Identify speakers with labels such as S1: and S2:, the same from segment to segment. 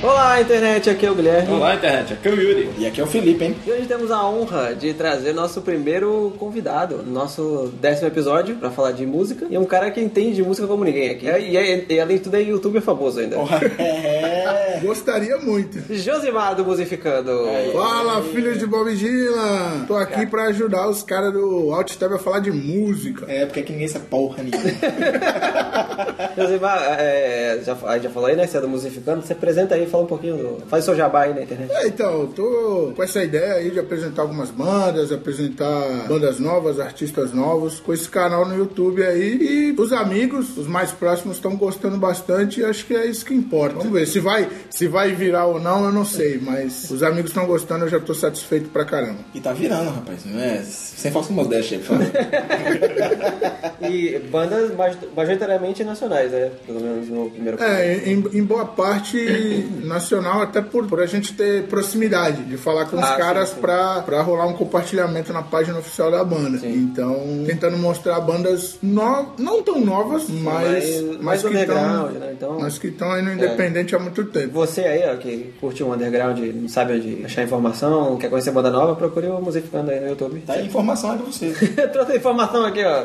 S1: Olá, internet, aqui é o Guilherme.
S2: Olá, internet. Aqui é o Yuri.
S3: E aqui é o Felipe, hein?
S1: E hoje temos a honra de trazer nosso primeiro convidado, nosso décimo episódio, pra falar de música. E é um cara que entende de música como ninguém aqui. E, é- e além de tudo, é youtuber famoso ainda.
S3: É.
S4: Gostaria muito.
S1: Josimar do Musificando.
S4: É. Fala, filhos de Bob Dylan! Tô aqui pra ajudar os caras do Outstab a falar de música.
S3: É, porque aqui ninguém sabe porra nenhuma.
S1: Josimar, é, já, a gente já falou aí, né? Você é do Musificando. Você apresenta aí, fala um pouquinho. do- Faz seu jabá aí na internet.
S4: É, então, tô com essa ideia aí de apresentar algumas bandas, apresentar bandas novas, artistas novos, com esse canal no YouTube aí. E os amigos, os mais próximos, estão gostando bastante e acho que é isso que importa. Vamos ver se vai, se vai virar ou não, eu não sei, mas os amigos estão gostando, eu já tô satisfeito pra caramba.
S3: E tá virando, rapaz. Não é? Sem falsa modéstia, por favor.
S1: E bandas maj- majoritariamente nacionais, né? Pelo menos no primeiro
S4: É, em, em boa parte nacional, até por, por a gente ter proximidade de falar com os
S1: Ah, sim,
S4: caras
S1: sim.
S4: Pra, pra rolar um compartilhamento na página oficial da banda. Então, tentando mostrar bandas no, não tão novas, mas,
S1: mais-
S4: mas,
S1: mais
S4: que
S1: underground,
S4: estão
S1: né? Então-
S4: mas que estão aí no Independente há muito tempo.
S1: Você aí, ó, que curte o underground, não sabe onde achar informação, quer conhecer banda nova, procure o Musificando aí no YouTube.
S3: Tá aí, informação aí pra você.
S1: Eu trouxe a informação aqui, ó.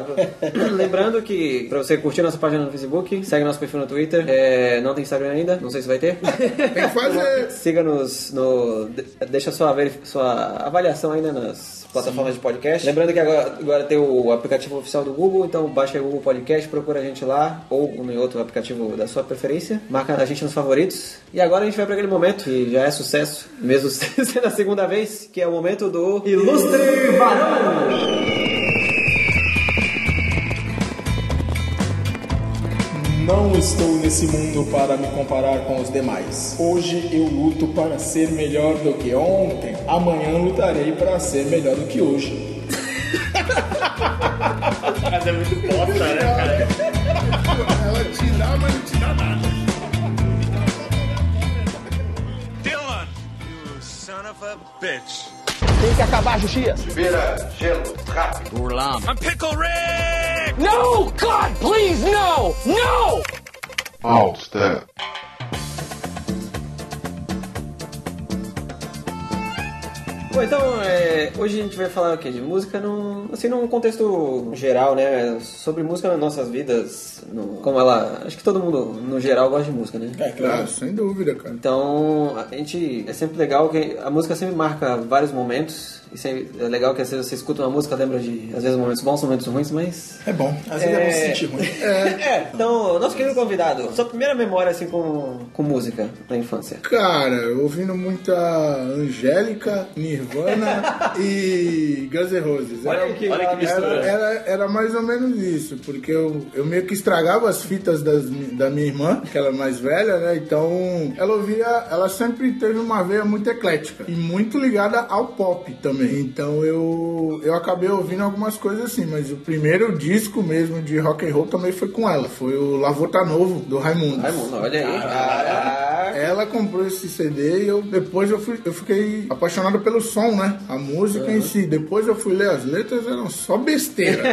S1: Lembrando que pra você curtir nossa página no Facebook, segue nosso perfil no Twitter. É, não tem Instagram ainda, não sei se vai ter.
S4: Tem que
S1: né?
S4: fazer.
S1: Siga-nos no. de- Deixa sua, verif- sua avaliação ainda nas plataformas de podcast. Lembrando que agora, agora tem o aplicativo oficial do Google, então baixa aí o Google Podcast, procura a gente lá, ou em outro aplicativo da sua preferência. Marca a gente nos favoritos. E agora a gente vai pra aquele momento que já é sucesso, mesmo sendo a segunda vez, que é o momento do Ilustre Barão!
S3: Não estou nesse mundo para me comparar com os demais. Hoje eu luto para ser melhor do que ontem. Amanhã lutarei para ser melhor do que hoje.
S2: Mas é muito bosta, né, cara?
S4: Ela te dá, mas não te dá nada.
S5: Dylan, you son of a bitch. Tem que acabar, Juxias. Vira, gelo, rápido. Burlam. I'm Pickle Rick!
S6: No! God, please, no! No!
S7: Outstep.
S1: Bom, então, é, hoje a gente vai falar o quê? De música num, assim, num contexto geral, né? Sobre música nas nossas vidas, no- como ela... Acho que todo mundo, no geral, gosta de música, né?
S3: É,
S4: Ah,
S3: claro.
S4: sem dúvida, cara.
S1: Então, a gente... É sempre legal que a música sempre marca vários momentos. E sempre- é legal que às vezes você escuta uma música, lembra de, às vezes, momentos bons, momentos ruins, mas...
S3: É bom. Às vezes é, bom se
S1: É.
S3: sentir ruim.
S1: É, então, nosso querido convidado, sua primeira memória, assim, com, com música na infância.
S4: Cara, ouvindo muita Angélica, Nirvana e Guns N' Roses. É
S1: Olha
S4: Era-
S1: que,
S2: olha que
S4: Era,
S2: mistura.
S4: era, era mais ou menos isso, porque eu, eu meio que estragava as fitas das mi- da minha irmã, que ela é mais velha, né? Então, ela ouvia, ela sempre teve uma veia muito eclética e muito ligada ao pop também. Então, eu, eu acabei ouvindo algumas coisas assim, mas o primeiro disco mesmo de rock and roll também foi com ela, foi o Lavota Novo, do Raimundo.
S1: Raimundo, olha aí. Caraca.
S4: Ela comprou esse CD e eu depois eu, fui, eu fiquei apaixonado pelo som, né? A música em si. Depois eu fui ler as letras, eram só besteira.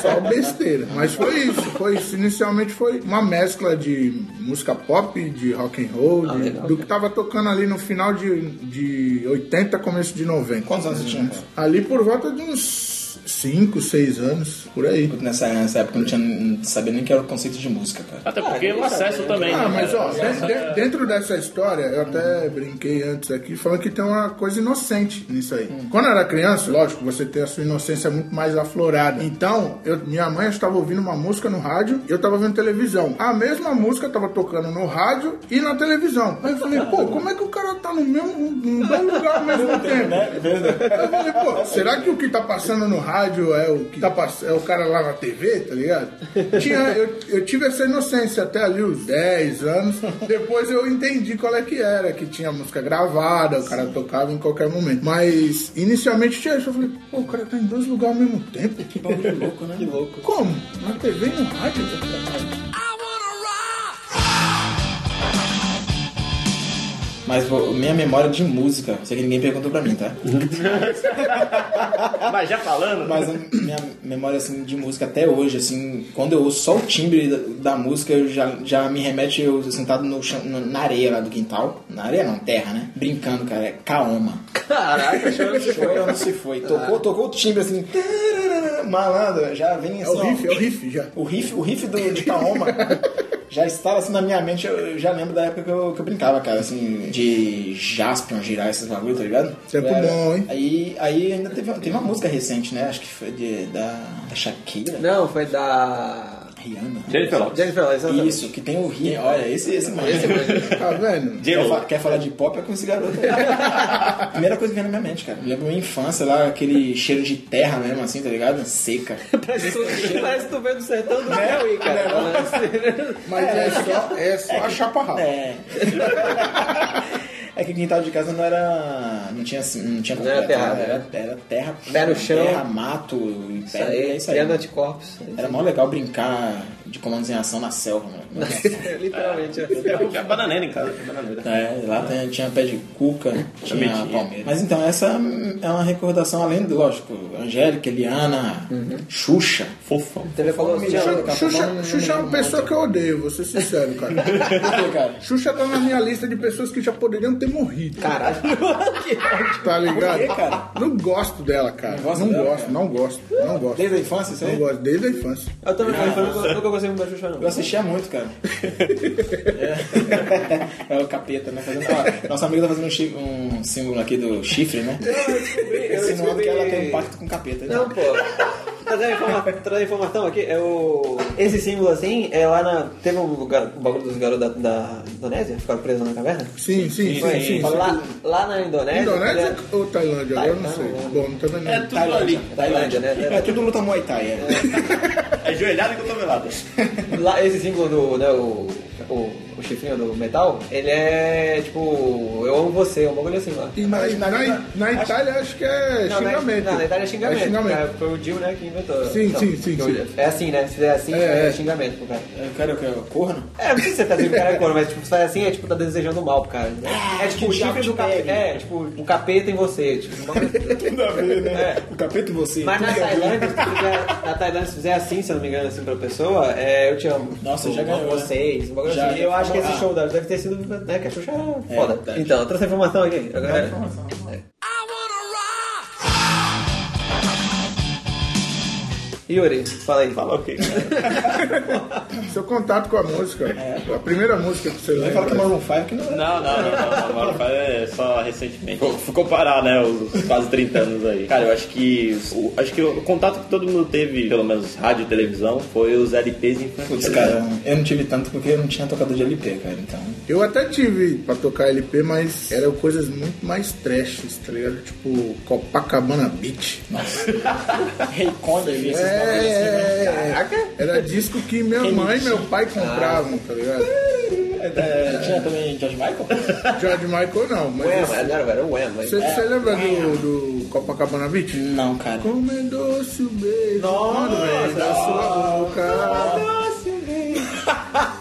S4: só besteira. Mas foi isso, foi isso. Inicialmente foi uma mescla de música pop, de rock and roll, de-
S1: legal,
S4: do que tava tocando ali no final de, de 80, começo de 90.
S3: Quantos anos você tinha?
S4: Ali por volta de uns 5, 6 anos, por aí.
S3: Nessa, nessa época eu não tinha não sabia nem que era o conceito de música, cara.
S1: É,
S2: Até porque o acesso também.
S4: Ah,
S2: né,
S4: mas
S2: cara?
S4: ó, de- de- dentro dessa história, eu até brinquei antes aqui, falando que tem uma coisa inocente nisso aí. Quando eu era criança, lógico, você tem a sua inocência muito mais aflorada. Então, eu- minha mãe estava ouvindo uma música no rádio e eu estava vendo televisão. A mesma música estava tocando no rádio e na televisão. Aí eu falei, pô, como é que o cara tá no mesmo, no mesmo lugar ao mesmo tempo? Eu falei, pô, será que o que tá passando no rádio é o que tá pass... é o cara lá na TV, tá ligado? Tinha, eu, eu tive essa inocência até ali uns 10 anos. Depois eu entendi qual é que era, que tinha música gravada, o cara tocava em qualquer momento. Mas inicialmente tinha isso, eu falei, pô, o cara tá em dois lugares ao mesmo tempo. Que bagulho louco, né? Que louco. Como? Na TV e no rádio?
S3: Mas Mas pô, minha memória de música, sei que ninguém perguntou pra mim, tá?
S1: Ah,
S2: Mas já falando,
S3: Mas a minha memória assim, de música até hoje, assim, quando eu ouço só o timbre da, da música, eu já, já me remete eu sentado no chão, no- na areia lá do quintal. Na areia não, terra, né? Brincando, cara, é Kaoma.
S1: Caraca, chorando de
S3: Foi ou não se foi? Tocou, tocou o timbre assim. tararara, Malandro, já vem assim.
S4: É o
S3: ó,
S4: riff, é o riff já.
S3: O riff, o riff do, de Kaoma já estava assim na minha mente. Eu, eu já lembro da época que eu, que eu brincava, cara, assim, de Jaspion, girar esses bagulho, tá ligado?
S4: Isso é
S3: Eu era-
S4: bom, hein?
S3: Aí, aí ainda teve, teve uma música recente, né? Acho que foi de, da, da Shakira.
S1: Não, foi da.
S3: Rihanna.
S2: Jennifer Lopez.
S1: Jennifer Lopez, exatamente.
S3: Isso, que tem o riff. Olha, esse, esse, mano.
S4: Tá vendo?
S3: Quer, fa- quer falar de pop é com esse garoto. aí. Primeira coisa que vem na minha mente, cara. Eu lembro minha infância lá, aquele cheiro de terra mesmo, assim, tá ligado? Seca.
S1: Parece que tu, parece que tu veio do sertão do Piauí, cara.
S4: Mas é, só, é só a chapa rapa.
S3: É. É que o quintal de casa não era. Não tinha assim. Não tinha
S1: Não era
S3: concreto,
S1: terra,
S3: Era,
S1: né?
S3: era terra.
S1: Pé no chão.
S3: Terra, mato e
S1: Isso
S3: pedra. É
S1: aí,
S3: isso aí.
S1: Piano de corpus.
S3: Era mó legal brincar de comandos em ação na selva, mano.
S1: Literalmente. é.
S2: Eu tinha bananeira em casa, tinha bananeira.
S3: É, lá tem- tinha pé de cuca, tinha
S2: tinha.
S3: palmeira. Mas então, essa é uma recordação além, do- lógico, Angélica, Eliana,
S1: Uhum.
S3: Xuxa.
S2: Fofão.
S1: Teve falou assim, ó,
S4: Xuxa, Xuxa é uma pessoa que eu odeio, vou ser sincero, cara.
S3: Por quê, cara?
S4: Xuxa tá na minha lista de pessoas que já poderiam ter morrido.
S1: caralho.
S4: Tá
S3: Por quê,
S4: ligado?
S3: cara?
S4: Não gosto dela, cara. Não
S3: gosta
S4: gosto,
S3: dela,
S4: não gosto,
S3: cara?
S4: não gosto, não gosto.
S3: Desde a infância, isso
S4: Não
S3: aí?
S4: gosto, desde a infância.
S1: Eu também falei, eu nunca- nunca gostei muito da Xuxa,
S3: Eu
S1: não.
S3: assistia muito, cara. É, é o capeta, né? Fazendo... ó, nosso amigo tá fazendo um, chi- um símbolo aqui do chifre, né? Insinuando que ela tem um pacto com o capeta.
S1: Não,
S3: Então.
S1: pô. Trazer a informa- trazer a informação aqui, é o. Esse símbolo assim, é lá na. Teve um lugar, um bagulho dos garotos da, da Indonésia, ficaram presos na caverna?
S4: Sim, sim, sim, sim. sim.
S1: Lá, lá na Indonésia. ele-
S4: Indonésia
S1: é-
S4: ou Tailândia? Agora eu não sei.
S1: Tailândia, né?
S4: Bom, não tô vendo.
S2: É tudo
S3: Tailândia,
S2: ali.
S3: Tailândia,
S1: Tailândia, né?
S3: É tudo luta Muay Thai, é.
S2: É joelhada e cotovelada.
S1: Lá, esse símbolo do, né, o, o, o chifrinho do metal, ele é tipo, eu amo você, é um bagulho assim lá.
S4: E na, na, na Itália acho que é
S1: Não, na-
S4: xingamento.
S1: Não, na Itália é xingamento.
S4: É xingamento.
S1: cara, foi o Dio, né, que inventou.
S4: Sim,
S1: Então,
S4: sim, sim,
S1: eu-
S4: sim.
S1: É assim, né? Se fizer assim,
S4: É,
S1: é,
S4: é.
S1: xingamento pro cara.
S3: Eu quero o que? O corno?
S1: É, não sei se você tá dizendo que o cara é corno, mas tipo, se faz assim, é tipo, tá desejando mal pro cara. é tipo
S3: que
S1: o
S3: diabo
S1: chifre
S3: te
S1: do capeta.
S3: pegue.
S1: É, tipo, o capeta em você. Tipo, uma coisa assim.
S3: Tudo a ver,
S1: né?
S3: É. O capeta e você.
S1: mas na Tailândia, se fizer, na Tailândia, se fizer assim, se eu não me engano, assim pra pessoa, é eu te amo.
S3: Nossa,
S1: eu
S3: já ganhou, né?
S1: Vocês, um bagulho
S3: Já,
S1: assim.
S3: já
S1: Eu acho que
S3: falou.
S1: esse
S3: Ah.
S1: show da deve ter sido, né, que a Xuxa é
S3: É,
S1: foda.
S3: verdade.
S1: então, eu trouxe a informação aqui. É. Agora, Yuri, fala aí.
S2: Fala o quê?
S4: Seu contato com a música. A primeira música que você
S3: Vai falar que
S4: lembra.
S3: Maroon 5 que não é.
S2: Não, não, não, não. Agora faz é só recentemente. Vou, vou comparar, né, os quase 30 anos aí. Cara, eu acho que o, acho que o contato que todo mundo teve, pelo menos rádio e televisão, foi os LPs infantis.
S3: Putz, cara, eu não tive tanto porque eu não tinha tocador de LP, cara, então.
S4: Eu até tive pra tocar LP, mas eram coisas muito mais trashes, tá ligado? Tipo Copacabana Beach.
S3: Raycon, é,
S4: É, é, é. Era disco que minha mãe e meu pai compravam, tá ligado?
S3: É, tinha também George Michael?
S4: George Michael não, mas.
S1: Wham, era, era o Wham. mas-
S4: Você você lembra do, do Copacabana Beach?
S3: Não, cara.
S4: Como é doce o beijo quando vem da sua boca.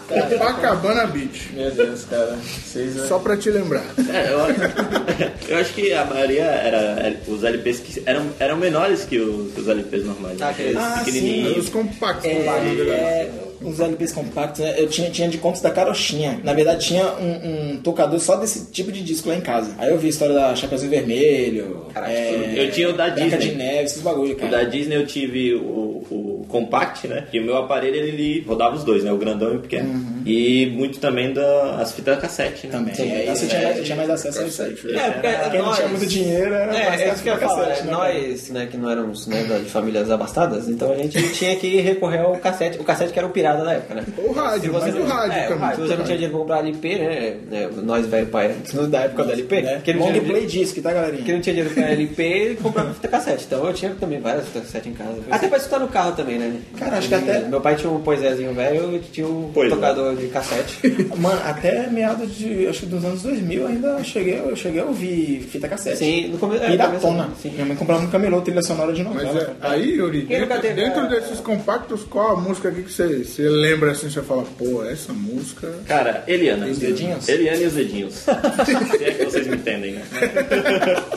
S4: Copacabana Beach.
S3: Meu Deus, cara. Vocês
S4: Só pra te lembrar.
S2: É, eu, acho- eu acho que a maioria era os LPs que eram, eram menores que os, que os LPs normais. né?
S1: Ah, aqueles
S4: Era
S2: pequenininhos.
S4: os compactos. né?
S3: É, os LPs compactos, né? eu tinha, tinha de contos da carochinha. Na verdade, tinha um, um tocador só desse tipo de disco lá em casa. Aí eu vi a história da Chapeuzinho Vermelho. é,
S2: eu tinha o da
S3: Branca
S2: Disney.
S3: de Neve, esses bagulho,
S2: Da
S3: cara.
S2: Disney eu tive o, o Compact, né? Que o meu aparelho ele rodava os dois, né? O grandão e o pequeno. E muito também das fitas cassete, né?
S3: Também.
S2: Sim,
S3: Aí É, então você tinha, mais- tinha mais acesso a isso aí.
S1: É, porque
S3: Quem não
S1: nós-
S3: tinha muito dinheiro era mais
S1: É, é
S3: fácil
S1: isso que eu ia
S3: pra
S1: falar.
S3: cassete,
S1: né?
S3: né, cara?
S1: Nós, né, que não éramos né, de famílias abastadas, então a gente tinha que recorrer ao cassete. O cassete que era o pirata da época, né?
S4: O rádio,
S1: Se você
S4: mas o rádio
S1: é,
S4: também.
S1: Se você não tinha dinheiro pra comprar LP, né? né, Nós, velho pai, da época da LP,
S3: Né?
S1: que, não
S3: Long
S1: tinha,
S3: play
S1: dinheiro-
S3: disc, tá,
S1: que
S3: galerinha?
S1: não tinha dinheiro pra LP, ele comprava fita cassete. Então eu tinha também várias fita cassete em casa. Até pra escutar no carro também, né?
S3: Cara, acho que até-
S1: Meu pai tinha um poisézinho velho e tinha um
S2: Pois é.
S1: tocador gravador de cassete.
S3: Mano, até meados de, acho que dos anos 2000 ainda cheguei, eu cheguei a ouvir fita cassete.
S1: Sim, no come- é,
S3: Piratona.
S1: começo- sim.
S3: Minha mãe comprava no camelô trilha sonora de novela.
S4: Mas é,
S3: cara.
S4: aí, Yuri,
S1: Quem nunca
S4: dentro,
S1: teve é.
S4: dentro
S1: a-
S4: desses compactos, qual a música aqui que você você lembra assim, você fala, pô, essa música.
S2: Cara, Eliana.
S3: Os dedinhos?
S2: Eliana e os dedinhos. Se é que vocês me entendem, né?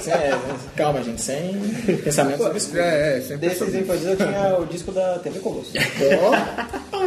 S3: Sem- é, calma, gente, sem pensamentos absurdos.
S4: É, é, sempre
S8: Desses
S4: essa música.
S8: infantis eu tinha o disco da TV Colosso.
S4: Ó,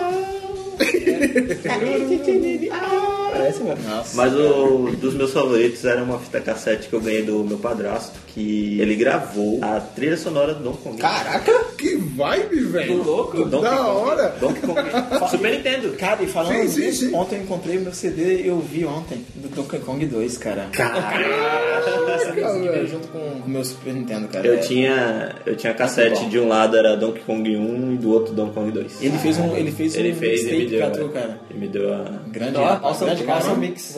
S8: Parece mesmo.
S2: Mas o dos meus favoritos era uma fita cassete que eu ganhei do meu padrasto, que ele gravou a trilha sonora do Don Kong.
S4: Caraca, que vibe, velho.
S2: louco! Donkey
S4: Da
S2: Kong.
S4: hora.
S2: Donkey Kong. Super Nintendo.
S3: Cara, e falando
S4: Sim, sim,
S3: disso,
S4: sim.
S3: ontem eu encontrei meu CD, eu vi ontem, do Donkey Kong 2, cara. Essa música veio junto com o meu Super Nintendo, cara.
S2: Eu
S3: É.
S2: tinha, eu tinha cassete de um lado era Donkey Kong 1 e do outro Donkey Kong 2.
S3: Ele fez um, ele fez
S2: Ele
S3: um
S2: fez e me
S3: mixtape
S2: deu,
S3: pra tu, cara.
S2: ele me deu a...
S3: Grande,
S8: Nossa,
S3: grande cara.
S8: nossa mix.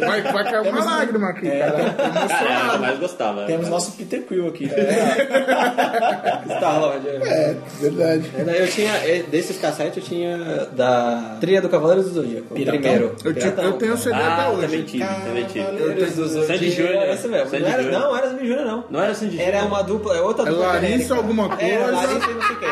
S4: Vai, vai cair uma lágrima aqui, cara.
S2: Cara, era o que eu mais gostava. né?
S3: Temos nosso Peter Quill aqui.
S8: Star-Lord.
S1: né?
S4: É, verdade.
S1: Eu tinha, é, desses cassetes eu tinha da trilha do Cavaleiros do Zodíaco. o
S3: Piratão.
S1: Primeiro.
S4: Eu, te-
S1: Piratão.
S4: eu tenho o CD até
S2: Ah,
S4: hoje.
S2: também tive, também tive.
S1: Cavaleiros do Zodíaco.
S2: Sandy Júnior.
S1: Era esse mesmo.
S2: Sandy
S1: Não era,
S2: Júnior.
S1: não, era Sandy Júnior, não.
S2: Não era assim de...
S1: Era uma dupla, é outra
S4: É
S1: dupla.
S4: Larissa
S1: genérica.
S4: alguma coisa?
S1: Era Larissa e não sei quem.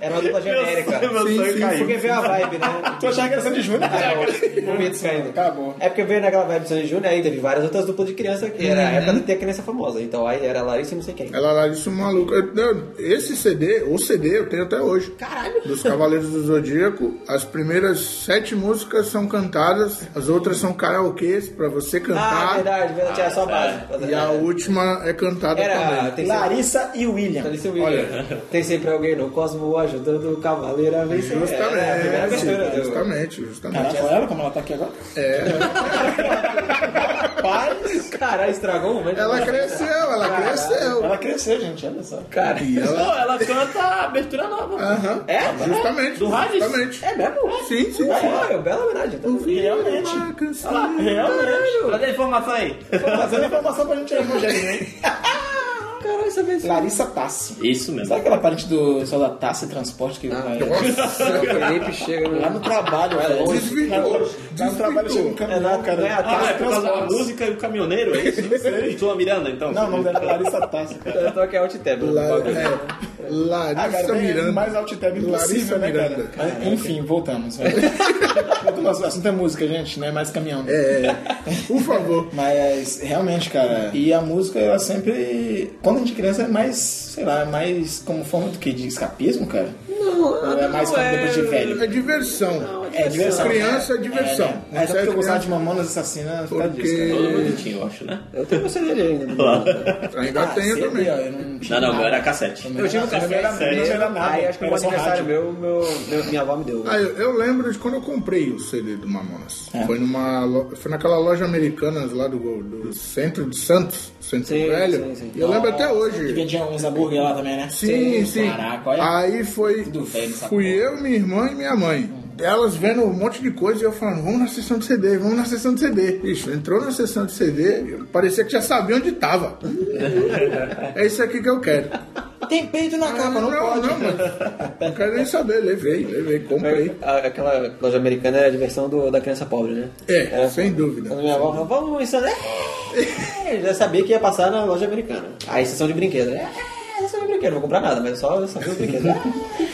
S1: Era uma dupla genérica.
S4: Sim, sim,
S1: Porque
S4: sim.
S1: veio a vibe, né?
S3: Tu achava que era Sandy Júnior? né?
S1: É, o momentos caindo.
S3: Acabou.
S1: É porque veio naquela vibe do Sandy Júnior, aí né? teve várias outras duplas de criança, que era a época de ter a criança famosa. Então aí era Larissa e não sei quem.
S4: Uhum. Ela lá disse um maluco. Eu- eu- esse CD, o CD, eu tenho até hoje. Caralho! Dos Cavaleiros do Zodíaco. As primeiras sete músicas são cantadas, as outras são karaokês pra você
S1: Ah,
S4: cantar.
S1: verdade, verdade, é só a base.
S4: tá. e a última é cantada
S1: Era.
S4: também.
S1: Tem sempre,
S3: Larissa e William.
S1: Larissa Williams.
S4: Olha.
S1: Tem sempre alguém no Cosmo ajudando o cavaleiro a vencer. É, assim,
S4: Justamente,
S1: Era a primeira abertura do-
S4: É, justamente, justamente.
S3: Caraca, olha ela como ela tá aqui agora.
S1: Caralho, estragou o momento.
S4: Ela cresceu, ela cresceu.
S3: Ela cresceu, gente, olha só.
S1: Cara,
S4: E ela.
S2: Não, ela canta a abertura nova.
S4: Aham.
S1: É?
S4: Justamente.
S2: Do rádio?
S4: Justamente.
S1: é mesmo?
S4: Sim, sim.
S1: Ah, é bela homenagem. Tá
S4: sim.
S3: Realmente.
S4: Uma canção.
S2: Realmente. Cadê a informação aí?
S3: Fazendo informação pra gente aí, Rogério, hein?
S1: Caralho, essa vez.
S3: Larissa Tassi.
S2: Isso mesmo.
S3: Sabe aquela parente do só da Tassi Transporte que vai...
S1: O Felipe chega
S3: Lá no trabalho, ela longe.
S4: Desvirtuou.
S3: Lá no trabalho chega um
S4: Desvirtuou.
S3: caminhão, cara.
S1: não é a
S2: Ah,
S3: Tassi
S2: é por causa da
S3: Transportes.
S2: música e o caminhoneiro, é isso? Sua Miranda, então?
S3: Não, o nome dela é Larissa Tassi, cara.
S1: no. Toca alt tab.
S4: La- é,
S3: Ah, cara,
S4: Larissa
S3: bem
S4: Miranda.
S3: mais alt-tab
S4: Larissa
S3: impossível, né, cara?
S4: Miranda.
S3: Mas, Enfim, voltamos. né? Volta- Nosso assunto é música, gente, não é mais caminhão.
S4: É, por favor.
S3: Mas, realmente, cara, e a música, ela sempre... Quando a gente é criança, é mais, sei lá, é mais como forma do que? De escapismo, cara? Ou é mais como depois de velho?
S4: É diversão.
S3: É diversão.
S4: Criança é diversão.
S3: É, né? Mas sabe que eu gostava de Mamonas Assassinas? por causa disso,
S4: Porque-
S3: cara.
S2: Todo mundo tinha, eu acho, né?
S1: Eu tenho você dele ainda.
S4: Ainda
S3: Ah,
S4: tenho
S3: CD,
S4: também.
S3: ó, eu não tinha
S2: Não, não, o meu
S3: nada.
S2: era cassete.
S3: Eu tinha um café, era,
S2: cassete.
S3: não era nada.
S1: Aí acho que no
S3: era só
S1: aniversário
S3: rádio.
S1: meu, meu, meu- minha avó me deu.
S4: Ah, eu, eu lembro de quando eu comprei o CD do Mamonas. Foi numa lo- foi naquela loja americana lá do, do centro de Santos, Centro
S1: Sim,
S4: Velho.
S1: sim, sim.
S4: E Eu lembro até
S3: E
S4: hoje.
S3: vendia uns hambúrguer lá também, né?
S4: Sim, sim.
S3: Caraca, olha.
S4: Aí foi
S3: Tudo velho nessa
S4: fui
S3: porra.
S4: eu, minha irmã e minha mãe. Elas vendo um monte de coisa e eu falando, vamos na sessão de CD, vamos na sessão de CD. Bicho, entrou na sessão de CD, eu- parecia que já sabia onde tava. é isso aqui que eu quero.
S3: Tem peito na capa, não,
S4: não,
S3: pode.
S4: não, mano. Não quero nem saber. Levei, levei, comprei.
S1: A- Aquela loja americana é a diversão do, da criança pobre, né?
S4: É,
S1: É.
S4: sem dúvida.
S1: Quando minha avó falou, vamos isso né? Eu já sabia que ia passar na loja americana. Aí sessão de brinquedo, né? É, sessão de brinquedo, não vou comprar nada, mas só sessão de brinquedo.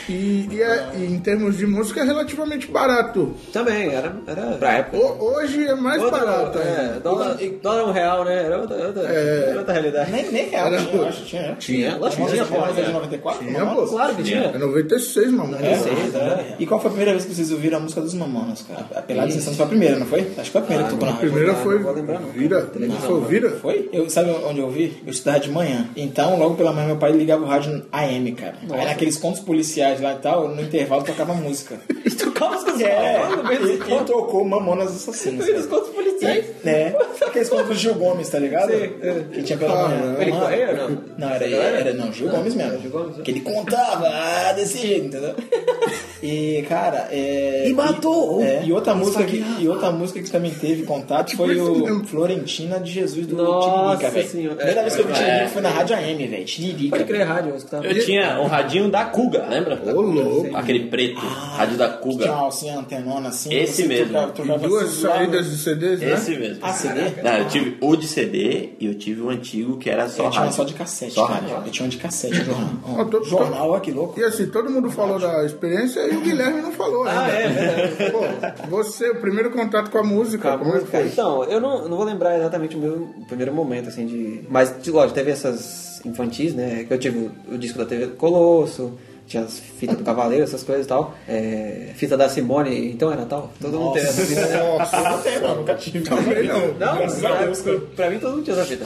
S4: E, e é- e em termos de música é relativamente barato.
S1: Também, era, era pra época.
S4: O- hoje é mais
S1: Outro-
S4: barato.
S1: é,
S4: ainda.
S1: dólar, dólar é um real, né? Era outra, outra, era outra realidade.
S3: Nem, nem real
S4: Era-
S3: tinha, eu acho. Tinha, né?
S1: Tinha, lógico que tinha,
S3: Tinha,
S1: porra.
S3: de 94?
S4: Tinha,
S3: Mamonas?
S4: pô.
S1: Claro que tinha.
S4: É 96, mano. É,
S3: É. E qual foi a primeira vez que vocês ouviram a música dos Mamonas, cara? A Pelada de Sessão foi a primeira, não foi? Acho que foi a primeira que tocou na
S4: A
S3: rádio.
S4: primeira
S1: não
S4: foi
S1: vou lembrar, não. né?
S4: Vira.
S1: Não,
S4: foi Vira?
S3: Foi? Eu, sabe onde eu ouvi? Eu estudava de manhã. Então, logo pela manhã, meu pai ligava o rádio AM, cara. Aí naqueles contos policiais lá e tal, no intervalo tocava música.
S1: Tocava as coisas
S3: É,
S1: lá, no meio
S3: e,
S1: dos
S3: e tocou Mamonas Assassinas.
S1: meio dos
S3: cara.
S1: contos policiais.
S3: É, aqueles contos do Gil Gomes, tá ligado?
S9: é.
S3: Que tinha pela manhã.
S1: Ele
S3: Mano,
S1: corria ou não?
S3: Não, era, era, não, Gil Gomes mesmo.
S9: é.
S1: Gil Gomes, né?
S3: que ele contava ah, desse jeito, entendeu?
S9: E, cara, é.
S10: E matou!
S9: é, e outra
S10: Ele
S9: música que,
S10: esfaqueava.
S9: e outra música que também teve contato foi o Florentina de Jesus do Tiririca,
S1: Nossa
S9: velho.
S1: senhora.
S9: Primeira vez que eu vi
S2: É.
S9: Tiririca foi na Rádio AM, velho. Tiririca.
S1: Pode crer, rádio, eu escutava.
S2: Eu tinha um radinho da Kuga, lembra?
S4: Ô, louco.
S2: Aquele preto, rádio da
S9: Que Tinha
S2: Kuga.
S9: uma alcinha antenona assim.
S2: Esse
S9: você
S2: mesmo.
S9: trocava- trocava
S4: Duas
S9: celular,
S4: saídas de CDs, né?
S2: Esse mesmo.
S9: Ah, CD?
S2: Não, eu tive o de CD e eu tive o antigo que era só
S9: Eu tinha uma
S2: rádio.
S9: só de cassete,
S2: Só
S9: cara.
S2: rádio.
S9: Eu tinha um de cassete, jornal. Ó,
S4: Ó, tô-
S9: jornal, ó, que louco.
S4: E assim, todo mundo falou da experiência e o Guilherme não falou ainda. Ah, é? Pô, você, o primeiro contato com a música,
S1: Acabou,
S4: como é que
S1: cara.
S4: foi?
S1: Então, eu não, não vou lembrar exatamente o meu primeiro momento, assim, de. Mas, de- lógico, teve essas infantis, né? Que eu tive o, o disco da TV Colosso, tinha as fitas do Cavaleiro, essas coisas e tal. É, fita da Simone, então é Natal? Todo mundo teve essa fita.
S4: Também não.
S1: Não, pra, pra mim todo mundo tinha essa fita.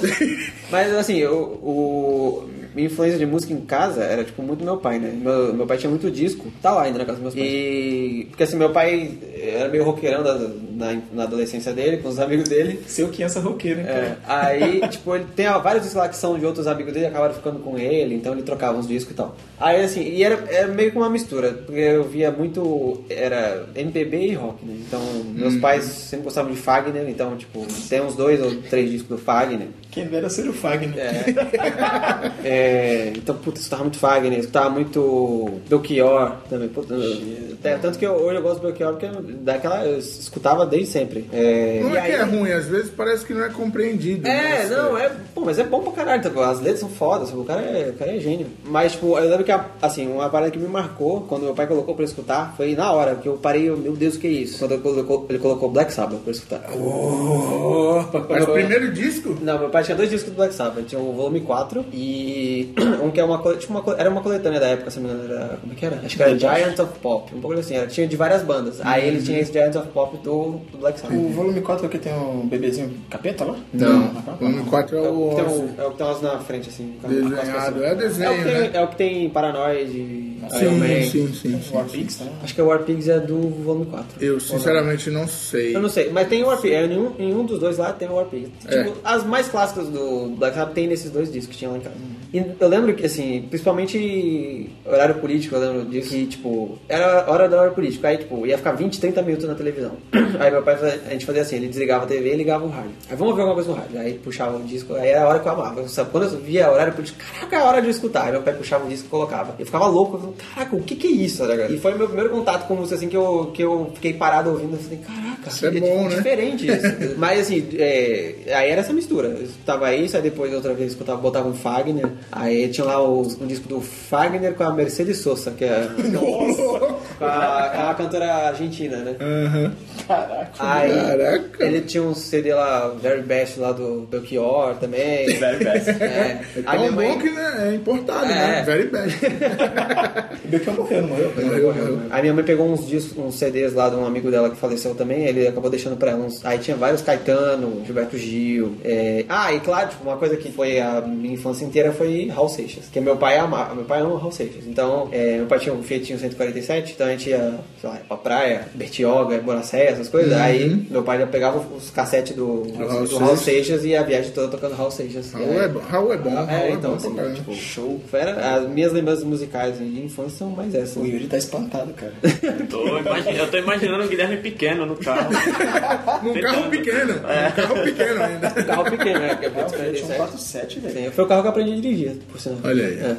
S1: Mas assim, eu, o, minha influência de música em casa era tipo muito meu pai, né? Meu, meu pai tinha muito disco, tá lá ainda na casa dos meus pais. E. Porque assim, meu pai era meio roqueirão da- na, na adolescência dele, com os amigos dele.
S9: Seu criança roqueira, hein,
S1: É, aí, tipo, ele tem ó, vários discos lá que são de outros amigos dele, acabaram ficando com ele, então ele trocava uns discos e tal. Aí, assim, e era, era meio que uma mistura, porque eu via muito, era MPB e rock, né? Então, meus
S4: Hum.
S1: pais sempre gostavam de Fagner, então, tipo, tem uns dois ou três discos do Fagner.
S9: Quem dera ser o Fagner.
S1: É, então, puta, escutava muito Fagner, escutava muito Belchior também. Puta, até, tanto que eu- hoje eu gosto do Belchior porque é daquela, eu escutava desde sempre. É,
S4: Não
S1: e
S4: é que
S1: aí-
S4: é ruim, às vezes parece que não é compreendido.
S1: É,
S4: né?
S1: não, é. Pô, mas é bom pra caralho, tá? bom? as letras são fodas, o cara é, o cara é gênio. Mas, tipo, eu lembro que, a- assim, uma parada que me marcou quando meu pai colocou pra eu escutar foi na hora que eu parei, eu, meu Deus, o que é isso? Quando eu colocou- ele colocou Black Sabbath pra eu escutar. Oh,
S4: Mas o primeiro disco?
S1: Não, meu pai tinha dois discos do Black Sabbath, tinha o volume 4 e um que é uma, cole- tipo uma cole- era uma coletânea da época, se não me engano, era, como é que era? Acho que era Giant of Pop, um pouco assim, era, tinha de várias bandas. Aí ele tinha esse Giant of Pop do, do Black Sabbath.
S9: O volume 4
S3: é
S9: aqui tem um bebezinho capeta lá?
S4: Não. O volume 4 é
S1: É
S4: o
S1: o que tem
S4: Ozzy,
S1: o- é o que tem umas na frente, assim. com a- com as
S4: desenhado. É
S1: É o que
S4: desenho,
S1: tem,
S4: né?
S1: é o que tem Paranoid. Iron Man.
S4: Sim, sim, sim, sim.
S9: Warpix, tá?
S1: Acho que é o War Pigs é do volume 4.
S4: Eu sinceramente não sei.
S1: Eu não sei, mas tem o War Pigs. É, em, um, em um dos dois lá tem o War Pigs. Tipo, as mais clássicas do Black Sabbath tem nesses dois discos que tinha lá em casa. E eu lembro que, assim, principalmente horário político, eu lembro disso, que, tipo, era a hora da hora política. Aí, tipo, ia ficar 20, 30 minutos na televisão. Aí meu pai, fazia- a gente fazia assim, ele desligava a TV e ligava o rádio. Aí vamos ver alguma coisa no rádio. Aí puxava o disco, aí era a hora que eu amava. Eu só- Quando eu via horário político, caraca, é a hora de eu escutar. Aí meu pai puxava o disco e colocava. Eu ficava louco, eu falava, caraca, o que que é isso? tá ligado? E foi meu primeiro contato com música, assim, que eu, que eu fiquei parado ouvindo, eu falei, caraca,
S4: Isso é bom, né?
S1: diferente isso. Mas assim, é, aí era essa mistura. Eu escutava isso, aí depois outra vez escutava, botava um Fagner. Aí tinha lá os- um disco do Fagner com a Mercedes Sosa, que é com a, com a cantora argentina, né? Aí
S4: Caraca.
S1: ele tinha um CD lá, Very Best lá do Belchior também.
S2: Very best.
S1: É.
S4: É
S1: Aí minha
S4: tão
S1: mãe-
S4: bom que né, é importado,
S1: É.
S4: né? Very bad.
S9: Bebezinho morreu, não morreu?
S4: Morreu, morreu.
S1: Aí minha mãe pegou uns discos, uns CDs lá de um amigo dela que faleceu também, ele acabou deixando pra ela uns. Aí tinha vários Caetano, Gilberto Gil. é, Ah, e claro, tipo, uma coisa que foi a minha infância inteira foi Raul Seixas, que meu pai amava, meu pai ama Raul Seixas. Então, é, meu pai tinha um Fiatinho 147, então a gente ia, sei lá, pra praia, Bertioga, Boracéia, essas coisas. Aí meu pai já pegava os cassetes do, do,
S4: Uhum.
S1: Raul
S4: Raul Seixas.
S1: Seixas e a viagem toda tocando Raul Seixas. E
S4: Raul
S1: aí-
S4: é bom. Raul é bom. Raul
S1: É,
S4: é
S1: então,
S4: bom
S1: assim,
S4: pra caramba.
S1: tipo, show. Era, as minhas lembranças musicais de infância são mais essas.
S9: O Yuri tá espantado, cara.
S2: Tô imagi- eu tô imaginando o Guilherme pequeno no carro.
S4: Num carro pequeno.
S1: É.
S4: Num carro pequeno ainda.
S1: carro pequeno, né? Que é Fiat
S9: Tinha um
S1: 47.
S9: 47, velho.
S1: Sim, foi o carro que eu aprendi a dirigir, por sinal.
S4: Olha aí.
S1: É.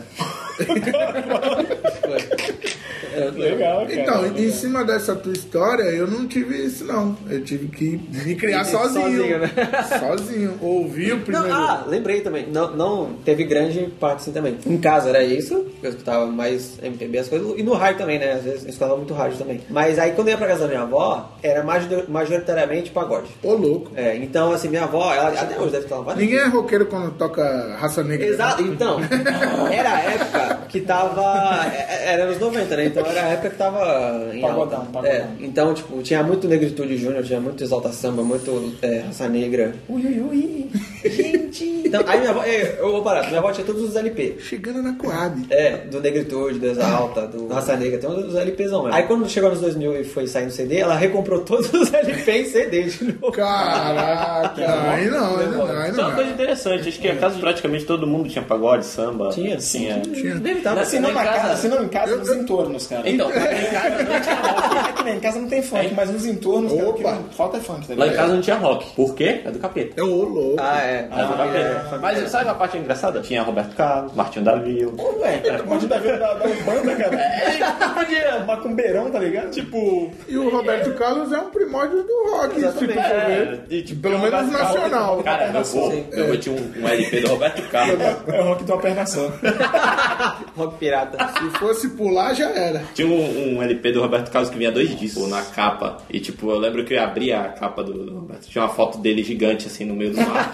S1: Foi. É, foi.
S9: Legal,
S4: Então, em cima dessa tua história, eu não tive isso, não. Eu tive que me criar sozinho.
S1: Sozinho,
S4: Sozinho,
S1: né?
S4: Ouvir o
S1: Não,
S4: primeiro.
S1: ah, lembrei também. Não, não teve grande parte assim também. Em casa era isso, eu escutava mais MPB, as coisas, e no rádio também, né? Às vezes eu escutava muito rádio também. Mas aí quando eu ia pra casa da minha avó, era major- majoritariamente pagode.
S4: Ô, louco.
S1: É, então assim, minha avó, ela até hoje deve estar lá.
S4: Ninguém é roqueiro quando toca raça negra. né?
S1: Exato, então, era a época que tava. é- Era nos 90, né? Então era a época que tava em alta.
S9: Pagodão, pagodão.
S1: É, então, tipo, tinha muito Negritude Júnior, tinha muito Exalta Samba, muito é, Raça Negra.
S9: Ui, ui, ui.
S2: Santinho.
S1: Então, aí minha avó, é, eu vou parar, minha avó tinha todos os LP.
S4: Chegando na Coab.
S1: É, do Negritude, do Asa Alta, do Raça Negra, tem uns LPzão mesmo. Aí quando chegou nos 2000 e foi sair no CD, ela recomprou todos os LP em CD de novo.
S4: Caraca, aí não, aí não, aí
S2: Só É uma
S4: não.
S2: coisa interessante, acho que a casa praticamente todo mundo tinha pagode, samba.
S1: Tinha,
S2: sim. É.
S1: Deve estar,
S3: Se tá assim, não, na casa, se não em casa, nos entornos, cara.
S2: Então,
S3: É que nem em casa não tem funk, mas nos entornos, cara, o que
S4: Opa.
S3: não falta é funk, tá
S2: lá em
S3: ligado?
S2: casa não tinha rock. Por quê? É do capeta.
S4: É o louco.
S1: Ah, é.
S2: É do capeta. Mas sabe a parte engraçada? Tinha Roberto Carlos, Martinho da Vila.
S3: Ué, pode dar vida da da Umbanda, cara. É, macumbeirão, tá ligado? Tipo,
S4: E o Roberto Carlos é um primórdio do rock, se tu
S3: É.
S4: for ver.
S2: É, e, tipo,
S4: Pelo menos
S2: Roberto Carlos-
S4: nacional.
S2: Cara, meu avô, meu avô tinha um, um LP do Roberto Carlos.
S3: é o rock de uma perna só.
S1: Rock pirata.
S4: Se fosse pular, já era.
S2: Tinha um, um LP do Roberto Carlos que vinha dois discos na capa. E tipo, eu lembro que eu abri a capa do, do Roberto. Tinha uma foto dele gigante assim no meio do mar.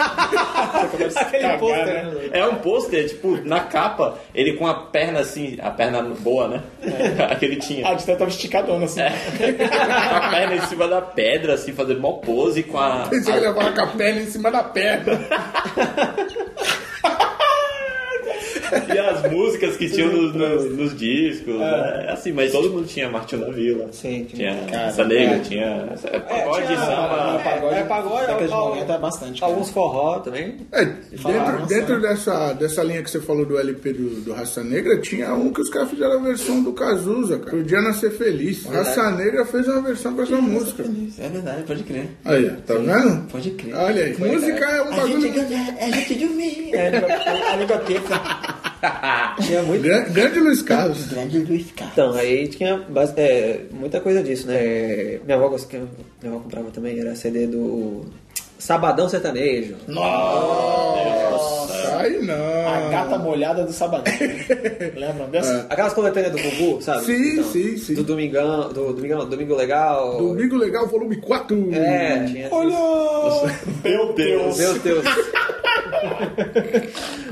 S1: Aquele pôster. né?
S2: é um pôster, tipo, na capa, ele com a perna assim, a perna boa, né?
S1: É.
S2: Aquele tinha.
S3: A distância tava esticadona, assim.
S2: com a perna em cima da pedra, assim, fazendo mó pose com a.
S4: Pensei que ele agora com a perna em cima da perna.
S2: E as músicas que tinham nos, nos- nos discos, né? Assim, mas todo mundo tinha Martinho da Vila.
S1: É. Sim, é. tinha.
S2: Tinha essa negra, tinha. essa- Pagode, samba.
S1: É, é pagode,
S3: década de
S1: al-
S3: 90 é bastante. cara.
S1: Alguns forró também.
S4: É, dentro dentro dessa, dessa linha que você falou do LP do, do Raça Negra, tinha um que os caras fizeram a versão do Cazuza, cara. Podia nascer feliz. Raça Negra fez uma versão com essa música.
S3: É verdade, pode crer.
S4: Aí, ó, tá vendo?
S3: Pode crer.
S4: Olha aí, música é um bagulho.
S3: é gente de mim.
S1: É, a língua preta. Tinha muito.
S4: Gran- Grande Luiz Carlos.
S3: Grande Luiz, cara.
S1: Então, aí tinha bas- é, muita coisa disso, né? É, Minha avó, gost- que minha avó comprava também, era CD do Sabadão Sertanejo.
S4: Aí
S3: A
S4: não.
S3: gata molhada do sabadão. Lembra dessa?
S1: Aquelas coletâneas do Gugu, sabe? Então,
S4: Sim, sim, sim.
S1: Do Domingão, do Domingão, não, Domingo Legal.
S4: Domingo Legal, volume 4.
S1: É, tinha
S3: Olha! Meu
S1: esses- Meu Deus.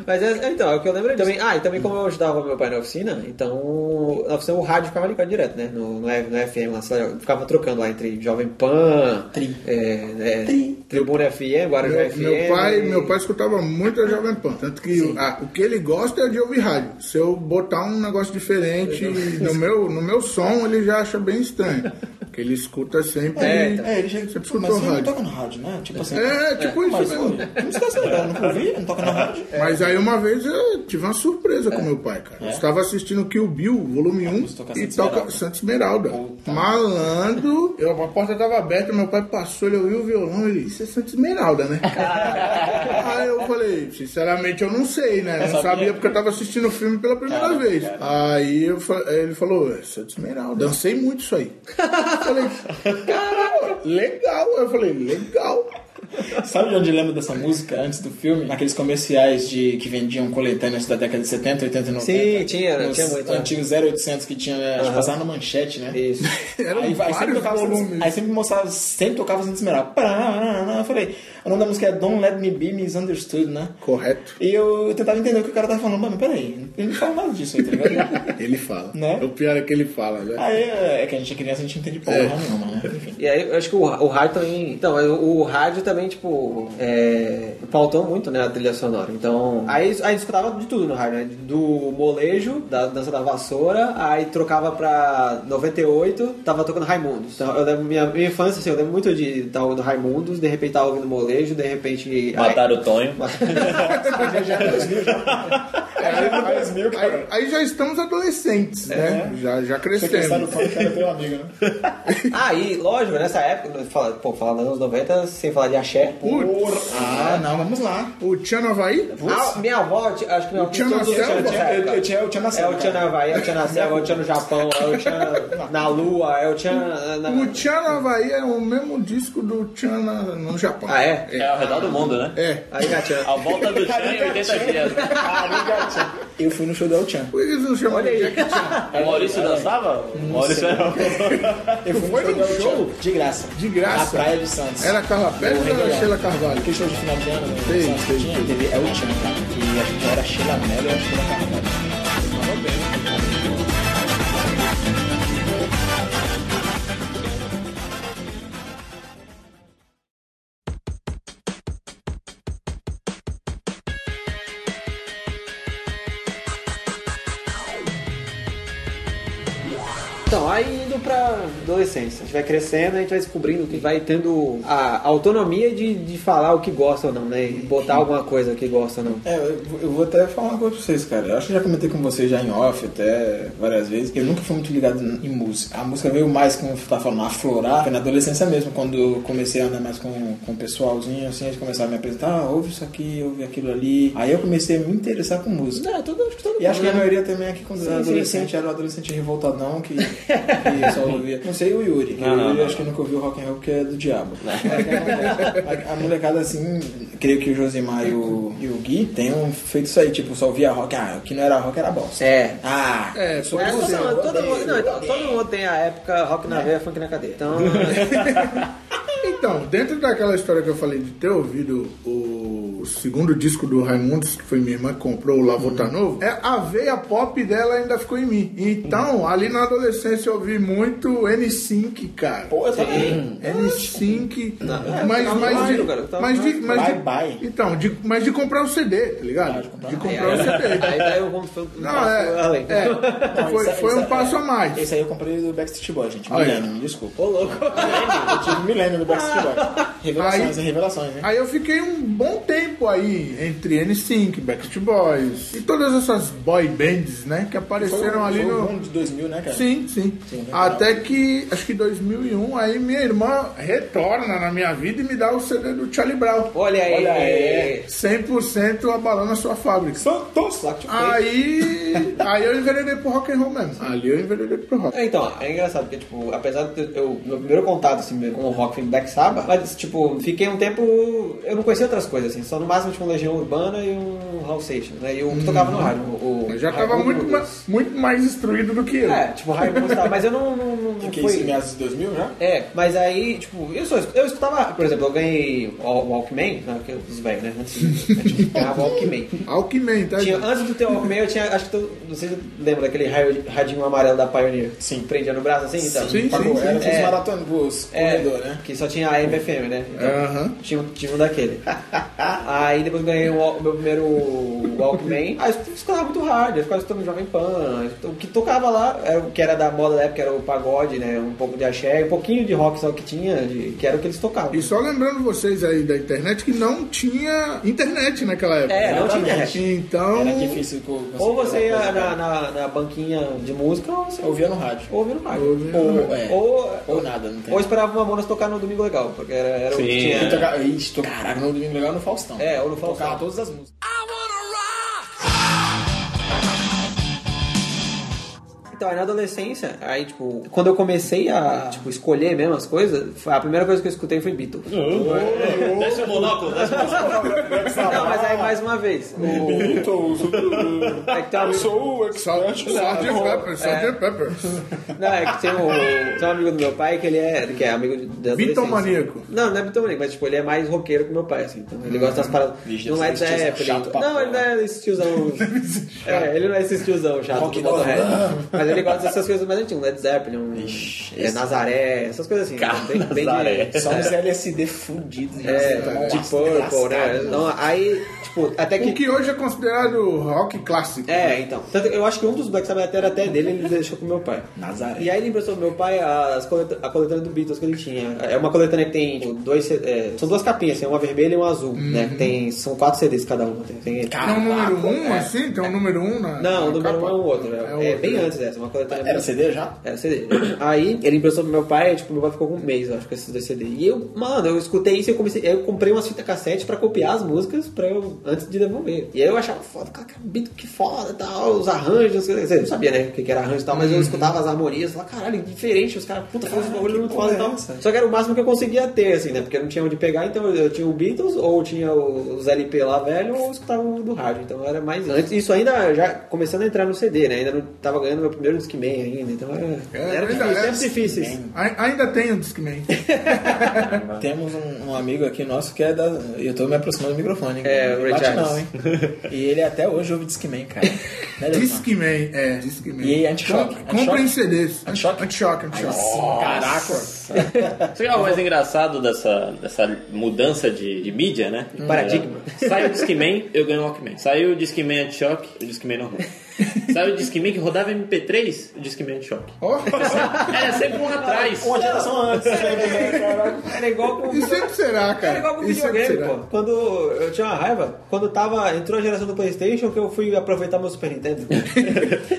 S1: Mas é, é, então, é o que eu lembro disso. Também, ah, e também como eu ajudava meu pai na oficina, então na oficina o rádio ficava ligado direto, né? No, no, F- no FM lá, sei lá, eu ficava trocando lá entre Jovem Pan,
S3: Tri.
S1: É, é, Tribuna FM, Guarujá
S4: Meu,
S1: FM.
S4: meu pai, meu pai escutava muito a Jovem Pan. Tanto que ah, o que ele gosta é de ouvir rádio. Se eu botar um negócio diferente no meu, no meu som, ele já acha bem estranho. Porque ele escuta sempre.
S1: É,
S3: É, ele chega.
S4: Sempre escutou
S3: Mas você não
S4: rádio.
S3: toca no rádio, né? Tipo assim.
S4: É, tipo isso
S3: Mas, pô,
S4: mesmo.
S3: não se tá acelerando, não ouvi, não toca no rádio.
S4: Mas aí uma vez eu tive uma surpresa
S3: É.
S4: com meu pai, cara. Eu estava assistindo Kill Bill, volume 1,
S3: música toca
S4: e
S3: Santa
S4: toca
S3: Esmeralda.
S4: Santa Esmeralda.
S3: Puta.
S4: Malandro, eu- a porta estava aberta, meu pai passou, ele ouviu o violão e ele disse, isso é Santa Esmeralda, né? aí eu falei, sinceramente eu não sei, né? Não sabia porque eu estava assistindo o filme pela primeira vez. Aí eu fa- ele falou, é Santa Esmeralda. Dancei muito isso aí. Eu falei, caramba, legal. Eu falei, legal.
S3: Sabe de onde eu lembro dessa música antes do filme? Naqueles comerciais de, que vendiam coletâneas da década de 70, 80 e 90.
S1: Sim, tinha,
S3: Nos
S1: tinha muito, né?
S3: antigos 0800 que tinha, né? acho que passava na manchete, né?
S1: Isso.
S4: Eram
S3: Aí, aí sempre
S4: um vários
S3: tocava,
S4: volumes.
S3: aí sempre mostrava, sempre tocava Santa Esmeralda. Parará, Eu falei, o nome da música é Don't Let Me Be Misunderstood, né?
S4: Correto.
S3: E eu tentava entender o que o cara tava falando, mano, peraí, ele não fala nada disso aí, tá ligado?
S4: Ele fala.
S3: Né?
S4: O pior é que ele fala, né?
S3: aí é que a gente é criança, a gente não entende porra nenhuma, né? Enfim.
S1: E aí, eu acho que o, o rádio também. Então, o, o rádio também, tipo, é, pautou muito, né, a trilha sonora. Então, aí, aí escutava de tudo no rádio, né? Do molejo, da dança da vassoura, aí trocava pra 98, tava tocando Raimundos. Então, eu lembro, minha, minha infância, assim, eu lembro muito de estar ouvindo Raimundos, de repente tava ouvindo molejo, de repente.
S2: Mataram o Tonho.
S4: Aí, aí já estamos adolescentes, né? Já, já crescemos.
S3: né?
S1: Ah, e lógico, nessa época, fala- pô, falando dos anos 90, sem falar de axé.
S4: Putz,
S3: Ah, não, vamos lá.
S4: o Tchan Havaí?
S1: Ah, minha avó, acho que minha avó
S4: Tchan
S1: todos os
S4: na
S1: Tchan
S4: selva?
S1: dessa
S3: Eu,
S1: época.
S3: eu tinha, eu tinha
S1: É
S3: nascido.
S1: o Tchan na Havaí, é o Tchan na Selva, é o Tchan no Japão, é o Tchan na Lua, é o Tchan. na- na-
S4: O Tchan Havaí é o mesmo disco do Tchan na- no Japão.
S1: Ah, é?
S2: É ao redor do mundo, né?
S4: É.
S1: Aí já Tchan.
S2: A volta do Chan em 80 dias.
S3: Eu fui no show do El Chan.
S4: Por que eles não chamam de Jack Chan?
S2: O Maurício dançava? O Maurício era
S3: Eu fui
S4: Foi
S3: no show do
S4: num
S3: El
S4: show?
S3: Chan. De graça.
S4: De
S3: Na
S4: graça.
S3: praia de Santos.
S4: Era Carla Pérez ou era
S3: Rebolado.
S4: Sheila Carvalho?
S3: Aquele show de final de ano, né?
S4: Sei,
S3: Santos que
S4: sei,
S3: tinha,
S4: sei.
S3: teve El Chan, cara. E acho que era a Sheila Mello e a Sheila Carvalho.
S1: Então, aí indo pra adolescência, a gente vai crescendo, a gente vai descobrindo que vai tendo a autonomia de, de falar o que gosta ou não, né? E botar alguma coisa que gosta ou não.
S3: É, eu vou- eu vou até falar uma coisa pra vocês, cara. Eu acho que eu já comentei com vocês já em off até várias vezes. que Eu nunca fui muito ligado em música. A música veio mais, como você tá falando, aflorar. Foi na adolescência mesmo, quando eu comecei a andar mais com, com o pessoalzinho, assim, eles começaram a me apresentar, ah, ouve isso aqui, ouve aquilo ali. Aí eu comecei a me interessar com música.
S1: Não, todo, acho que todo
S3: E acho que
S1: mundo,
S3: a
S1: né?
S3: maioria também é aqui quando era
S1: sim,
S3: adolescente era um adolescente revoltadão que, que só ouvia. Não sei o Yuri, que o Yuri acho que nunca ouviu rock and roll porque é do diabo. A, a molecada assim, creio que o Josimar e o, e o Gui tenham feito isso aí, tipo, só ouvia rock, ah, o que não era rock era bosta.
S1: É.
S3: Ah,
S4: É,
S3: sou
S1: É,
S3: por
S1: todo,
S3: você, eu
S1: mundo, todo
S3: odeio.
S1: mundo- não, então, todo mundo tem a época rock na veia, funk na cadeia. Então,
S4: Então, dentro daquela história que eu falei de ter ouvido o segundo disco do Raimundos, que foi minha irmã que comprou, o Lavô
S3: Uhum.
S4: Tá Novo, é, a veia pop dela ainda ficou em mim. Então,
S3: Uhum.
S4: ali na adolescência eu ouvi muito N-Sync, cara.
S3: Pô, eu também. é,
S4: N-Sync,
S1: Não, tá
S4: mas, mas,
S1: online,
S4: de,
S1: cara, tá
S4: mas, de, mas de-
S3: Bye, bye.
S4: então, de- mas de comprar o CD, tá ligado? de comprar, o CD.
S1: aí daí eu vou um
S4: Não,
S1: passo
S4: é,
S1: além.
S4: é,
S3: Não,
S4: foi,
S3: isso- é
S4: foi um
S3: isso-
S4: passo a mais.
S3: Esse aí eu comprei do Backstreet Boys, gente.
S4: Olha.
S3: Milênio, desculpa. Ô, louco. Ah. Eu tive milênio do Backstreet Boys. Revelações,
S4: Aí-
S3: e revelações, né?
S4: Aí eu fiquei um bom tempo aí entre N5, Backstreet Boys e todas essas boy bands, né, que apareceram ali
S3: foi
S4: no
S3: um de 2000, né, cara?
S4: Sim, sim.
S3: Sim, legal.
S4: Até que, acho que em 2001, aí minha irmã retorna na minha vida e me dá o CD do Charlie Brown.
S1: Olha aí.
S3: Olha aí.
S4: 100% abalando a sua fábrica.
S3: Santos!
S4: Aí, aí eu enveredei pro rock and roll mesmo. Ali eu enveredei pro rock.
S1: É, Então, é engraçado, porque, tipo, apesar de eu- eu... Meu primeiro contato, assim, mesmo com o rock foi Black Sabbath, mas, tipo, fiquei um tempo... Eu não conhecia outras coisas, assim, só no máximo, tipo, um Legião Urbana e um Hal Seixas, né? E um que tocava no rádio, o...
S4: Uhum. Eu já tava
S3: Ah,
S1: Raimundo-
S4: muito, ma- muito mais instruído do que eu.
S1: É, tipo, Raimundo estava, mas eu não... não, não, não
S3: Que
S1: fui-
S3: isso, em meados de 2000 já?
S1: É, mas aí, tipo, eu, só, eu escutava, por exemplo, eu ganhei o Walkman, não, que eu- os velhos, né? Antes de ganhar Walkman.
S4: Alckmin, tá?
S1: Tinha,
S4: gente?
S1: antes do teu Walkman, eu tinha, acho que tu, não sei se tu lembra daquele raio- radinho amarelo da Pioneer.
S3: Sim.
S1: Prendia no braço assim, então.
S4: Sim,
S3: Pagou,
S4: sim,
S3: era
S4: sim.
S3: os
S1: É.
S3: maratonos, os
S1: É,
S3: corredor, né?
S1: que só tinha a MFM, né? Então,
S4: Aham.
S1: tinha, um- tinha um daquele. aí depois ganhei o Wal- meu primeiro Walkman. aí eu escutava muito hard, eu ficava escutando Jovem Pan. O que tocava lá, era, o que era da moda da época, era o pagode, né? Um pouco de axé, um pouquinho de rock só que tinha, de- que era o que eles tocavam.
S4: E só lembrando vocês aí da internet que não tinha internet naquela época.
S1: É, não tinha
S3: Exatamente.
S1: internet.
S4: Então,
S3: Era difícil co- conseguir
S1: Ou você ia
S3: aquela coisa,
S1: na,
S3: né?
S1: na- na banquinha de música, ou você
S3: Ouvia no rádio.
S1: ouvia no rádio.
S3: Ou, é, ou,
S1: Ou,
S3: nada, não tem.
S1: ou esperava o Mamonas tocar no Domingo Legal, porque era, era o que
S2: Sim,
S1: tinha.
S3: Eu tocava- Ixi, to- Caralho, no domingo legal no Faustão.
S1: É, ou no Faustão.
S3: Tocava todas as músicas.
S1: Então, aí na adolescência, aí, tipo, quando eu comecei a, tipo, escolher mesmo as coisas, foi- a primeira coisa que eu escutei foi Beatles. Não,
S2: Desce o monóculo, desce o monóculo.
S1: mas aí, mais uma vez, o... é que tem um amigo,
S3: Sou o
S4: Só-
S3: expert
S4: Sgt. Pepper,
S1: É.
S4: Sgt. Pepper.
S1: não, é que tem um, tem um amigo do meu pai que ele é, que é amigo de- da adolescência.
S4: Bitomaníaco.
S1: Não, não é bitomaníaco, mas, tipo, ele é mais roqueiro que meu pai, assim, então ele gosta das paradas...
S3: Vixe,
S1: não é
S3: esse tiozão chato pra
S1: Não, ele não é esse tiozão... é, ele não é esse tiozão chato
S3: Rock
S1: do Motorhead.
S3: Nolan.
S1: Mas ele gosta dessas coisas mais antigas, Led Zeppelin, um-
S3: Vixe,
S1: é,
S3: esse-
S1: Nazaré, essas coisas assim.
S2: Cara,
S1: bem, bem de-
S2: Nazaré.
S3: Ah, é. Só uns LSD fudidos. né?
S1: É,
S3: Você tomou
S1: de
S3: umas
S1: Purple, né?
S3: lascadas.
S1: Então, aí, tipo, até
S4: O
S1: que.
S4: que hoje é considerado rock clássico.
S1: É, então. Tanto que eu acho que um dos Black Sabbath até era até dele, ele deixou com meu pai.
S3: Nazaré.
S1: E aí ele emprestou pro meu pai as coleta- a coletânea do Beatles que ele tinha. É uma coletânea que tem tipo, dois. é, são duas capinhas, tem uma vermelha e uma azul, né? Que Tem, são quatro CDs cada uma. Tem, tem-
S4: Tem um número
S3: Caraca,
S4: 1, um, assim? Tem um número 1 um na
S1: É. Não, o
S4: na
S1: número um
S4: capa?
S1: é um outro.
S4: É
S1: É, é
S4: outro,
S1: bem
S4: né?
S1: antes dessa, uma coletânea.
S3: Era CD já?
S1: Era CD. É, Aí ele emprestou pro meu pai, tipo, meu pai ficou com um mês, eu acho, com esses dois CD. E eu, mano, eu escutei isso e eu comecei. Eu comprei umas fitas cassete pra copiar as músicas pra eu, antes de devolver. E aí eu achava foda, cara, que beat que foda e tal, os arranjos, não sei o que. Você não sabia, né? O que que era arranjo e tal,
S3: Uhum.
S1: mas eu escutava as harmonias e falava, caralho, diferente, os caras, puta, fazem um bagulho muito
S3: porra
S1: foda e
S3: é
S1: tal.
S3: essa?
S1: Só que era o máximo que eu conseguia ter, assim, né? Porque eu não tinha onde pegar, então eu tinha o Beatles, ou tinha os LP lá velho, ou eu escutava o do rádio. Então era mais. Antes, isso ainda já começando a entrar no CD, né? Ainda não tava ganhando meu primeiro Discman ainda, então era.
S4: É,
S1: era
S4: ainda
S1: difícil,
S4: é.
S1: tempos difíceis.
S4: Ai- Ainda tem o Discman.
S3: Temos um, um amigo aqui nosso que é da. Eu tô me aproximando do microfone. hein?
S1: É, o Ray
S3: Bate
S1: Charles.
S3: não, hein? E ele até hoje ouve Discman, cara. Né, Leandro?
S4: Discman, é, Discman.
S3: E aí, anti-choque,
S4: Com-
S3: anti-choque?
S4: Comprem CDs.
S3: Anti-choque?
S4: Anti-choque,
S3: Aí
S4: anti-choque.
S3: sim, Caraca.
S2: Sabe o mais engraçado dessa, dessa mudança de, de mídia, né? De
S1: paradigma.
S2: Saiu o um Discman, eu ganhei o Walkman. Saiu o Discman Anti-Shock, o Discman normal. Saiu o Discman que rodava MP3 três Discman Shock.
S4: Ó,
S2: Era sempre um atrás.
S11: Uma geração antes.
S1: né? Era igual com.
S4: e sempre será,
S1: Era
S4: cara.
S1: É igual com
S4: E sempre
S1: videogame, pô. Quando eu tinha uma raiva, quando tava, entrou a geração do PlayStation, que eu fui aproveitar meu Super Nintendo.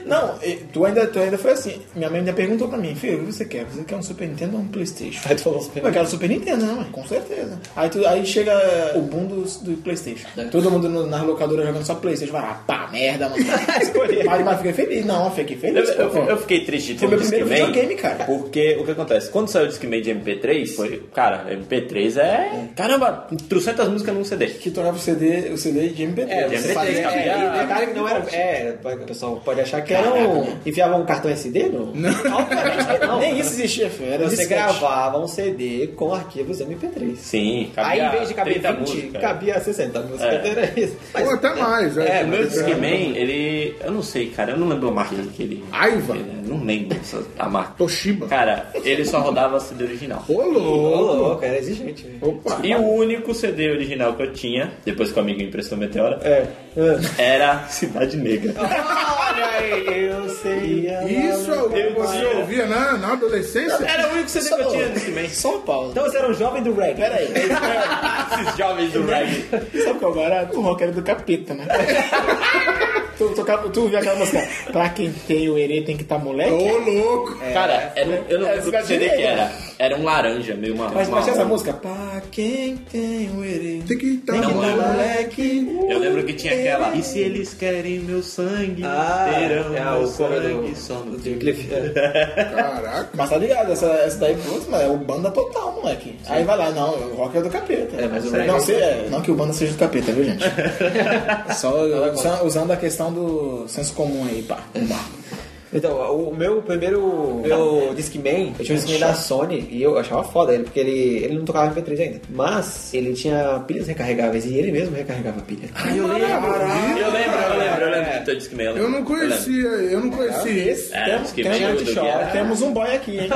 S3: Não, e tu ainda, tu ainda foi assim. Minha mãe ainda perguntou pra mim, filho, o que você quer? Você quer um Super Nintendo ou um Playstation?
S1: Aí tu falou Super
S3: Eu quero Super Nintendo, né, mãe? Com certeza. Aí, tu, aí chega o boom do, do Playstation.
S1: É.
S3: Todo mundo no, nas locadoras jogando só Playstation. Vai lá, pá, merda, mano. mas, mas fiquei feliz. Não, eu fiquei
S2: Eu,
S3: feliz.
S2: eu-
S3: pô.
S2: eu fiquei triste de ter
S3: Foi
S2: um
S3: meu primeiro
S2: Discman,
S3: videogame, cara.
S2: Porque o que acontece? Quando saiu o Discman de MP3, foi, cara, MP3 é. Caramba, trocentas músicas num CD.
S3: Que tornava o CD, o CD de MP3.
S1: É,
S2: você
S1: você
S2: fazia-
S1: fazia, é,
S2: é,
S1: e detalhe que não era. É, o pessoal pode achar que era um. Enfiava um cartão SD, não? Obviamente que não.
S3: Nem isso existia, filho. Era
S1: Você
S3: disquete.
S1: gravava um CD com arquivos MP3.
S2: Sim,
S1: Aí
S2: cabia
S1: em vez de caber
S2: 30
S1: 20,
S2: músicas.
S1: cabia 60 músicas.
S2: É.
S1: Era isso. Mas
S4: Ou até mais, é.
S2: O meu Discman, ele. Eu não sei, cara, eu não lembro a marca que ele.
S4: Aiva?
S2: ele- Não lembro essa- a marca.
S4: Toshiba.
S2: Cara, ele só rodava CD original.
S4: Ô,
S1: Ô,
S4: louco.
S1: louco, era exigente. né?
S4: Opa.
S2: E o único CD original que eu tinha, depois que o amigo me emprestou Meteora,
S1: É. é.
S2: era Cidade Negra.
S1: Olha aí, eu sei.
S4: Isso é o que
S2: Eu
S4: você
S2: tinha.
S4: ouvia na, na adolescência?
S2: Era o único CD que eu tinha no Discman.
S3: Só uma pausa.
S1: Então você era um jovem do reggae.
S3: Peraí,
S2: Esses jovens do reggae.
S3: sabe qual era? O rock era do capeta, né? tu, tu, tu ouviu aquela música? Pra quem tem o erê tem que tá moleque?
S4: Ô, louco.
S1: É.
S2: Cara, era, eu não
S3: É,
S2: lembro que CD que era. Era um laranja, meio uma.
S3: Mas,
S2: uma-
S3: mas tinha essa música? Pra quem tem o erê
S4: Tem que tá estar
S2: Não,
S4: no
S2: mano.
S4: moleque.
S2: Eu lembro que tinha aquela. E se eles querem meu sangue,
S1: Ah,
S2: terão
S1: é,
S2: meu
S1: o cover
S2: sangue
S1: do-
S2: só no
S1: do Cliff. É.
S4: Caraca.
S3: Mas tá ligado, essa, essa daí, putz, mano, é o banda total, moleque. Aí vai lá, não, o rock é do capeta.
S1: É, mas o
S3: não,
S1: reggae-
S3: se- é, não que o banda seja do capeta, viu, gente? Só usando- usando a questão do senso comum aí, pá.
S1: Então, o meu primeiro meu Discman, eu tinha um Discman da Sony e eu achava foda ele, porque ele, ele não tocava MP3 ainda. Mas ele tinha pilhas recarregáveis e ele mesmo recarregava a pilha.
S2: Eu lembro, eu lembro, eu lembro, eu lembro
S1: É.
S2: do teu Discman. lembro. É,
S4: Eu não conhecia, eu não conhecia esse.
S2: lembro. Era o Discman do- do Guerra.
S3: Temos um boy aqui, hein?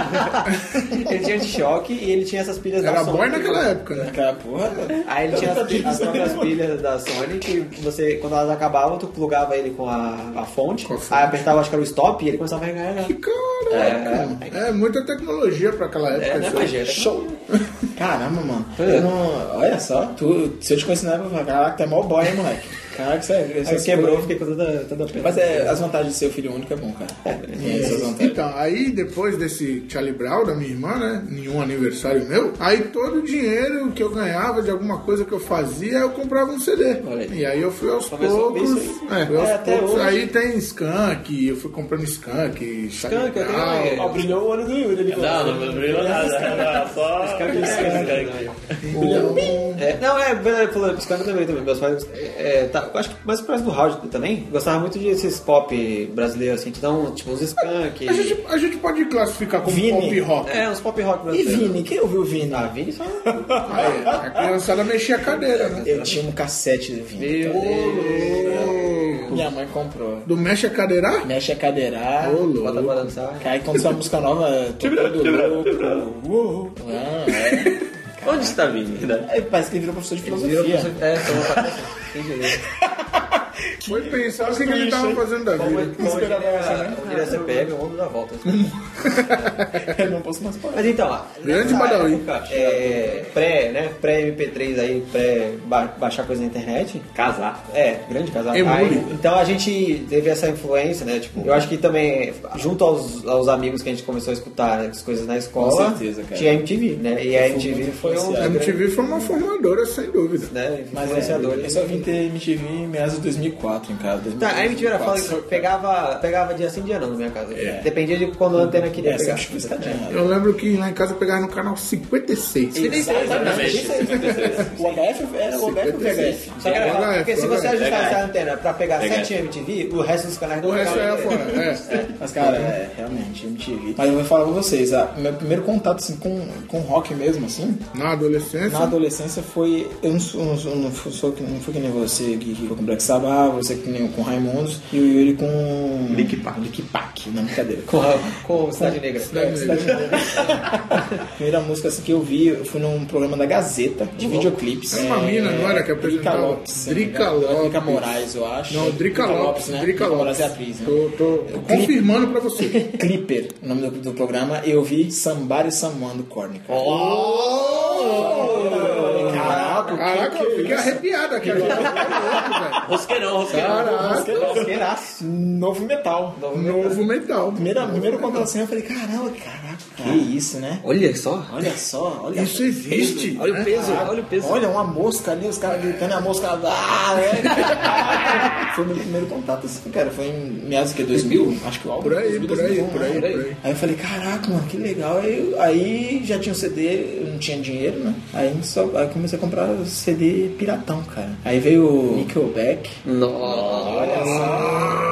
S1: ele tinha anti-choque e ele tinha essas pilhas da
S4: Era
S1: Sony.
S4: boy naquela época, né?
S3: Cara, porra.
S1: Aí ele tinha as, as próprias pilhas da Sony que você, quando elas acabavam, tu plugava ele com a, a fonte,
S4: Com a fonte.
S1: aí apertava acho que era o stop e ele começava a recarregar.
S4: Caraca. É, muita tecnologia pra
S1: É.
S4: aquela época. assim. isso.
S3: Show! Caramba, mano. Eu não- olha só, tu, se eu te conhecer na época, eu falava, caraca, tu é mó boy, hein, moleque. Caraca, é, você,
S1: Aí
S3: você
S1: quebrou, eu fiquei com toda, toda a pena.
S3: Mas é, as vantagens de ser filho único é bom, cara. Tem essas vantagens.
S4: Então, aí depois desse Charlie Brown da minha irmã, né? Nenhum aniversário meu. Aí todo o dinheiro que eu ganhava de alguma coisa que eu fazia, eu comprava um CD.
S1: Olha aí.
S4: E aí eu fui aos
S1: Começou
S4: poucos.
S1: bem isso
S4: É, fui aos
S1: É, até
S4: poucos.
S1: hoje.
S4: Aí tem Skunk, eu fui comprando Skunk, Charlie
S1: Skunk, eu tenho
S4: Brown.
S1: uma-
S11: Brilhou o olho do Yuri. Ele
S2: Não, não não brilhou nada. Era só. né?
S1: É, não, é verdade, falou Skunk também, também. Meus pais, é, tá, eu acho que mais próximo do rádio também, gostava muito desses pop brasileiros, assim, então, tipo, uns Skunk.
S4: A gente, a gente pode classificar como
S3: Vini.
S4: pop rock.
S1: É, uns pop rock
S3: E
S1: brasileiros.
S3: Vini, quem ouviu o Vini?
S1: Ah, Vini só.
S4: Aí, a criançada mexia a cadeira, né?
S3: Eu tinha um cassete do Vini.
S1: Meu
S4: Ô,
S3: Minha mãe comprou.
S4: Do mexe a cadeirar?
S3: Mexe a cadeirar.
S4: Ô, louco.
S1: Bota pra dançar.
S3: Aí quando saiu a música nova, eu tô todo louco. Uou. Ah,
S2: Onde está vindo? né?
S3: é. Aí Parece que ele virou professor de
S1: Virou
S3: filosofia.
S1: professor- É, tomou pra Tem direito.
S4: Foi pensar o que, que ele tava fazendo da
S1: Como
S4: vida.
S1: ele- como ele era- como ele é era CPF, o mundo dá volta.
S3: Eu não posso mais parar.
S1: Mas então, lá.
S4: Grande
S1: nessa
S4: Badawi.
S1: época, É, pré, né? Pré-MP3 aí, pré-baixar coisa na internet.
S2: Casar.
S1: É, grande casal.
S4: Emule.
S1: Aí, então a gente teve essa influência, né? Tipo, eu acho que também, junto aos, aos amigos que a gente começou a escutar né, as coisas na escola,
S3: Com certeza, cara.
S1: tinha MTV, né? E a MTV
S3: muito
S1: foi um.
S4: A
S3: influenciado.
S4: MTV foi uma formadora, sem dúvida.
S1: Né,
S3: Mas é,
S1: influenciadores.
S3: eu só vim ter MTV em meados de 2004, em casa. 2003,
S1: Tá, a MTV era foda,
S3: 2004.
S1: que pegava, pegava dia sim, dia não na minha casa. Dependia de quando a antena queria
S3: É,
S1: pegar.
S3: sempre escadinha.
S4: Eu lembro que lá em casa eu pegava no canal 56.
S2: Exatamente.
S3: O HF era o HF ou o VHF?
S1: Só que era foda,
S4: Pegar,
S1: porque se
S3: é
S4: pegar.
S1: você ajustasse
S2: Pegar.
S1: a antena pra pegar
S2: Pegar.
S1: 7 MTV, o resto dos canais não
S4: O resto
S1: pegavam
S4: é
S1: direito.
S4: fora. É.
S3: Mas, cara, é, realmente, MTV. Mas eu vou falar pra vocês, a- meu primeiro contato assim, com, com rock mesmo, assim,
S4: Na adolescência. né?
S3: na adolescência foi. Eu não sou, não sou, não fui, sou que- não fui que nem você, que que foi com Black Sabbath, você que nem eu com Raimundos e o Yuri com.
S2: Liquipac.
S3: Liquipac, não brincadeira.
S1: Com, a- com Cidade Negra.
S3: É, Cidade Negra. Primeira música assim, que eu vi, eu fui num programa da Gazeta, de videoclipes.
S4: É uma mina, não era, que apresentava?
S3: Drica Lopes. se não me
S4: Drica
S3: engano.
S4: Lopes.
S3: Drica Moraes, eu acho.
S4: Não, Drica Lopes,
S3: né?
S4: Drica Lopes.
S3: Moraes é atriz, né?
S4: Tô, tô confirmando pra você.
S3: Clipper, o nome do, do programa, eu vi Somebody Someone do Korn. cara. Caraca,
S4: Caraca, eu fiquei arrepiado aqui agora. Tá
S2: Rosqueirão, rosqueirão.
S4: louco, velho. Caraca,
S3: novo metal.
S4: novo metal.
S3: Primeira, primeiro quando eu assim, eu falei, caramba, caraca, que isso, né?
S1: Olha só.
S3: Olha só, olha
S4: Isso existe.
S1: Olha o peso,
S3: Caraca.
S1: olha o peso.
S3: Olha, uma mosca ali, os caras gritando, a mosca. Ah, né? foi o meu primeiro contato, assim, cara. Foi em meados que 2000, acho que o álbum.
S4: Por aí,
S3: 2000,
S4: por aí,
S3: 2001,
S4: por
S3: né?
S4: aí, por aí.
S3: Aí eu falei, caraca, mano, que legal. Aí, aí já tinha o CD, eu não tinha dinheiro, né? Aí, só, aí comecei a comprar CD piratão, cara. Aí veio o Nickelback.
S1: Nossa.
S3: Olha só.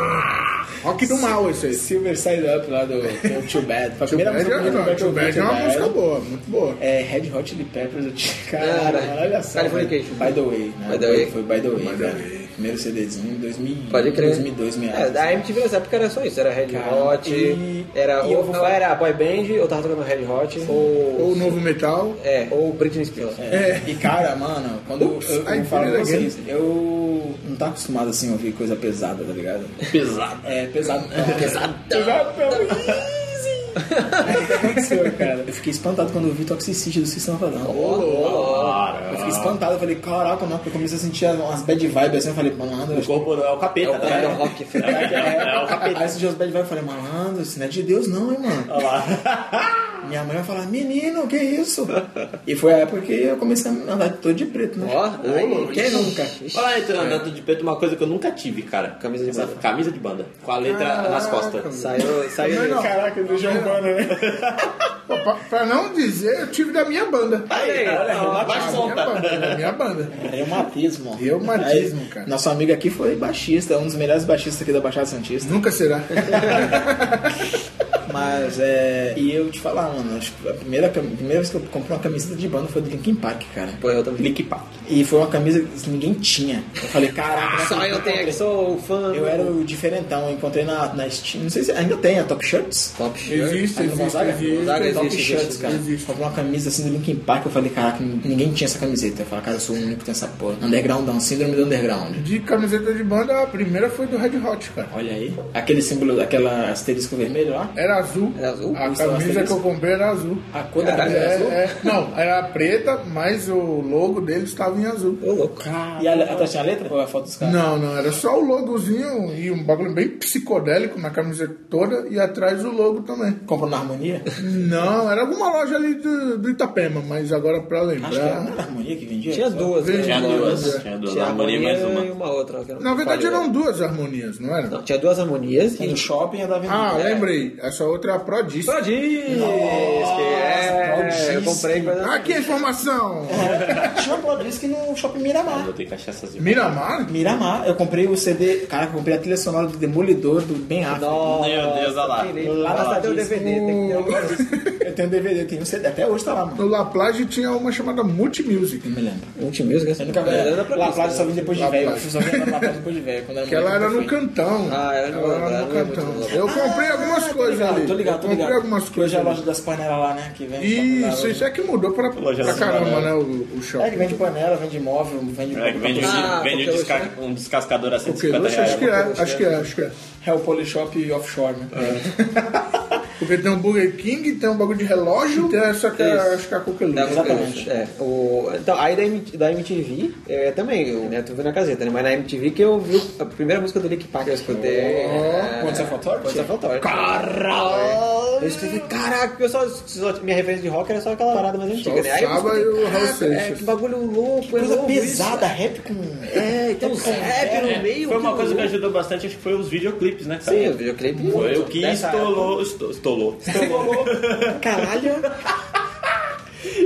S4: Rock do mal esse aí.
S3: Silver Side Up lá do, do Too Bad. Foi a primeira
S4: Bad,
S3: música que eu
S4: não,
S3: ouvi,
S4: Too Bad é uma
S3: Bad.
S4: música boa, muito boa.
S3: É, Red Hot Chili Peppers, eu tinha.
S1: Cara,
S3: Cara, olha só.
S1: Californication.
S3: By the way, né?
S1: By the Way.
S3: Foi By the Way,
S4: the
S3: cara.
S4: Way.
S3: Primeiro CDzinho em 2000,
S1: Pode crer.
S3: 2002, 2002.
S1: É, da MTV nessa época era só isso, era Red
S3: Cara,
S1: Hot,
S3: e-
S1: era,
S3: e eu
S1: ou,
S3: vou
S1: não,
S3: falar-
S1: era Boy Band, ou tava tocando Red Hot, ou,
S4: Ou novo metal.
S1: é, ou Britney Spears.
S3: É. E cara, mano, quando
S4: Ups,
S3: eu, eu,
S4: aí
S3: falo
S4: foi
S3: pra vocês, eu não tá acostumado assim a ouvir coisa pesada, tá ligado?
S2: Pesado.
S3: É, pesado. Pesado. Pesado. Aí o que aconteceu, cara? Eu fiquei espantado quando eu vi Toxicity do Sistema Padrão.
S2: Cara.
S4: Ah.
S3: Eu fiquei espantado, eu falei, caraca, mano. Eu comecei a sentir umas bad vibes assim, eu falei, mano, eu
S2: O corpo não é o
S1: É o
S2: capeta,
S1: cara do
S2: né?
S1: rock. filho.
S2: É, o
S3: Aí
S2: capeta.
S3: esses dias o Bad vai falar, malandro, isso não é de Deus não, hein, mano.
S2: Olha lá.
S3: Minha mãe vai falar, menino, que isso? e foi a época que eu comecei a andar todo de preto, né?
S1: Ó,
S3: Aí,
S1: aí,
S3: quem nunca?
S2: Olha, entrando andando de preto, uma coisa que eu nunca tive, cara. Camisa de banda. Camisa de banda. Com a letra
S4: Ah,
S2: nas costas.
S1: Saiu, saiu.
S3: Caraca, do João Bana, né?
S4: Pô, Pra, pra não dizer, eu tive da minha banda.
S2: Aí, olha,
S4: Da
S2: baixa o som,
S4: minha
S2: tá?
S4: banda, da minha banda.
S3: Reumatismo.
S4: Reumatismo,
S3: É Aí,
S4: cara.
S3: Nosso amigo aqui foi baixista, um dos melhores baixistas aqui da Baixada Santista.
S4: Nunca será.
S3: Mas é. E eu te falar, mano, acho que a primeira, cam- primeira vez que eu comprei uma camiseta de banda foi do Linkin Park, cara.
S1: Pô, eu também.
S2: Lick Pack.
S3: E foi uma camisa que ninguém tinha. Eu falei, caraca,
S1: Só eu tenho aqui, sou fã.
S3: Eu era o diferentão, eu encontrei na, na Steam, não sei se ainda tem a Top Shirts. né?
S1: Top Shirt.
S4: Existe,
S3: Aí no
S4: existe,
S3: Gonzaga?
S4: existe.
S1: Gonzaga
S3: Top
S1: existe,
S3: Shirts,
S1: existe,
S3: cara.
S4: existe.
S3: Comprei uma camisa assim do Linkin Park, eu falei, caraca, ninguém tinha essa camiseta. Eu falei, cara, eu sou o único que tem essa porra. Undergroundão, síndrome do underground.
S4: De camiseta de banda, a primeira foi do Red Hot, cara.
S3: Olha aí. Aquele símbolo, aquela asterisco vermelho lá.
S4: Era azul.
S1: Era azul?
S4: A
S3: Isso,
S4: camisa que
S3: asterisco.
S4: eu comprei era azul.
S3: A cor da
S1: Caralho,
S3: camisa
S4: É,
S3: era azul.
S4: é. não, era preta, mas o logo dele estava em azul.
S1: Ô, louco.
S3: E a, le- atrás tinha a letra? Ou é a foto dos caras?
S4: Não, não, era só o logozinho e um bagulho bem psicodélico na camiseta toda e atrás o logo também.
S3: Hum, Comprou na harmonia?
S4: Não, era alguma loja ali do, do Itapema, mas agora pra lembrar.
S3: Acho que era na harmonia que vendia.
S1: Tinha duas, né?
S2: Tinha duas. Tinha duas.
S1: Tinha a
S2: Harmonia e mais
S1: e
S2: uma.
S1: uma outra. que era-
S4: Na verdade
S1: Falhou.
S4: eram duas harmonias, não era?
S1: Não, tinha um duas harmonias
S3: Tinha
S1: e...
S3: no shopping e da avenida.
S4: Ah, lembrei. Essa outra é a Prodis.
S1: Prodisc! É, eu
S3: Prodisc.
S1: comprei coisa...
S4: Aqui a informação!
S3: É. Tinha uma Prodisc no shopping Miramar.
S2: Vou ter que achar essas
S4: Miramar?
S3: Miramar, eu comprei o CD. Caraca, eu comprei a trilha sonora do Demolidor do Ben Affleck.
S2: Meu Deus, olha lá.
S3: Lá na
S1: Lá tem o
S3: Prodisc.
S1: DVD, tem que ter alguma coisa.
S3: Eu tenho um DVD, tenho CD, até hoje tá lá, mano.
S4: No La Plage tinha uma chamada Multimusic.
S3: Não me lembro.
S1: Multimusic, essa
S3: Eu nunca vi.
S1: É, era pra
S3: La
S1: mim,
S3: Plage
S1: né?
S3: só vim depois de
S4: La
S3: velho. Eu
S4: Plage.
S3: só vim na La Plage depois de velho. quando era
S4: Que ela
S3: moleque,
S4: era
S3: eu
S4: no
S3: fui.
S4: cantão.
S1: Ah, eu não vou
S4: ela
S1: lembrar,
S4: era no
S1: não é muito
S4: cantão.
S1: legal.
S4: Eu comprei algumas
S3: Ah, Tô
S4: coisas
S3: ligado,
S4: ali.
S3: Tô ligado,
S4: Eu
S3: tô
S4: comprei
S3: ligado.
S4: algumas
S3: Que Hoje é a
S4: coisas.
S3: loja das panelas lá, né? Que vende
S4: Isso,
S3: panela.
S4: isso é que mudou pra,
S2: Loja
S4: pra
S2: assim,
S4: caramba,
S2: né?
S4: né? O, o
S3: É, que
S4: shopping.
S3: vende panela, vende móvel, vende...
S2: É, que vende,
S1: Ah,
S2: vende
S1: porque
S2: desca-
S4: é-
S1: hoje,
S2: um descascador a 150
S4: Porque,
S2: reais.
S4: acho que é, acho que é, acho que é.
S3: É o Polishop Offshore, né?
S1: É,
S4: Porque tem um Burger King, tem um bagulho de relógio, tem essa que é,
S1: Então, Isso.
S4: acho que é a
S1: Da
S4: coqueluche.
S1: Exatamente. É, o, então, aí da, MT da MTV, é, também, eu, né, tu viu na caseta, né? Mas na MTV que eu vi a primeira música do Lick Park que eu escutei. é,
S3: Quando você faltou?
S1: Quando você faltou. Caralho! Eu escutei, caraca, eu só, só- minha referência de rock era só aquela parada mais antiga,
S4: o
S1: né? Aí eu
S4: Saba
S1: escutei,
S4: e o Raul
S1: caraca, É,
S4: Seixas.
S1: que bagulho louco, é
S3: Coisa
S1: louco isso.
S3: pesada, rap com...
S1: É, então os rap no meio.
S2: Foi uma coisa que
S1: louco.
S2: ajudou bastante, acho que foi os videoclipes, né, cara?
S1: Sim, o videoclipe.
S2: Foi
S1: muito.
S2: o que
S1: Nessa
S2: estourou, esto- estourou, estourou,
S3: Caralho!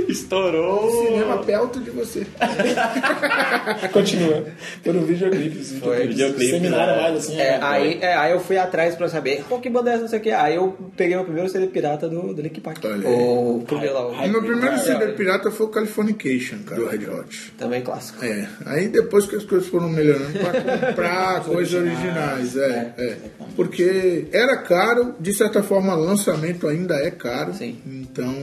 S2: Estourou.
S4: Cinema perto de você.
S3: Continua. Foi um videoclipe. Assim,
S1: Foi
S2: videoclipe,
S3: Seminário
S2: né?
S3: mais assim.
S1: É,
S3: né?
S1: aí, é, aí eu fui atrás pra saber pô, que banda é essa, não sei o que. Aí eu peguei o primeiro CD pirata do, do Link Park.
S4: Olha aí.
S1: O primeiro lá. o-
S4: O meu primeiro
S1: Ah,
S4: CD pirata foi o Californication, cara, do Red Hot.
S1: Também clássico.
S4: É, aí depois que as coisas foram melhorando pra comprar coisas originais,
S1: né?
S4: é, é.
S1: tá.
S4: Porque era caro, de certa forma, lançamento ainda é caro.
S1: Sim.
S4: Então,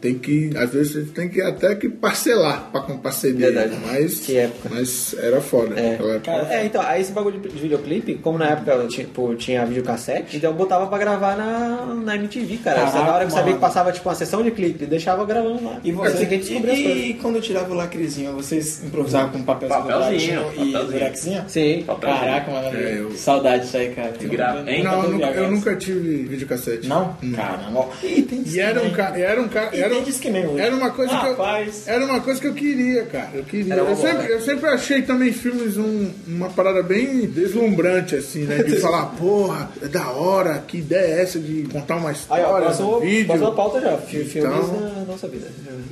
S4: tem que, às vezes, você tem que até que parcelar pra comprar CD.
S1: Verdade.
S4: Mas,
S1: Que época.
S4: mas era foda.
S1: É.
S4: Aquela época.
S1: Cara, é, então, aí esse bagulho de de videoclipe, como na época eu, tipo, tinha videocassete, então eu botava pra gravar na, na MTV, cara.
S3: Caraca,
S1: Só na hora que eu sabia
S3: mano.
S1: que passava, tipo, uma sessão de clipe, deixava gravando lá.
S3: E você
S1: Assim que a gente descobriu as coisas.
S3: e, e quando eu tirava o lacrezinho, vocês improvisavam com papelzinho,
S2: Papelzinho,
S3: tipo, e
S2: papelzinho.
S3: buraquinho?
S1: Sim.
S2: Papelzinho.
S3: Caraca, mano.
S4: É, eu-
S3: Saudade disso aí, cara.
S2: grava- hein?
S4: Não,
S3: Nunca
S4: eu nunca,
S3: teve
S4: eu
S3: VHS.
S4: nunca tive videocassete.
S3: Não? Caramba. Ih, tem
S4: E era um
S3: disque, né?
S4: cara, era um cara,
S3: E
S4: era,
S3: tem disque mesmo.
S4: era uma coisa que eu,
S3: Rapaz.
S4: era uma coisa que eu queria, cara. Eu queria.
S1: Era uma
S4: Eu
S1: boa,
S4: sempre, eu sempre achei também filmes um- uma parada bem deslumbrante assim, né, de falar, porra, é da hora, que ideia é essa de contar uma
S1: Aí,
S4: história,
S1: ó,
S4: um
S1: passou,
S4: vídeo.
S1: passou a pauta já. fi- Filmes
S4: Então-
S1: na nossa vida.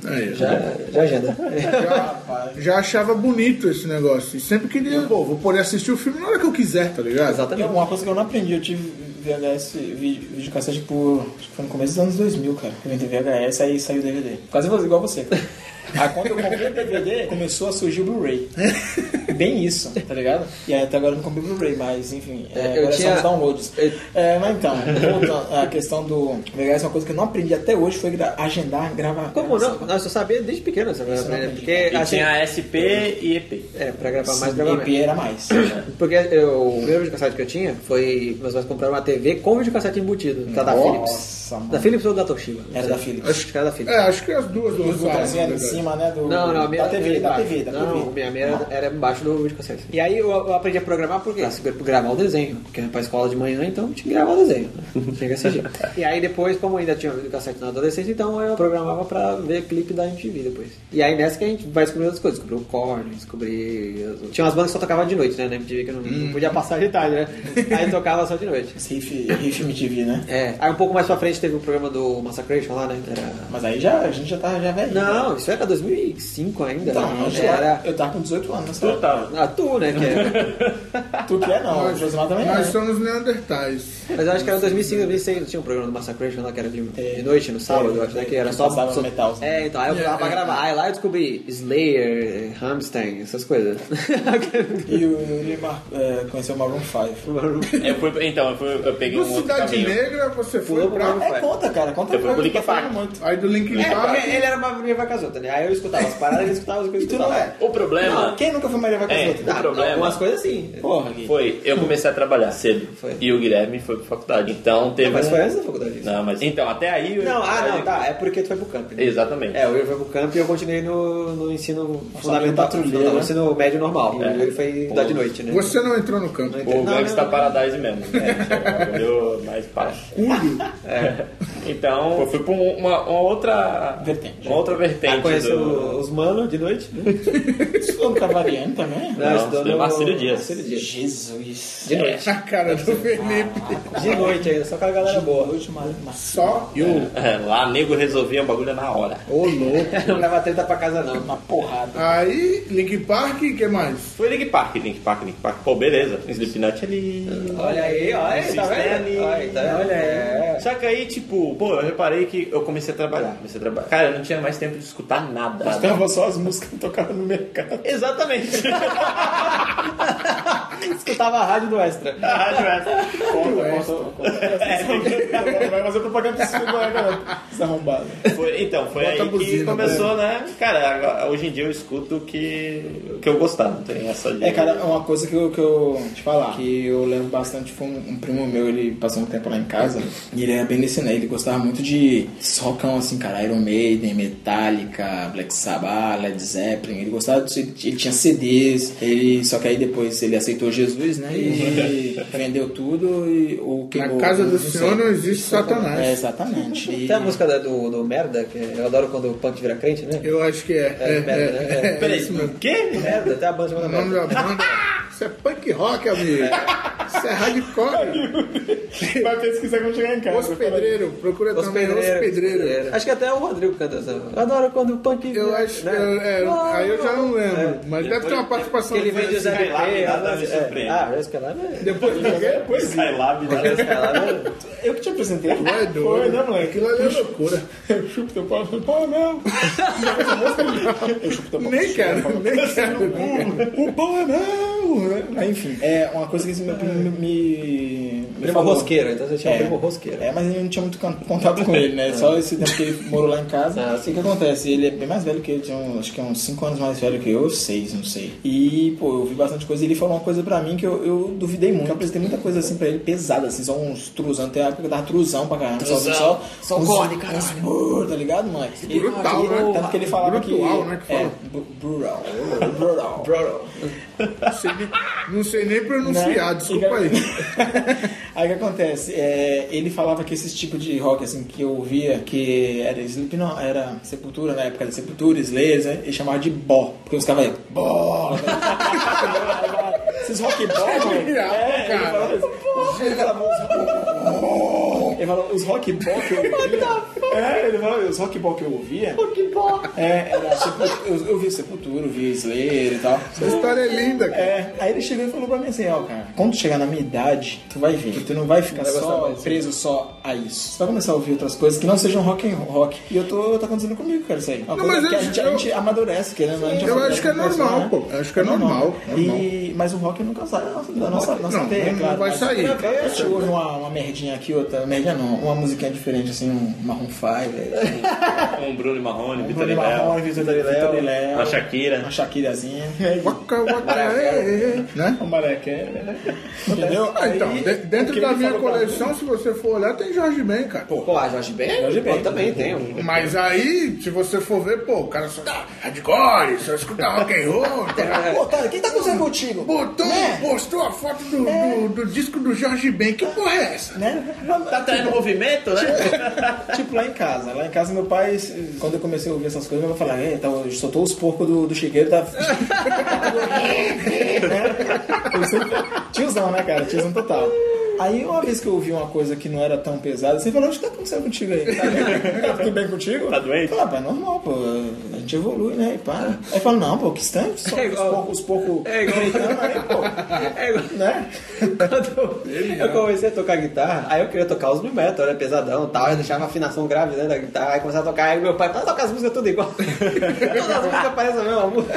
S4: Aí,
S1: Já, já agenda.
S4: já, já achava bonito esse negócio. E sempre queria, pô, vou poder assistir o filme na hora que eu quiser, tá ligado?
S3: E
S1: Exatamente.
S3: Uma coisa que eu não aprendi, eu tive VHS, vídeo, videocassete por. Acho que foi no começo dos anos 2000, cara. Eu inventei VHS, aí saiu o DVD. Quase igual você, cara. Aí quando eu comprei o DVD, começou a surgir o Blu-ray. Bem isso, tá ligado? E aí até agora eu não comprei o Blu-ray, mas enfim, é,
S1: É, eu
S3: agora são
S1: tinha-
S3: os downloads.
S1: eu-
S3: É, mas então, voltando à questão do VHS, uma coisa que eu não aprendi até hoje foi gra- agendar, gravar.
S1: Como não? Nossa, eu sabia desde pequeno, sabe?
S3: né?
S1: Porque,
S2: E
S1: assim,
S2: tinha SP e EP.
S1: é, pra gravar mais, gravar
S3: EP
S1: menos.
S3: era mais.
S1: Porque eu, o primeiro videocassete que eu tinha foi. Meus pais compraram uma TV com videocassete embutido. Da, da
S3: Nossa,
S1: Philips.
S3: mano.
S1: Da Philips ou da Toshiba? Não
S3: Era
S1: sei.
S3: da Philips.
S1: Acho que era da Philips.
S4: É, acho que as duas
S3: Os
S4: usaram,
S3: botãozinhos
S4: na
S3: em
S4: verdade.
S3: cima, né? Do,
S1: Não, não, a minha era
S3: da TV, da
S1: embaixo.
S3: TV, da
S1: Não,
S3: TV.
S1: a minha, a minha era, era embaixo do videocassete. E aí eu, eu aprendi a programar por quê? Pra gravar o desenho. Porque eu ia pra escola de manhã, então tinha que gravar o desenho. Tinha que assistir. e aí depois, como eu ainda tinha videocassete na adolescência, então eu programava pra ver clipe da MTV depois. E aí nessa que a gente vai descobrir outras coisas. Descobriu o Korn, descobri... as- Tinha umas bandas que só tocavam de noite, né? Na MTV que eu não, não podia passar de tarde, né? aí tocava só de noite.
S3: Esse riff, riff MTV, né?
S1: É, aí um pouco mais pra frente teve o programa do Massacration lá, né? Que era...
S3: Mas aí já, a gente já tá já velho.
S1: Não, isso é era 2005 ainda.
S3: Então,
S1: né?
S3: antes
S1: era...
S3: lá, eu tava com 18 anos, nessa
S2: Eu
S3: época.
S2: tava.
S1: Ah, tu, né? Que era.
S3: Tu que é não, o Josimar também
S4: Nós
S3: não. né?
S4: somos neandertais.
S1: Mas eu acho que era 2005, 2006, não tinha um programa do Massacration lá que era de, de noite, no sábado, eu acho, né? Que era
S3: Que
S1: só...
S3: passava
S1: só-
S3: metal, assim.
S1: É, então, aí eu
S4: Yeah,
S1: tava pra
S4: yeah.
S1: gravar. Aí lá eu descobri Slayer, eh, Rammstein, essas coisas. É,
S3: E o Yuri Mar- é, conheceu o Maroon 5.
S2: Eu fui, então, eu, fui, eu peguei
S4: No
S2: um outro
S4: Cidade
S2: caminho.
S4: Negra você foi pra.
S3: É, conta, cara, conta
S2: Eu fui pro Linkin
S3: tá falando
S2: Park.
S3: muito.
S4: Aí do Linkin
S1: É,
S4: Park.
S1: porque ele era uma minha vaca outra, né? Aí eu escutava as paradas, ele escutava as coisas
S3: E
S1: que
S3: tu
S1: eu
S3: não
S1: escutava.
S3: é?
S2: O problema
S3: Não, quem nunca foi Maria Vacas
S2: É.
S3: Outras?
S1: Ah,
S2: problema.
S1: Algumas coisas sim.
S3: Porra, Gui.
S2: foi, eu comecei a trabalhar cedo.
S1: Foi.
S2: E o Guilherme foi pra faculdade. Então teve.
S1: Mas
S2: um-
S1: foi antes da faculdade.
S2: Não, mas. Então, até aí. eu-
S1: Não, ah, não, tá. É porque tu foi pro camp, né?
S2: Exatamente.
S1: É, o Yuri foi pro campo e eu continuei no, no ensino fundamental,
S3: patrulheiro,
S1: não, no
S3: né?
S1: ensino médio normal.
S2: É.
S1: E o Yuri foi estudar de noite, né?
S4: Você não entrou no campo.
S2: O
S1: Não,
S2: Gangsta
S1: não, não.
S2: Paradise mesmo, né? Eu mais baixo. Então, eu fui pra um- uma, uma outra
S3: Vertente.
S2: Uma outra vertente.
S1: Aí conheceu
S2: do...
S1: Ah, os manos de noite, né?
S3: Estudou no Cavaliano também?
S2: Não, estudei Marcílio Dias.
S1: Marcílio Dias.
S3: Jesus.
S1: De noite.
S4: A cara do Felipe.
S1: De noite ainda, só com a galera boa.
S3: Hoje, Maria Marcílio.
S4: Só eu.
S2: É, Lá, nego resolvia o bagulho na hora.
S1: Ô, louco. Não leva treta pra casa, não.
S3: Uma porrada.
S4: Aí, Linkin Park, o que mais?
S2: Foi Link Park, Link Park, Link Park. Pô, beleza. Slipknot ali.
S1: Olha aí, olha aí, tá vendo? Olha aí, tá vendo? Olha aí.
S2: Só que aí, tipo, pô, eu reparei que eu comecei a trabalhar. Comecei a trabalhar. Cara, eu não tinha mais tempo de escutar nada.
S3: Tava só as músicas que tocavam no mercado.
S2: Exatamente.
S1: Escutava a rádio do Extra.
S2: A
S3: Ah,
S2: rádio
S3: tá
S2: essa. É,
S3: Vai fazer propaganda desse filme agora, galera. Desarrombado.
S2: Foi- então, foi
S4: Bota a
S2: aí que
S4: buzina,
S2: começou, né? Cara, agora- hoje em dia eu escuto o que, o que eu gostar, não tem essa de...
S3: É, cara, uma coisa que eu, que eu te falar, que eu lembro bastante foi um, um primo meu, ele passou um tempo lá em casa, e ele era bem nesse né, ele gostava muito de socão assim, cara, Iron Maiden, Metallica, Black Sabbath, Led Zeppelin, ele gostava disso, ele, ele tinha CDs, ele, só que aí depois ele aceitou Jesus, né, e vendeu tudo e o que...
S4: Na casa do Senhor não existe
S3: É,
S4: Satanás.
S3: exatamente. E-
S1: Tem a música da- do, do Merda, que eu adoro quando o punk vira crente, né?
S4: Eu acho que é. É,
S1: merda,
S4: é,
S1: né?
S4: é.
S2: Peraí, o quê?
S3: É.
S1: Merda, até a banda chamada
S4: O nome
S1: Merda.
S4: da banda. Isso é punk rock, amigo. Isso é hardcore.
S3: Vai pesquisar quando chegar em casa.
S4: Os Pedreiro, procura
S1: é Os
S4: também Os Pedreiro.
S1: Acho que até o Rodrigo canta essa. Eu adoro quando o punk.
S4: Eu acho que.
S1: né?
S4: eu- é, eu-
S1: Ah,
S4: aí eu já não lembro.
S1: É.
S4: Mas deve ter uma participação.
S1: Que ele
S4: do
S1: vende os
S4: Francisco.
S1: LP.
S2: Skylab, nada
S1: elas-
S2: me
S1: é.
S2: surpreende.
S1: Ah, Ray Skylab é.
S4: Depois de qualquer coisa.
S2: Skylab, né?
S1: Skylab é-
S3: Eu que te apresentei.
S4: É doido.
S3: Foi, né, moleque?
S4: Aquilo ali é loucura.
S3: Eu chupo teu pau. Pô, não. Eu chupo teu pau.
S4: Nem quero, nem quero.
S3: O pão é meu! Ah, enfim, é uma coisa que esse meu primo me. me
S1: Primo
S3: falou.
S1: rosqueiro, então você chama primo rosqueiro.
S3: É, mas eu não tinha muito con- contato com ele, né? Só esse tempo que ele morou lá em casa.
S1: Ah,
S3: Ah, assim que acontece, ele é bem mais velho que eu, tinha um- acho que é uns 5 anos mais velho que eu, 6, não sei. E, pô, eu vi bastante coisa e ele falou uma coisa pra mim que eu, eu duvidei muito. Eu apresentei muita coisa assim pra ele, pesada, assim, só uns truzão. Tem uma época que eu tava truzão pra caramba. Truzão, só, só uns, corre, caralho. Uns, brrr, tá ligado, mano? E-
S4: Brutal,
S3: e-
S4: né?
S3: Tanto que ele falava
S4: Brutal,
S3: que.
S4: né, que
S3: é,
S4: fala.
S3: bru- brutal. Brutal.
S4: Sei nem- Não sei nem pronunciar,
S3: Né?
S4: desculpa aí.
S3: Aí o que acontece? É, ele falava que esse tipo de rock assim que eu ouvia, que era Slipknot, era Sepultura na época da Sepultura, Slayer, né? Ele chamava de bó. Porque os caras iam, bó! né? Esses rock bó, mano.
S4: Genial,
S3: É, ele
S4: cara.
S3: falava isso. Ele falava os rock Ele falava os rock bó que eu ouvia. É, ele falava os rock bó que eu ouvia. Rock bó! É, era Sepultura, eu, eu via Sepultura, eu via Slayer e tal.
S4: Essa história é linda, cara.
S3: É, aí ele chegou e falou pra mim assim, ó, cara, quando chegar na minha idade, tu vai ver, que tu não vai ficar só preso só a isso. Tu vai começar a ouvir outras coisas que não sejam rock and rock. E eu tô, tá acontecendo comigo, cara, isso aí. Uma
S4: Não,
S3: coisa
S4: mas
S3: que a
S4: eu-
S3: gente, a
S4: eu-
S3: gente amadurece, querendo ou não, a gente
S4: Eu
S3: amadurece
S4: acho que é
S3: com isso, né?
S4: normal, pô. Eu acho que é normal. normal.
S3: E, mas o rock nunca sai da nossa, da nossa, nossa
S4: não,
S3: teia,
S4: não
S3: claro.
S4: vai
S3: mas
S4: sair.
S3: A gente ouve uma, uma merdinha aqui, outra merdinha não, uma musiquinha diferente, assim, um Marron 5, assim,
S2: Com Bruno Marrone,
S3: um
S2: Vitor
S3: Bruno Marrone,
S2: Léo,
S3: Vitor e Léo,
S2: a Shakira.
S3: uma Shakirazinha,
S4: Waka, waka, é, é, né?
S3: o Marequé, entendeu?
S4: Ah, então,
S3: Aí,
S4: de-
S3: o
S4: dentro
S3: que
S4: da
S3: ele
S4: minha
S3: falou pra
S4: coleção, se você for olhar, tem Jorge Ben, cara.
S1: Pô, a Jorge Ben?
S3: Jorge Ben.
S1: Pô, também tem um.
S4: Mas aí, se você for ver, pô, o cara só tá hardcore, só escuta rock and roll, tá?
S3: Pô, cara, quem tá cruzando contigo?
S4: botou, um
S3: Né?
S4: postou a foto do, do, do disco do Jorge Ben, que porra é essa?
S3: Né?
S2: Tá tendo movimento, né?
S3: Tipo lá em casa. Lá em casa, meu pai, se- quando eu comecei a ouvir essas coisas, meu pai falava: "É, então, soltou os porcos do, do chiqueiro, tá. Eu sempre- Tiozão, né, cara? Tiozão total. Aí, uma vez que eu ouvi uma coisa que não era tão pesada, você falou: O que tá acontecendo contigo aí? Tá, bem? Tá tudo bem contigo?
S2: Tá doente?
S3: Eu falei, Ah, pá, normal, pô. A gente evolui, né? E pá. Aí eu falo: Não, pô, que estranho. Só
S1: É
S3: os
S1: igual-
S3: porcos, os porcos.
S1: É igual-
S3: gritando aí, pô.
S1: É igual-
S3: Né?
S1: Quando eu comecei a tocar guitarra, aí eu queria tocar os new metal, era pesadão e tal, eu deixava a afinação grave né, da guitarra, aí começava a tocar, aí meu pai, para tocar as músicas tudo igual. Todas as músicas parecem a mesma música.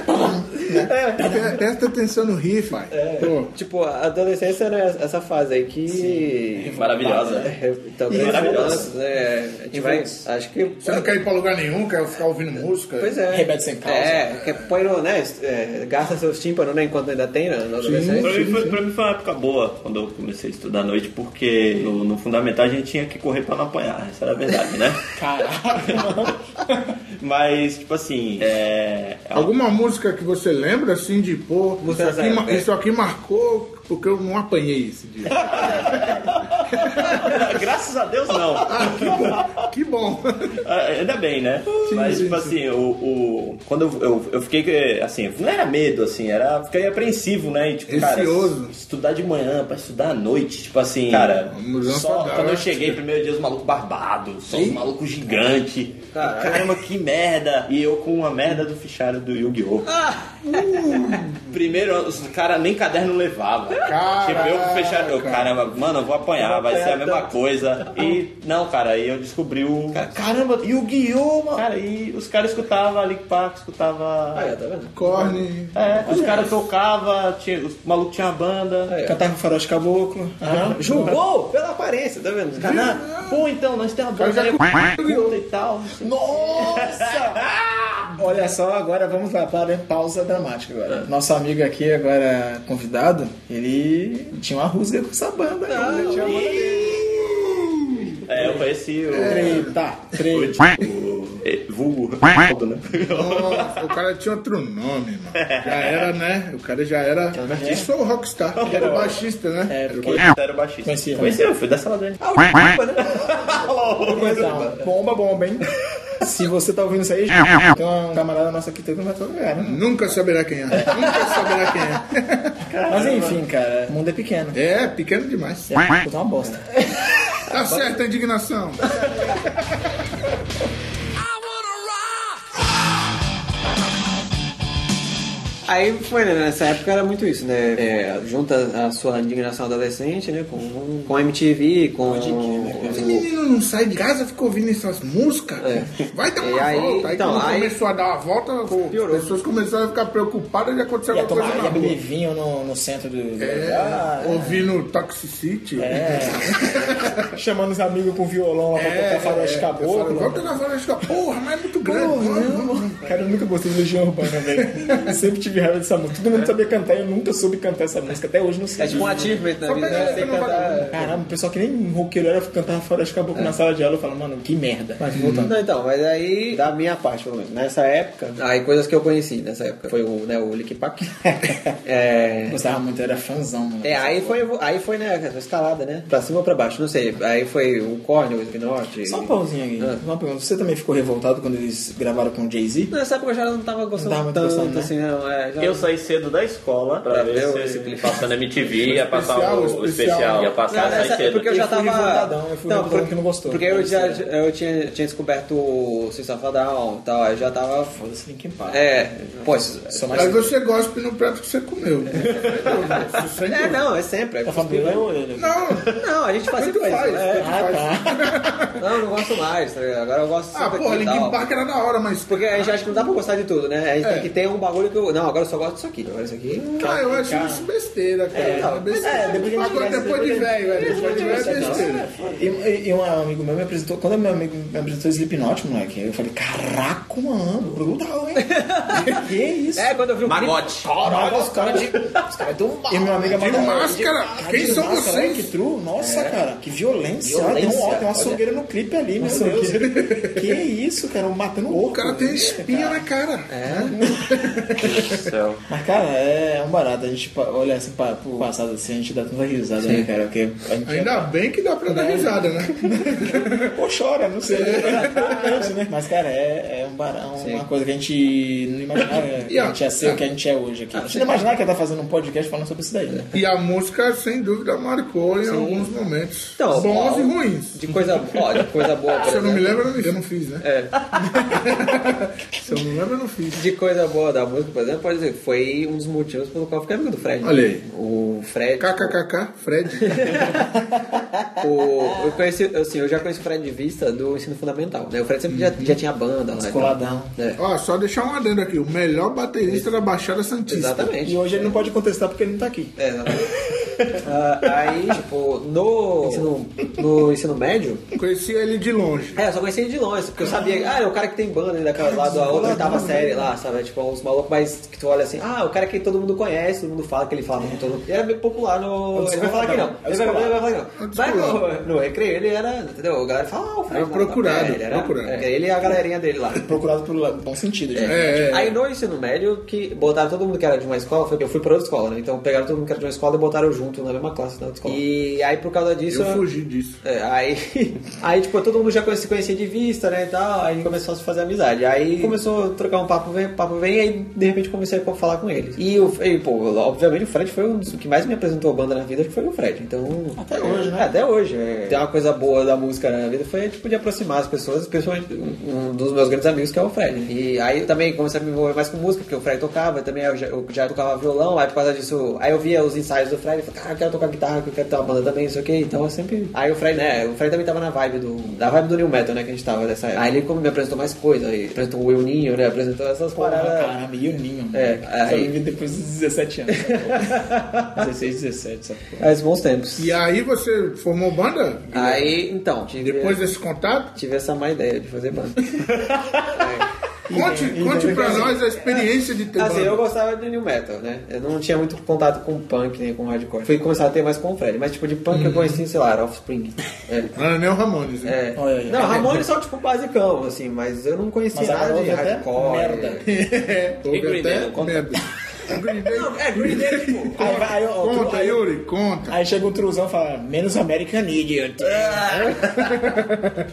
S1: É.
S4: Pre- Presta atenção no riff, pai. Pô,
S1: Tipo, a adolescência era essa fase aí que...
S2: Maravilhosa.
S1: É, então,
S2: Maravilhosa.
S1: maravilhosa. É, a gente vai, acho que...
S4: você não quer ir pra lugar nenhum, quer ficar ouvindo música?
S1: Pois é.
S3: Rebelde sem causa.
S1: É, que põe no, né, é, gasta seus tímpanos, né, enquanto ainda tem, né, na
S2: Pra
S1: adolescência.
S2: mim, foi, pra mim foi uma época boa quando eu comecei a estudar à noite, porque no, no fundamental a gente tinha que correr pra não apanhar, isso era a verdade, né?
S3: Caraca, mano.
S2: Mas, tipo assim, é. é uma-
S4: Alguma música que você lembra, assim, de pô, isso
S1: Música
S4: aqui,
S1: zero,
S4: ma-
S1: é.
S4: isso aqui marcou porque eu não apanhei esse dia.
S2: Graças a Deus, não.
S4: que bom.
S2: Ah, Ainda bem, né? Mas, tipo assim, o, o- quando eu, eu, eu fiquei, que, assim, não era medo, assim, era. Fiquei apreensivo, né? E, tipo, cara,
S4: Receoso.
S2: estudar de manhã pra estudar à noite, tipo assim, cara.
S4: mudança
S2: Só
S4: drástica.
S2: quando eu cheguei, primeiro dia, os malucos barbados, só os malucos gigantes.
S1: Caralho.
S2: Caramba, que merda! E eu com uma merda do fichário do Yu-Gi-Oh! Primeiro, os cara nem caderno levava. Tipo, eu com o fichário, eu, caramba, mano, eu vou apanhar, vai ser a mesma coisa. E, não, cara, aí eu descobri o. Cara, caramba, Yu-Gi-Oh! mano! Cara, e os caras escutavam ali, pá, escutava.
S1: Ah, é, tá vendo?
S4: Corne.
S2: É, os caras tocavam, tinha, os malucos tinham a banda.
S1: É.
S3: Cantar com farol de caboclo. Ah.
S1: Julgou pela aparência, tá vendo?
S2: Cara, pô, então, nós temos uma
S4: Eu
S2: banda
S4: já
S2: aí,
S4: cu-
S2: puta e tal. assim.
S3: Nossa! Olha só, agora vamos lá para a pausa dramática agora. Nosso amigo aqui, agora convidado, ele tinha uma rusga com essa banda. aí, né? ele Ah, tinha uma banda dele.
S2: É, eu conheci o.
S1: tá,
S3: Treta, treta.
S2: o- é, vulgo. Ronaldo, né?
S4: Nossa, o cara tinha outro nome, mano.
S1: É.
S4: Já era, né? O cara já era. E só o rockstar.
S1: É.
S4: Ele era o baixista, né?
S3: É,
S4: Era o
S3: porque-
S2: Era baixista.
S3: Conheci, né?
S2: Conheci, eu fui da sala dele.
S3: Então, bomba, bomba, hein? Se você tá ouvindo isso aí, tem uma camarada nossa aqui que não vai tocar, né?
S4: Nunca saberá quem é. Nunca saberá quem é.
S3: Mas enfim, cara, o mundo é pequeno.
S4: É, pequeno demais.
S3: Puta uma bosta.
S4: Tá certa a indignação.
S1: Aí foi, né? Nessa época era muito isso, né? É, junta a sua indignação adolescente, né? Com, com MTV, com.
S3: né,
S4: Esse menino não sai de casa, fica ouvindo essas músicas. Vai dar
S1: E
S4: uma
S1: aí,
S4: volta. Aí
S1: então,
S4: quando
S1: aí-
S4: começou a dar uma volta, pô,
S1: Piorou.
S4: as pessoas começaram a ficar preocupadas de acontecer
S3: Ia
S4: alguma
S3: tomar
S4: coisa
S3: ia
S4: na
S3: beber
S4: rua.
S3: vinho no, no centro do.
S4: É, ouvindo Toxicity.
S3: Chamando os amigos com violão lá pra tocar faroeste
S4: Eu falo,
S3: caboclo.
S4: Volta na floresta, porra, mas é muito grande.
S3: Porra,
S4: vamos, vamos, vamos.
S3: Cara, eu nunca gostei de Legião Urbana, velho. Eu sempre tive raiva dessa música. Todo mundo sabia cantar e eu nunca soube cantar essa música. Até hoje não sei.
S1: É tipo um achievement na
S4: Só
S1: vida,
S4: pega
S1: né?
S4: ele
S1: Você
S4: que não
S1: cantar.
S4: vai
S3: Caramba, o pessoal que nem um roqueiro era cantava fora de
S1: É.
S3: caboclo na sala de aula. Eu falo, mano, que merda. Mas voltando.
S1: Não, então, mas aí, da minha parte, pelo menos, nessa época, aí coisas que eu conheci nessa época. Foi o, né, o Lick Pack. é.
S3: Gostava muito, eu era fãzão, mano.
S1: É, aí foi, aí foi, né, essa escalada, né? Pra cima ou pra baixo, não sei. Aí foi o Cornel, o Slipknot.
S3: Só um pauzinho aqui.
S1: Ah.
S3: Uma pergunta. Você também ficou revoltado quando eles gravaram com o Jay-Z?
S1: Nessa época eu já não tava gostando
S3: Não tava
S1: tanto,
S3: gostando, né?
S1: assim, não. É, já-
S2: Eu saí cedo da escola pra
S1: É,
S2: ver
S1: eu-
S2: se
S1: esse
S2: ele passando MTV ia passar
S4: especial,
S2: o,
S4: o
S2: o especial. Ia
S1: Não,
S2: passar, saí
S1: nessa-
S2: cedo.
S1: porque eu já
S3: Eu fui
S1: tava.
S3: revoltadão, eu fui revoltadão
S1: porque-
S3: que não gostou.
S1: Porque eu, já, eu tinha, tinha descoberto o System of a Down e tal, aí eu já tava.
S3: Foda-se, Linkin Park.
S1: É, pô, isso-
S3: Só mais...
S4: Aí você gospe no prato que você comeu. Você sente-
S1: é, não, é sempre. é
S3: Tá falando pela orelha.
S4: Não,
S1: Não, a gente faz
S4: tanto
S1: sempre isso.
S4: faz.
S1: É,
S4: tanto faz.
S1: não, eu não gosto mais, tá ligado? Agora eu gosto
S4: Ah,
S1: sempre
S4: pô,
S1: aqui e tal.
S4: Linkin Park era da hora, mas...
S1: Porque a gente acha que não dá pra gostar de tudo, né? A gente
S4: É.
S1: tem que ter um bagulho que eu. Não, agora eu só gosto disso aqui. Agora isso aqui.
S4: Ah, eu acho isso besteira, cara.
S1: não, mas
S4: besteira.
S3: é, depois a gente
S4: Agora,
S3: cresce,
S4: depois de
S3: depois-
S4: velho, velho. Depois de velho é
S3: Não,
S4: besteira.
S3: E, e- e um amigo meu me apresentou, quando meu amigo me apresentou Slipknot, moleque, eu falei, caraca, mano, brutal, hein? que isso?
S1: É, quando eu vi o clipe-
S2: Magote.
S3: Caraca, os caras de. Os caras de um E meu amigo
S4: De máscara? Quem são
S3: vocês?
S4: vocês?
S3: Que true? Nossa, cara, que violência.
S1: Violência,
S3: Olha, tem, um, ó, tem uma
S1: olha.
S3: açougueira no clipe ali, meu Deus. que isso, cara, um matando o
S4: O cara tem espinha na cara.
S1: É,
S2: Céu.
S3: Mas, cara, é um barato. A gente pa- olha assim pra, pro passado assim, a gente dá tanta risada, né, cara? Porque a gente
S4: Ainda bem que dá pra dar risada, né?
S3: Ou chora, não sei. Depende, né? Mas, cara, é, é um barão, uma coisa que a gente não imaginava que
S4: E, ó,
S3: a gente ia ser
S4: é.
S3: o que a gente é hoje aqui. A gente não imaginava que ia estar fazendo um podcast falando sobre isso daí, né?
S4: E a música, sem dúvida, marcou em alguns momentos.
S1: Então,
S4: bons
S1: ó,
S4: e ruins.
S1: De coisa, ó, de coisa boa. por
S4: Se eu não me
S1: exemplo.
S4: lembro, eu não- eu não fiz, né?
S1: É.
S4: Se eu não lembro, eu não fiz.
S1: De coisa boa da música, por exemplo, pode dizer, foi um dos motivos pelo qual eu fiquei amigo do Fred.
S4: Olha aí.
S1: O Fred.
S4: KKKK, Fred.
S1: O, eu, conheci, assim, eu já conheci o Fred de vista do ensino fundamental. Né? O Fred sempre já,
S4: Uhum.
S1: já tinha banda lá. e tal.
S3: Coladão.
S1: É.
S4: Ó, só deixar um adendo aqui. O melhor baterista da Baixada Santista.
S1: Exatamente.
S3: E hoje ele não pode contestar porque ele não tá aqui.
S1: É, exatamente. Ah, aí, tipo, no ensino, no ensino médio,
S4: Conheci ele de longe.
S1: é, eu só conheci ele de longe, porque eu sabia, ah, é o cara que tem banda, né, daquela lá da outra oitava série lá, sabe? Tipo, uns malucos, mas que tu olha assim, ah, o cara que todo mundo conhece, todo mundo fala que ele fala muito, todo mundo. Ele era meio popular no. Ele vai falar que não. Ele vai, ele vai falar que não. Mas no, no recreio ele era, entendeu? A galera fala, ah, o Fred
S4: Era
S1: lá,
S4: procurado,
S1: é, ele era,
S4: procurado.
S1: é, ele e a galerinha dele lá.
S3: Procurado pelo lado- bom sentido, gente.
S4: É, é.
S1: Aí no ensino médio, que botaram todo mundo que era de uma escola, foi- eu fui pra outra escola, né? Então pegaram todo mundo que era de uma escola e botaram junto na mesma classe da outra escola. E aí por causa disso.
S4: Eu fugi disso.
S1: É, aí, aí, tipo, todo mundo já conhe- se conhecia de vista, né, e tal, aí começou a se fazer amizade. Aí começou a trocar um papo, vem, papo, vem, e aí, de repente, comecei a falar com ele. E, o, e, pô, obviamente, o Fred foi um dos que mais me apresentou banda na vida, acho que foi o Fred, então... Até hoje, né? até hoje. É. Tem uma coisa boa da música na vida, foi, tipo, de aproximar as pessoas, principalmente um um dos meus grandes amigos, que é o Fred. E aí, eu também comecei a me envolver mais com música, porque o Fred tocava, também eu já, eu já tocava violão, aí por causa disso, aí eu via os ensaios do Fred, e falei, cara, eu quero tocar guitarra, que eu quero ter uma banda também, não sei o que, então eu sempre... Aí o Fred, né, o Fred também tava na vibe do... da vibe do New Metal, né, que a gente tava nessa época. Aí ele como me apresentou mais coisa, aí apresentou o El Ninho, né, apresentou essas paradas...
S3: Ah, Caramba, e o Ninho?
S1: É,
S3: moleque.
S1: aí-
S3: Só me vi depois dos 17 anos. essa porra. 16, 17, essa porra.
S1: Mas bons tempos.
S4: E aí você formou banda?
S1: Aí, então, tive,
S4: Depois desse contato?
S1: tive essa má ideia de fazer banda.
S4: Conte, conte pra nós a experiência de ter
S1: é. Assim, eu
S4: banda.
S1: gostava de new metal, né? Eu não tinha muito contato com punk nem com hardcore. Fui começar a ter mais com o Fred, mas tipo de punk
S3: Uhum.
S1: eu conheci, sei lá, era Offspring. É.
S4: Não era nem o Ramones.
S1: É.
S4: né?
S3: Olha aí.
S1: Não, Ramones são tipo basicão, assim, mas eu não conhecia
S3: Mas agora
S1: nada de
S3: houve até
S1: hardcore.
S3: merda.
S4: Houve
S2: Green Day, não
S4: até
S2: conta?
S4: medo. Green Day.
S1: Não, é Green Day, tipo.
S3: Aí, vai- aí, ó, tu-
S4: Conta,
S3: aí-
S4: Yuri, conta.
S3: aí chega um truzão e fala, menos American Idiot.
S1: Tipo,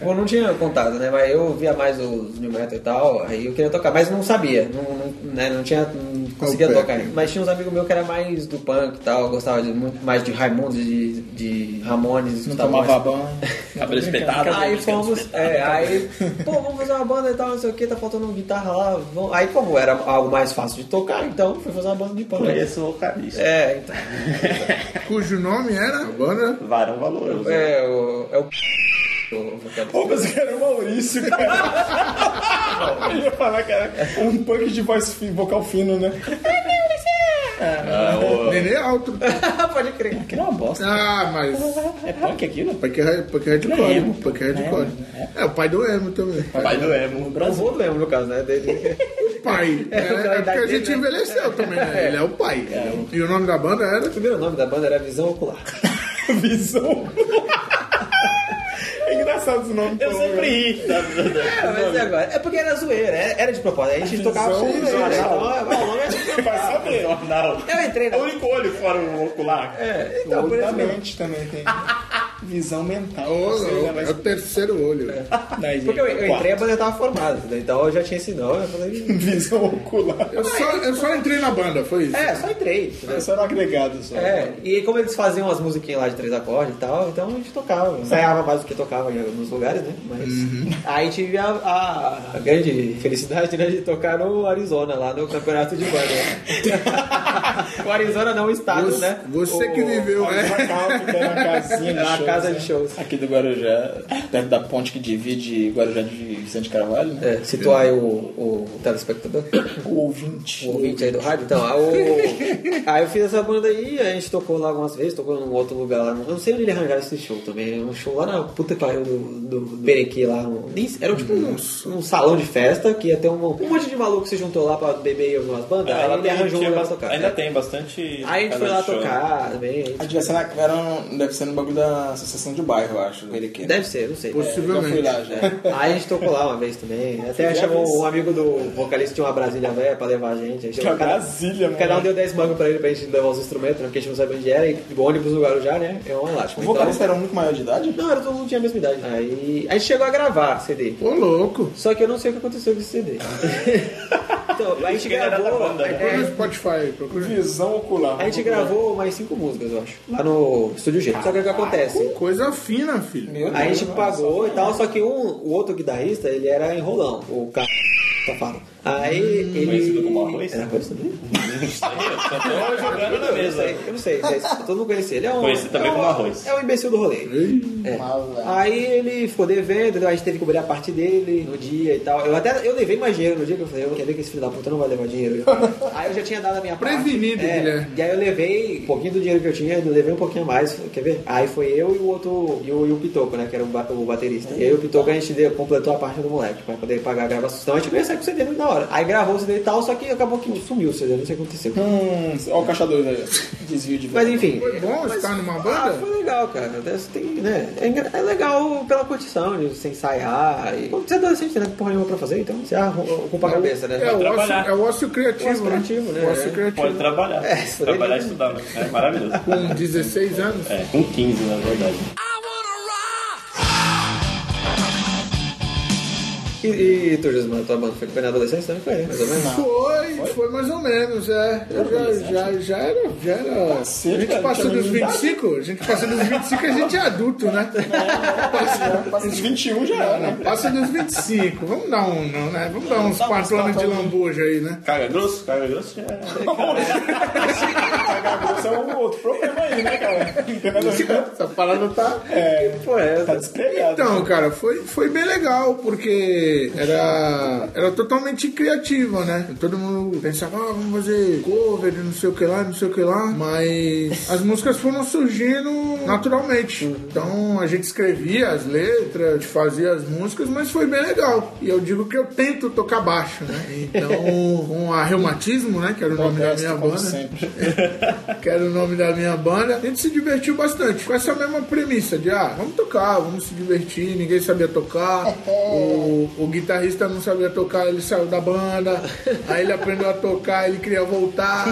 S1: Eu não tinha contato, né? Mas eu via mais os new metal e tal, aí eu queria tocar, mas não sabia, não, não, né? não tinha hum, conseguia
S4: Qual pé?
S1: tocar. Mas tinha uns amigos meus que era mais do punk e tal, gostava de, muito mais de Raimundos, de, de Ramones,
S3: Não
S1: escutava mais-
S3: tomava banho.
S2: Cabelo espetado.
S1: Aí fomos, é, aí, pô, vamos fazer uma banda e tal, não sei o que, tá faltando uma guitarra lá. vamos- Aí, como era algo mais fácil de tocar, então fui fazer uma banda de punk.
S2: Conheço o vocalista.
S1: É, então,
S4: Cujo nome era? Agora.
S2: Varão valoroso.
S1: é o. É o. o vocalista.
S3: Pô, mas que era o Maurício, cara. Eu ia falar que era um punk de voz fi- vocal fino, né?
S2: Ah, o-
S4: Nenê é Alto.
S1: Ah, Pode crer.
S3: Aquilo é uma bosta.
S4: Ah, mas.
S3: É punk aquilo?
S4: Porque é porque é hardcore. né? Porque é hardcore. É o pai do Emo também.
S2: Pai do
S3: É,
S2: Emo.
S1: Não vou lembro, no caso, né? Dele.
S4: Pai. É,
S1: o cara
S4: é
S1: da
S4: porque a
S1: dele,
S4: gente
S1: né?
S4: envelheceu também, né? Ele é o pai. E o nome da banda era?
S1: O primeiro nome da banda era Visão Ocular.
S3: Visão. É engraçado esse nome.
S2: Eu
S3: pô,
S2: sempre
S3: velho.
S2: ri.
S1: É, mas e agora? É porque era zoeira, é- era de propósito. A gente tocava
S3: Visão
S1: zoeira, né?
S3: Ocular.
S1: Então, é, o nome é-
S2: Vai saber. Jornal.
S1: Eu entrei
S2: É
S1: na.
S2: o único olho fora o ocular.
S1: É, então, por
S3: Olho
S1: isso
S3: da
S1: mesmo.
S3: mente também tem. Visão mental.
S4: Ô,
S3: Você já
S4: louco,
S3: vai-
S4: é o terceiro olho.
S3: Daí,
S1: Porque eu, eu
S3: quarto.
S1: entrei e a banda tava formada, né? então eu já tinha esse nome, eu falei,
S3: Visão ocular.
S4: Eu só, eu só entrei na banda, foi isso.
S1: é, só entrei. entendeu?
S3: Eu só era um agregado só.
S1: É, e como eles faziam as musiquinhas lá de três acordes e tal, então a gente tocava. Ensaiava mais do que tocava em alguns lugares, né? Mas aí tive a, a- a grande felicidade né, de tocar no Arizona, lá no campeonato de banda. né? o Arizona não, o estado,
S4: Você,
S1: né?
S4: você
S1: O-
S4: que viveu,
S3: Olha,
S4: né?
S3: uma casa, que era uma casinha de
S1: Era uma
S3: shows,
S1: casa
S3: né?
S1: de shows.
S3: Aqui do Guarujá, perto da ponte que divide Guarujá de Vicente Carvalho, né?
S1: É, situar aí o, o telespectador.
S3: O ouvinte.
S1: o ouvinte aí do rádio. Então, aí, o- aí eu fiz essa banda aí, a gente tocou lá algumas vezes, tocou num outro lugar lá. Eu não sei onde eles arranjaram esse show também. Um show lá na puta que pariu do, do, do Berequi lá. no- nem- era tipo um, um salão de festa que ia ter um, um monte de maluco que se juntou lá pra beber e algumas bandas. aí
S2: Ela
S1: ele
S2: tem-
S1: arranjou um
S2: Ah, tinha
S1: lugar pra
S2: ba-
S1: tocar.
S2: Ainda tem bastante.
S1: Aí a gente
S2: casa
S1: foi lá
S2: de show.
S1: tocar também.
S3: Ah, devia ser lá, era um- deve ser no bagulho da associação de bairro, eu acho, do Eriquê.
S1: Deve ser, não sei. né? É.
S3: Eu fui
S4: Possivelmente.
S3: lá já.
S1: Aí a gente tocou lá uma vez também. Até chamou um amigo do vocalista de uma Brasília velha pra levar a gente. Aí chegou
S3: Pra
S1: o cara-
S3: Brasília,
S1: O canal
S3: mano.
S1: um deu 10 mangos pra ele pra gente levar os instrumentos, né? Porque a gente não sabia onde era. E o ônibus do Guarujá, né? É uma
S3: O
S1: lástima.
S3: vocalista era um muito maior de idade?
S1: Então, não, era todo mundo tinha a mesma idade. Aí a gente chegou a gravar CD.
S4: Ô, louco.
S1: Só que eu não sei o que aconteceu com esse CD. então, a gente
S2: Ele era da
S1: gravou.
S2: banda, né?
S1: é,
S4: Procura no Spotify, procura.
S3: Visão ocular.
S1: a gente gravou mais cinco músicas, eu acho. Lá no Estúdio G. Só que o que acontece?
S4: Coisa fina, filho.
S3: Meu Deus,
S1: A gente
S3: nossa.
S1: pagou e tal, só que um, o outro guitarrista, ele era enrolão, o cara safado. Aí ele.
S2: Hum, conhecido como arroz?
S1: Era arroz também?
S2: Tô jogando na
S1: Eu não
S2: mesa.
S1: sei, eu não sei, mas todo mundo conhecia. Ele é um.
S2: Conheci também
S1: é um,
S2: como arroz.
S1: É um imbecil do rolê. É. Aí ele ficou devendo, a gente teve que cobrir a parte dele no dia e tal. Eu até eu levei mais dinheiro no dia que eu falei, eu quero ver que esse filho da puta não vai levar dinheiro. aí eu já tinha dado a minha parte. É,
S4: Prevenido, Guilherme.
S1: E aí eu levei um pouquinho do dinheiro que eu tinha, eu levei um pouquinho a mais, quer ver? Aí foi eu e o outro, e o, e o Pitoco, né, que era o, ba- o baterista. E aí o Pitoco a gente deu, completou a parte do moleque pra poder pagar a gravação. Então a gente não ia sair com o CD muito na hora. Aí gravou o CD e tal, só que acabou que sumiu o CD, não sei o que aconteceu.
S3: Hum, olha o caixa dois aí. Desvio de
S1: Mas enfim.
S4: Foi É bom estar numa
S1: Ah,
S4: banda?
S1: foi legal, cara. Deve- Tem, né? é, engra- é legal pela condição de você ensaiar. E... Quando você é adolescente, né? Tem porra nenhuma pra fazer, então você arru- ocupa a cabeça, né?
S4: É o, ócio,
S2: trabalhar.
S4: é o ócio
S1: Ócio
S4: criativo, né?
S1: criativo, né?
S4: O ócio criativo.
S2: Pode trabalhar.
S1: É, isso aí.
S2: trabalhar e estudar. né? É maravilhoso.
S4: Com 16 anos.
S2: É, com 15, na verdade.
S1: E, e tu, José, tua banda foi foi na adolescência também? Foi, né? Mais ou menos.
S4: Foi, foi mais ou menos, é. Eu já, já, já era. Já era.
S3: Cacete,
S4: a gente
S3: né? Tá cara,
S4: passou
S3: tinha
S4: dos
S3: uma
S4: 25, a gente passa dos 25 a gente é adulto, né?
S3: É, Passa de 21 já era, tá né?
S4: Passa dos 25. Vamos dar um, não, né? Vamos dar uns 4 anos de lambuja aí, né?
S2: Caga grosso? Caga grosso já é.
S3: Isso é um outro problema aí, né, cara? Não tem nada a
S1: é
S3: ver.
S4: Essa parada tá.
S1: Pô, é,
S3: Tá despregado.
S4: Então, cara, foi, foi bem legal, porque era, era totalmente criativa, né? Todo mundo pensava, ah, vamos fazer cover, não sei o que lá, não sei o que lá. Mas as músicas foram surgindo naturalmente.
S3: Uhum.
S4: Então a gente escrevia as letras, a gente fazia as músicas, mas foi bem legal. E eu digo que eu tento tocar baixo, né? Então, com a Reumatismo, né? Que era o nome da minha
S3: como
S4: banda.
S3: sempre.
S4: que era o nome da minha banda. A gente se divertiu bastante com essa mesma premissa de, ah, vamos tocar, vamos se divertir, ninguém sabia tocar, o, o guitarrista não sabia tocar, ele saiu da banda, aí ele aprendeu a tocar, ele queria voltar.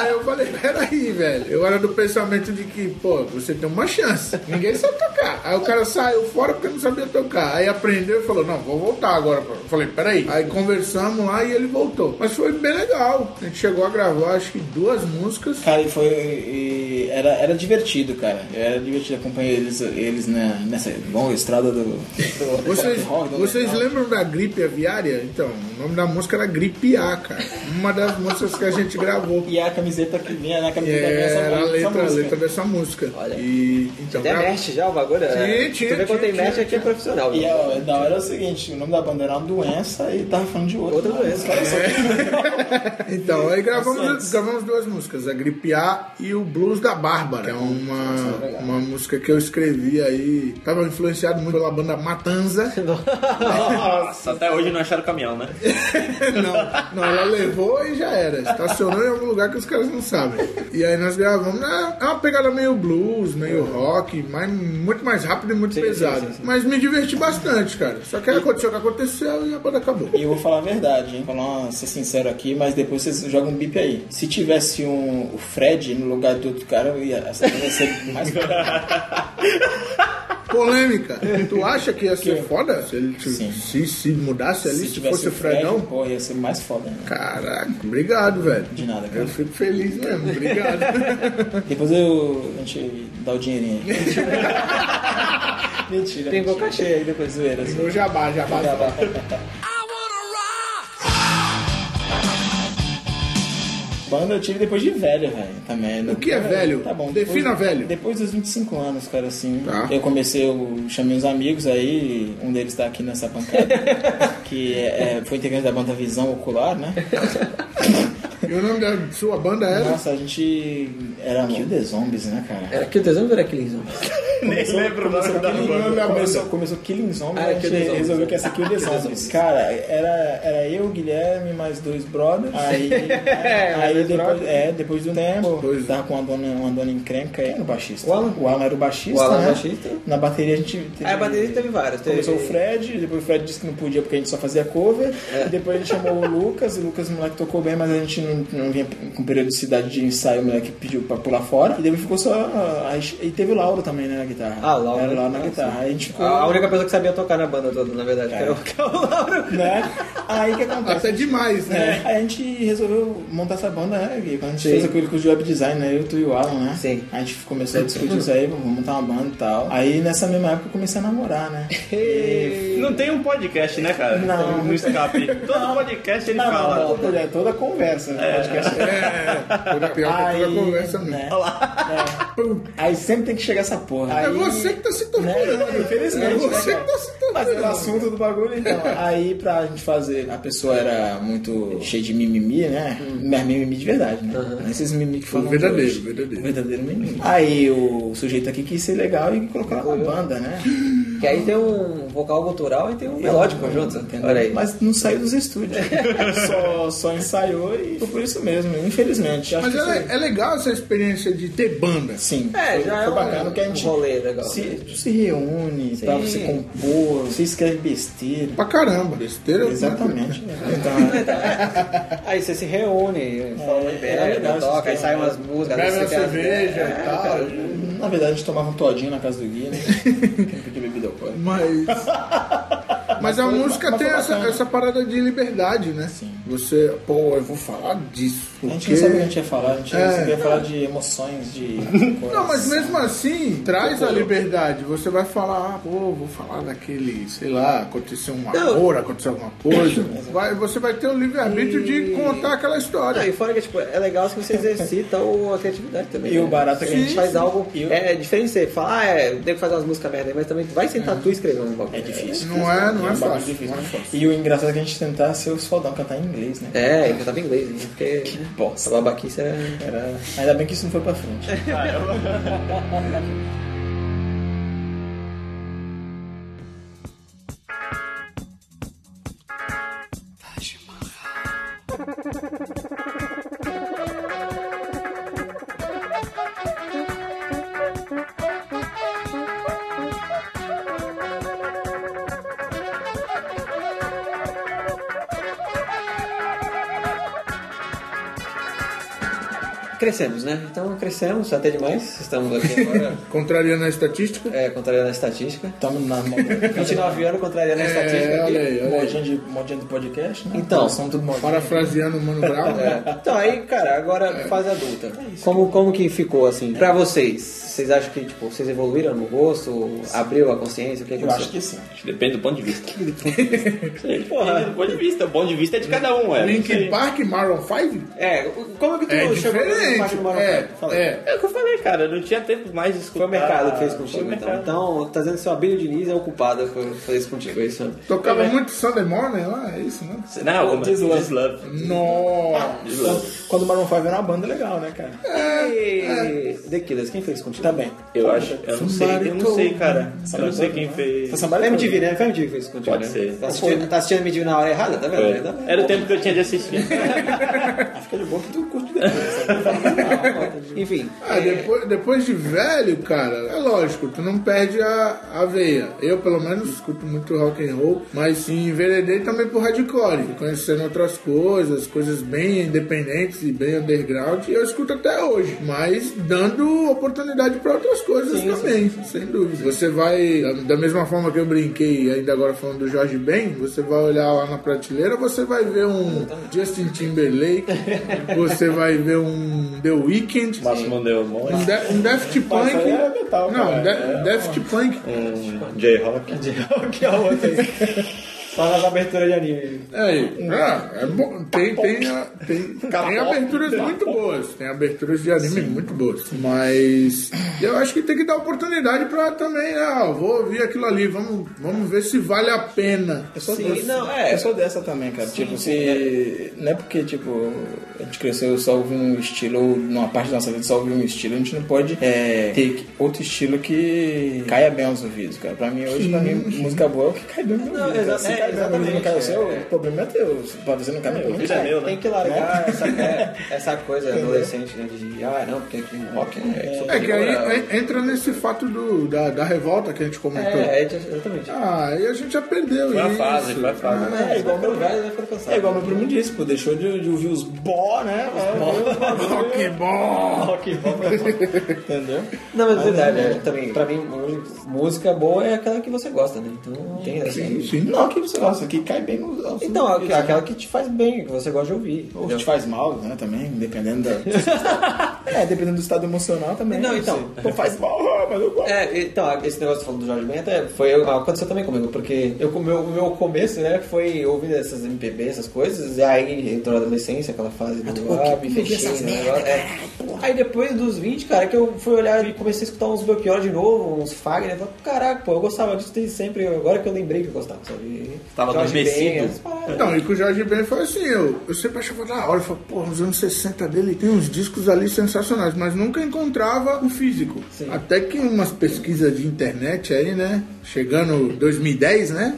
S4: Aí eu falei, peraí, velho, eu era do pensamento de que, pô, você tem uma chance, ninguém sabe tocar. Aí o cara saiu fora porque não sabia tocar, aí aprendeu e falou, não, vou voltar agora. pô. Eu falei, peraí. Aí conversamos lá e ele voltou. Mas foi bem legal, a gente chegou a gravar acho que duas músicas.
S3: Cara, e foi. e era, era divertido, cara. Era divertido acompanhar eles, eles né, nessa longa estrada do. do
S4: Vocês,
S3: rock, né? do
S4: vocês
S3: metal.
S4: lembram da gripe aviária? Então, o nome da música era Gripe A, cara. Uma das músicas que a gente gravou.
S3: E a camiseta que vinha na camiseta
S4: É,
S3: dessa
S4: era a
S3: essa
S4: letra, a
S3: música.
S4: letra dessa música.
S1: Olha.
S4: E, então,
S1: Até
S4: gra-
S1: merch já, o bagulho.
S4: Tinha,
S1: é-
S4: tinha,
S1: Tu vê quando
S4: tinha,
S1: tem merch
S4: tinha,
S1: aqui é profissional.
S3: E
S1: viu?
S3: a, da hora é o seguinte, o nome da banda era uma doença e tava falando de outra.
S1: Outra
S3: Né?
S1: doença.
S3: Cara,
S4: então aí gravamos, gravamos duas músicas, a Gripe A e o Blues da Bárbara. Que é uma, uma música que eu escrevi aí. Tava influenciado muito pela banda Matanza.
S2: Nossa, até hoje não acharam o caminhão, né?
S4: Não, não, ela levou e já era. Estacionou em algum lugar que os caras não sabem. E aí nós gravamos. né, É uma pegada meio blues, meio rock, mas muito mais rápido e muito pesado. Mas me diverti bastante, cara. Só que aconteceu o que aconteceu e a banda acabou.
S3: E eu vou falar a verdade, hein? Falar, uma- ser sincero aqui, mas depois vocês jogam um bip aí. Se tivesse um, o Fred no lugar do outro cara, eu ia, essa coisa ia ser mais
S4: Polêmica. Tu acha que ia ser foda se ele te-
S3: Sim.
S4: se, se mudasse ali, se, fosse o Fredão?
S3: pô, ia ser mais foda, né?
S4: Caraca, obrigado, velho.
S3: De nada, cara.
S4: Eu fico feliz mesmo, obrigado.
S3: Depois eu, a gente dá o dinheirinho aí. mentira.
S1: Tem
S3: mentira.
S1: boca cheia aí depois.
S3: Foi zoeira, assim.
S4: Meu jabá, jabá. jabá.
S6: I wanna rock!
S3: Banda eu tive depois de velho, velho, também.
S4: O que é velho?
S3: Tá bom.
S4: Defina
S3: depois,
S4: velho.
S3: Depois dos 25 anos, cara, assim.
S4: Tá.
S3: Eu comecei, eu chamei uns amigos aí, um deles tá aqui nessa pancada, que é- é- foi integrante da banda Visão Ocular, né?
S4: E o nome da sua banda é era?
S3: Nossa, a gente era Kill the Zombies, né, cara?
S1: Era aquele desenho ou era aquele desenho?
S2: Nem lembro o nome da banda.
S3: Começou, começou Killing Zombies,
S1: Ah,
S3: a
S1: era
S3: gente
S1: Kill the Zombies,
S3: resolveu
S1: é.
S3: que ia ser Kill the Zombies. Cara, era, era eu, Guilherme, mais dois brothers.
S1: Ah,
S3: Aí, aí depois, é, depois do tempo, eu tava com uma dona, uma dona encrenca, era o baixista.
S1: O Alan?
S3: O Alan era o baixista,
S1: O Alan era o
S3: né?
S1: baixista.
S3: Na bateria a gente... teve-
S1: Ah, a bateria teve várias. Teve...
S3: Começou o Fred, depois o Fred disse que não podia porque a gente só fazia cover.
S1: É.
S3: E depois a gente chamou o Lucas, o Lucas, o moleque tocou bem, mas a gente não, não vinha com periodicidade de ensaio, o moleque pediu pra pular fora. E depois ficou só. a gente- E teve o Lauro também, né, na guitarra.
S1: Ah, o Lauro.
S3: Era o Lauro na
S1: Ah,
S3: guitarra. Aí a gente ficou.
S1: A é única pessoa que sabia tocar na banda toda, na verdade, que era o que era o Lauro.
S3: Né? Aí o que acontece?
S4: Até demais, né?
S3: É, aí a gente resolveu montar essa banda, né? Gui? Quando a gente
S1: Sim.
S3: fez aquele curso de web design, né? Eu, tu e o Alan, né?
S1: Sim.
S3: A gente começou a discutir isso aí, vamos montar uma banda e tal. Aí nessa mesma época eu comecei a namorar, né? E
S2: Não tem um podcast, né, cara?
S3: Não.
S2: No escape. Todo podcast ele
S3: Não,
S2: fala.
S3: não, não, toda, é toda conversa,
S1: É.
S3: né? Podcast.
S4: Toda É, pior que
S3: Aí,
S4: toda conversa mesmo.
S3: né? É. Aí sempre tem que chegar essa porra.
S4: É
S3: Aí-
S4: você que tá se torturando.
S3: Né? Infelizmente,
S4: É
S3: né,
S4: você que
S3: cara?
S4: tá
S3: Mas
S4: se
S3: é o
S4: torturando.
S3: assunto do bagulho, então. Aí pra gente fazer. A pessoa era muito cheia de mimimi, né? Mas mimimi de verdade, né? Não Esses mimimi que falam. de
S4: Hum. verdadeiro,
S3: hoje.
S4: verdadeiro. Uhum.
S3: O verdadeiro mimimi. Aí o sujeito aqui quis ser legal e colocar uma banda, né?
S1: Que aí tem um vocal gutural e tem um melódico junto.
S3: Entendeu?
S1: Olha aí.
S3: Mas não saiu dos estúdios. só, só ensaiou e foi por isso mesmo, infelizmente. Acho
S4: Mas
S3: que
S4: é,
S3: isso-
S4: é legal essa experiência de ter banda.
S3: Sim.
S1: É, já
S3: foi,
S1: é
S3: foi
S1: um-
S3: bacana que a
S1: um
S3: gente
S1: rolê legal. né?
S3: se, se reúne, tá, você compor, você escreve besteira.
S4: Pra caramba. Besteira. né?
S3: Exatamente. Então,
S1: Aí você se reúne, fala uma
S3: é
S1: ideia,
S3: legal
S1: toca, aí
S3: essas
S1: saem umas músicas.
S4: Bebe
S1: aí você É, tem
S4: uma
S1: as
S4: cerveja
S1: ideias.
S4: e tal.
S3: na verdade, a gente tomava um todinho na casa do Gui, né? Que não podia beber alcoólico.
S4: Mas. Mas a música
S3: mas
S4: tem
S3: foi
S4: essa,
S3: bacana.
S4: essa parada de liberdade, né?
S3: Sim.
S4: Você, pô, eu vou falar disso.
S3: A gente
S4: Porque...
S3: não sabia o que a gente ia falar, a gente
S4: É.
S3: sabia falar de emoções, de
S4: Não, mas
S3: coisas.
S4: mesmo assim, traz a liberdade. Você vai falar, ah, pô, vou falar daquele, sei lá, aconteceu um amor, aconteceu alguma coisa. Vai, você vai ter o livre-arbítrio de contar aquela
S1: Não,
S4: história.
S1: e fora que tipo, é legal se você exercita o- a criatividade também.
S3: E
S1: né?
S3: o barato é que a
S1: Sim,
S3: gente-
S1: faz algo.
S3: E o-
S1: É, é diferente você falar, ah, é, tem que fazer umas músicas merda aí, mas também tu vai sentar tu escrevendo um bagulho.
S3: É difícil.
S4: Não é, não é
S1: um
S3: bagulho
S4: fácil.
S3: difícil.
S4: Não é
S1: né?
S4: fácil.
S3: E o engraçado é que a gente tentar ser os fodão, cantar em inglês, né?
S1: É, eu tava em inglês, né? porque. Que bosta. É. A babaquice é, era.
S3: Era... Ainda bem que isso não foi pra frente.
S1: Crescemos, né? Então crescemos até demais. Estamos aqui agora.
S4: Contrariando a estatística.
S1: É, contrariando a estatística.
S3: Estamos na
S1: 29 anos contrariando a estatística.
S4: É, olha aí, olha aí.
S3: modinha de, modinha do podcast, né?
S1: Então.
S3: são tudo modinha.
S4: Parafraseando o Mano Brown. né?
S1: É. Então aí, cara, agora fase adulta. como, como que ficou assim? Pra vocês, vocês acham que tipo, vocês evoluíram no gosto? Abriu a consciência? O que
S3: Eu acho
S1: aconteceu?
S3: que sim.
S2: Depende do ponto de vista. Sei, Depende do ponto de vista. O ponto de vista é de cada um, é.
S4: Link
S2: Sei.
S4: Park, Maroon 5?
S1: É, o- como é que tu
S4: É
S1: chegou nessa
S4: diferente.
S1: parte do Maroon
S4: É,
S1: Five? Fala aí.
S4: é.
S2: É o que eu falei, cara. Eu não tinha tempo mais de escutar.
S1: Foi o mercado que fez
S2: Foi o
S1: contigo, então.
S2: mercado.
S1: Então, tá dizendo que seu Abílio Diniz é o culpado por fazer isso contigo, é isso? mesmo.
S4: Tocava muito Sunday Morning lá, é isso, né?
S2: Não, como é?
S3: Dislove.
S2: Dislove.
S4: Nossa!
S3: Então, quando o Maroon 5 era uma banda legal, né, cara?
S1: E... The Killers, quem fez contigo?
S3: Tá bem.
S2: Eu acho. Eu não sei, eu não sei, cara. Eu não sei quem fez.
S1: Foi
S3: Foi Somebody
S1: MTV,
S3: Told Me.
S1: né? Foi MTV que fez contigo,
S2: Pode
S1: né?
S2: ser. É.
S1: Tá assistindo, tá assistindo MTV na hora errada, tá vendo? é
S2: Foi.
S1: Tá vendo?
S2: Era o tempo que eu tinha de assistir.
S3: Fica de boa que tu curte depois.
S1: né? Enfim.
S4: Ah, depois, depois de velho, cara, é lógico, tu não perde a, a veia. Eu, pelo menos, escuto muito rock and roll, mas sim, enveredei também pro hardcore, conhecendo outras coisas, coisas bem independentes e bem underground, e eu escuto até hoje, mas dando oportunidade pra outras coisas também, sem dúvida. Você vai, da mesma forma que eu brinquei ainda agora falando do Jorge Ben, você vai olhar lá na prateleira, você vai ver um Justin Timberlake, você vai ver um The Weeknd,
S2: Márcio Mandeu Monte,
S4: um, de um Daft Punk.
S3: aí é metal,
S4: não,
S3: cara.
S4: um de
S3: É,
S4: Daft Punk.
S2: um J-Rock.
S3: que é outra. Só nas aberturas de anime.
S4: É,
S3: Um
S4: é, é bom. Tem, tem, a- tem, tem aberturas muito boas. Tem aberturas de anime muito boas. Mas eu acho que tem que dar oportunidade pra também, ah, vou ouvir aquilo ali, vamos, vamos ver se vale a pena.
S3: Eu sou
S1: Sim,
S3: dessa.
S1: não, é.
S3: Eu sou dessa também, cara. tipo, se. Não é porque, tipo, a gente cresceu só ouvindo um estilo, ou numa parte da nossa vida só ouvindo um estilo, a gente não pode é, ter outro estilo que caia bem aos ouvidos, cara. Pra mim, hoje, pra mim, música boa é o que cai bem aos ouvidos. cara.
S1: exa-
S3: Se
S1: é,
S3: cai bem aos ouvidos, não cai o seu, o problema é teu. Pra você não cai meu.
S2: Vida é meu, né?
S1: Tem que largar essa, é, essa coisa adolescente, né? De, ah, não, porque aqui no rock é...
S4: É que aí en- entra nesse fato do, da, da revolta que a gente comentou.
S1: É, é, exatamente.
S4: Ah, e a gente aprendeu
S2: Foi a
S4: isso.
S2: fase, foi a fase.
S1: É, igual meu lugar, ele vai ficar cansado.
S3: É igual meu primo disse, pô, deixou de, de ouvir os bó, né?
S4: Rock bom!
S3: Rock and roll, entendeu?
S1: Não, mas é verdade, é, também, pra mim, hoje, música boa é aquela que você gosta, né? Então tem essa.
S3: Não, que você gosta, que cai bem aos aos
S1: Então,
S3: ouvidos,
S1: aqu- aquela que te faz bem, que você gosta de ouvir.
S3: Ou te
S1: entendeu?
S3: faz mal, né? Também, dependendo da. é, dependendo do estado emocional também.
S1: Não,
S3: né,
S1: então.
S3: você- Pô, faz mal, ah, mas eu gosto.
S1: É, então, esse negócio falando do Jorge Ben até foi, aconteceu também comigo, porque eu, o, meu, o meu começo, né, foi ouvindo essas MPB, essas coisas, e aí entrou na adolescência, aquela fase do ah, me fechei, né, agora- é. Aí depois dos 20, cara, que eu fui olhar e comecei a escutar uns Belchior de novo, uns Fagner, eu falei, caraca, pô, eu gostava disso desde sempre, agora que eu lembrei que eu gostava, sabe?
S2: Tava
S1: Jorge Ben,
S2: adormecido.
S1: essas paradas.
S4: Não, Então, e com o Jorge Ben foi assim, eu, eu sempre achava da hora, eu falava, pô, nos anos 60 dele tem uns discos ali sensacionais, mas nunca encontrava o físico. Até que umas pesquisas de internet aí, né, chegando 2010, né,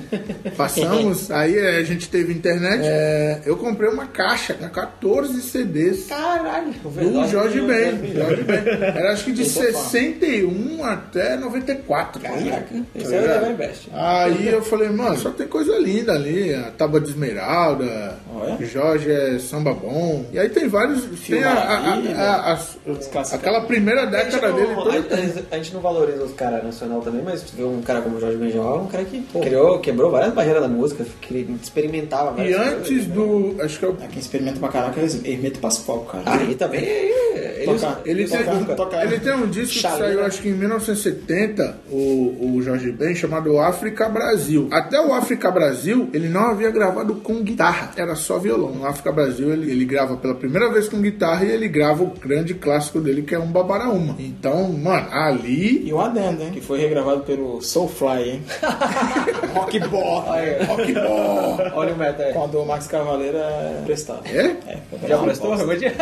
S4: passamos, aí é, a gente teve internet, é, eu comprei uma caixa com 14 CDs.
S1: Caralho, o
S4: Do
S1: velório
S4: Jorge
S1: do-
S4: Ben, Jorge Ben. Era acho que de 61 até 94. Caraca.
S1: Esse é o Jorge Ben Best.
S4: Aí eu falei, mano, só tem coisa linda ali. A Tábua de Esmeralda,
S3: Olha.
S4: Jorge é samba bom. E aí tem vários. Tem a, a- a- a- a- aquela primeira
S1: A gente,
S4: década
S1: não,
S4: dele.
S1: a-
S4: toda tem.
S1: a- a gente não valoriza os caras nacional também, mas tu vê um cara como o Jorge Benjol, é um cara que pô, criou, quebrou várias barreiras da música, que ele experimentava
S4: E
S1: várias
S4: antes
S1: coisas, né?
S4: do. Acho que é o.
S3: Quem experimenta pra caraca é Hermeto Pascoal, cara.
S1: Aí Ah, também é- ele,
S3: Tocar.
S4: Ele tem,
S3: Tocar, tocar.
S4: ele tem um disco que
S3: Chaleira.
S4: saiu acho que em 1970, o, o Jorge Ben, chamado África Brasil. Até o África Brasil, ele não havia gravado com guitarra, era só violão. No África Brasil, ele, ele grava pela primeira vez com guitarra e ele grava o grande clássico dele, que é Um Babaraúma. Então, mano, ali
S3: E um adendo, hein? Que foi regravado pelo Soulfly, hein? Rock Ball. Rock Ball.
S1: Olha o meta aí.
S3: Quando o Max Cavaleiro é prestado.
S4: É?
S3: É,
S1: Já prestou? Agora de-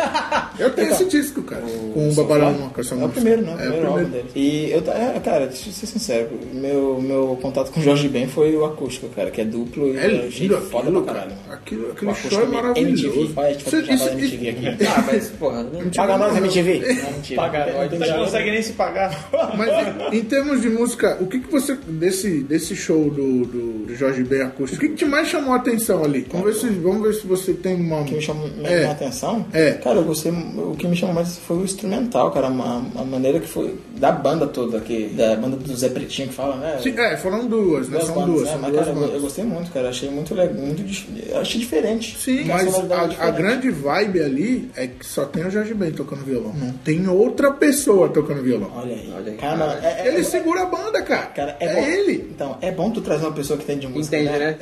S4: Eu tenho esse disco, cara. Com o Babarão, com essa
S3: É o
S4: música.
S3: primeiro, né? O
S4: É
S3: primeiro álbum dele. E eu, ta- é, cara, deixa eu ser sincero, meu, meu contato com o Jorge Ben foi o acústico, cara, que é duplo e
S4: É
S3: eu achei
S4: lindo
S3: foda pra
S4: aquilo, cara.
S3: caralho. né?
S4: Aquilo,
S3: O
S4: aquele
S3: acústico
S4: show é
S3: me-
S4: maravilhoso.
S3: MTV. Olha, tipo, a gente vai
S4: Isso-
S3: chamar
S4: isso-
S3: MTV aqui.
S1: Ah, mas porra, não
S3: Paga nós, MTV. Paga nós.
S2: Não consegue nem se pagar.
S4: Mas em- em termos de música, o que, que você. Desse, desse show do, do do Jorge Ben acústico, o que, que te mais chamou a atenção ali? Vamos ver se, vamos ver se você tem uma.
S3: O que me chamou mais
S4: É.
S3: a atenção?
S4: É.
S3: Cara, eu gostei. O que me chamou mais foi o instrumental, cara. Uma, a maneira que foi. Da banda toda, que, da banda do Zé Pretinho que fala, né?
S4: Sim, é, foram duas, né?
S3: Duas
S4: São
S3: bandas,
S4: duas.
S3: né?
S4: são
S3: Mas,
S4: duas
S3: cara, eu-
S4: bandas.
S3: eu gostei muito, cara. Achei muito legal. Muito, dif- eu achei diferente.
S4: Sim,
S3: Uma
S4: mas
S3: sonoridade
S4: a, a
S3: diferente.
S4: grande vibe ali é que só tem o Jorge Ben tocando violão.
S3: Uhum.
S4: Não tem outra pessoa tocando violão.
S3: Olha aí.
S1: Olha aí.
S3: Cara, mano, Ah, é, é-
S4: Ele segura a banda, cara.
S3: cara, é,
S4: é
S3: bom.
S4: ele.
S3: Então, é bom tu trazer uma pessoa que entende de música.
S1: Entende, né?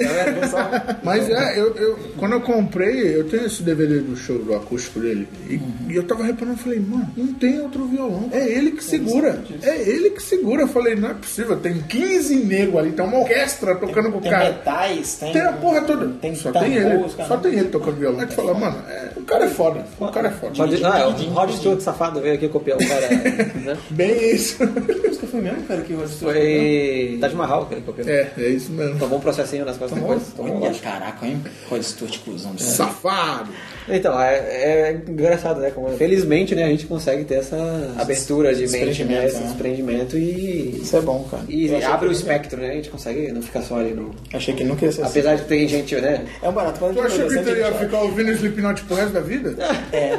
S4: Mas é, eu, eu- quando eu comprei, eu tenho esse DVD do show do acústico dele. E, e eu tava reparando, eu falei, mano, não tem outro violão. É ele que segura. É ele que segura. Eu falei, não é possível, tem 15 negros ali, tem uma orquestra tocando com o
S3: Tem
S4: cara.
S3: metais, tem.
S4: Tem a porra toda.
S3: Tem né?
S4: só
S3: tambores,
S4: tem ele.
S3: cara.
S4: Só tem ele tocando violão. Aí tu fala, mano, é, o cara é foda. O cara é foda.
S1: Rod, ah, é, o Rod Stewart safado veio aqui copiar o cara. né?
S4: Bem isso.
S3: Foi mesmo, cara, que você
S1: Foi. Taj Mahal que ele copiou.
S4: É, é isso mesmo.
S1: Tomou um processinho nas costas depois. Tomou.
S3: Olha, caraca, hein? Rod Stewart, cuzão.
S4: Safado.
S1: Então, é, é engraçado, né? Como, felizmente, né, a gente consegue ter essa abertura de mente, né?
S3: desprendimento,
S1: Esse
S3: né?
S1: desprendimento e.
S3: Isso é bom, cara.
S1: E
S3: Eu achei
S1: abre o
S3: que-
S1: espectro, né? A gente consegue não ficar só ali no.
S3: Achei que nunca ia ser assim.
S1: Apesar de ter gente, né?
S3: É um barato, mas
S4: Tu achou que tu ia
S3: interessante, É,
S4: ficar ouvindo Slipknot pro resto da vida?
S3: é.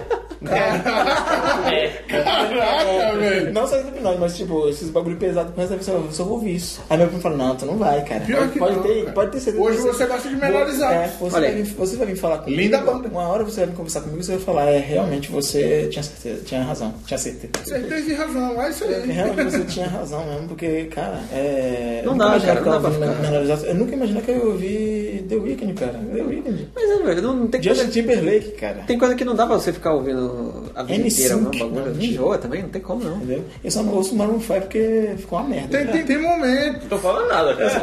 S4: Caraca, velho.
S3: Não só esse hipnose, mas tipo, esses bagulho pesado com essa pessoa, eu só vou ouvir isso. Aí meu primo fala, não, tu não vai, cara.
S4: Pior
S3: Pode-
S4: que
S3: pode
S4: não,
S3: ter,
S4: cara.
S3: pode ter certeza.
S4: Hoje
S3: que
S4: você gosta de menorizar.
S3: É, você,
S1: Olha
S3: vai
S1: aí.
S3: vir, você vai vir falar comigo.
S4: Linda banda.
S3: Uma hora você vai vir conversar comigo e você vai falar, é, realmente você tinha certeza, tinha razão, tinha certeza.
S4: Certeza e razão, é isso aí.
S3: Realmente você tinha razão mesmo, porque, cara, é.
S1: Não
S3: eu
S1: dá,
S3: nunca imaginava
S1: cara, não
S3: que eu
S1: dá pra
S3: tava
S1: ficar.
S3: menorizado. Eu nunca imaginei que eu ouvi The Weeknd, cara. The Weeknd.
S1: Mas é, velho, não, não tem coisa.
S3: Justin Timberlake, cara.
S1: Tem coisa que não dá pra você ficar ouvindo a vida
S3: M5,
S1: inteira, não, um bagulho.
S3: não.
S1: Enjoa também, não tem como não.
S3: Entendeu? Eu só não ouço Maroon 5 porque ficou uma merda. tá?
S4: Tem, tem, tem momento.
S2: Não tô falando nada, cara.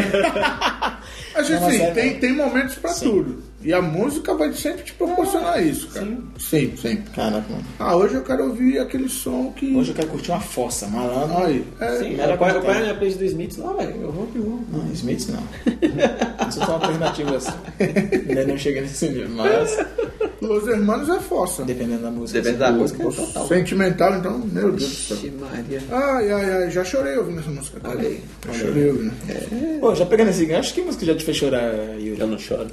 S4: Mas
S3: Não, mas
S4: assim,
S3: é-
S4: tem, tem momentos pra tudo. E a música vai sempre te
S3: Ah,
S4: proporcionar isso, cara. Sempre, sempre.
S3: Caraca, mano.
S4: Ah, hoje eu quero ouvir aquele som que.
S3: Hoje eu quero curtir uma força, malandro.
S4: Aí, é,
S1: Sim,
S3: melhor
S1: eu ponho eu
S3: coisa que
S1: ponho
S3: tem.
S1: a minha playlist do Smith lá, velho. Eu vou um." que vou.
S3: Não, Smith não. Isso é são alternativas. assim. Ainda não chega nesse nível, mas
S4: Los Hermanos é força.
S3: dependendo da música.
S1: Depende da
S3: assim,
S1: música, total.
S4: Sentimental, então, meu Deus do céu.
S1: Vixe, Maria.
S4: Ai, ai, ai, já chorei ouvindo essa música. Cara.
S1: aí.
S4: Já chorei ouvindo.
S3: Pô, já pegando esse gancho, que música já te fez chorar, Yuri?
S2: Eu não choro.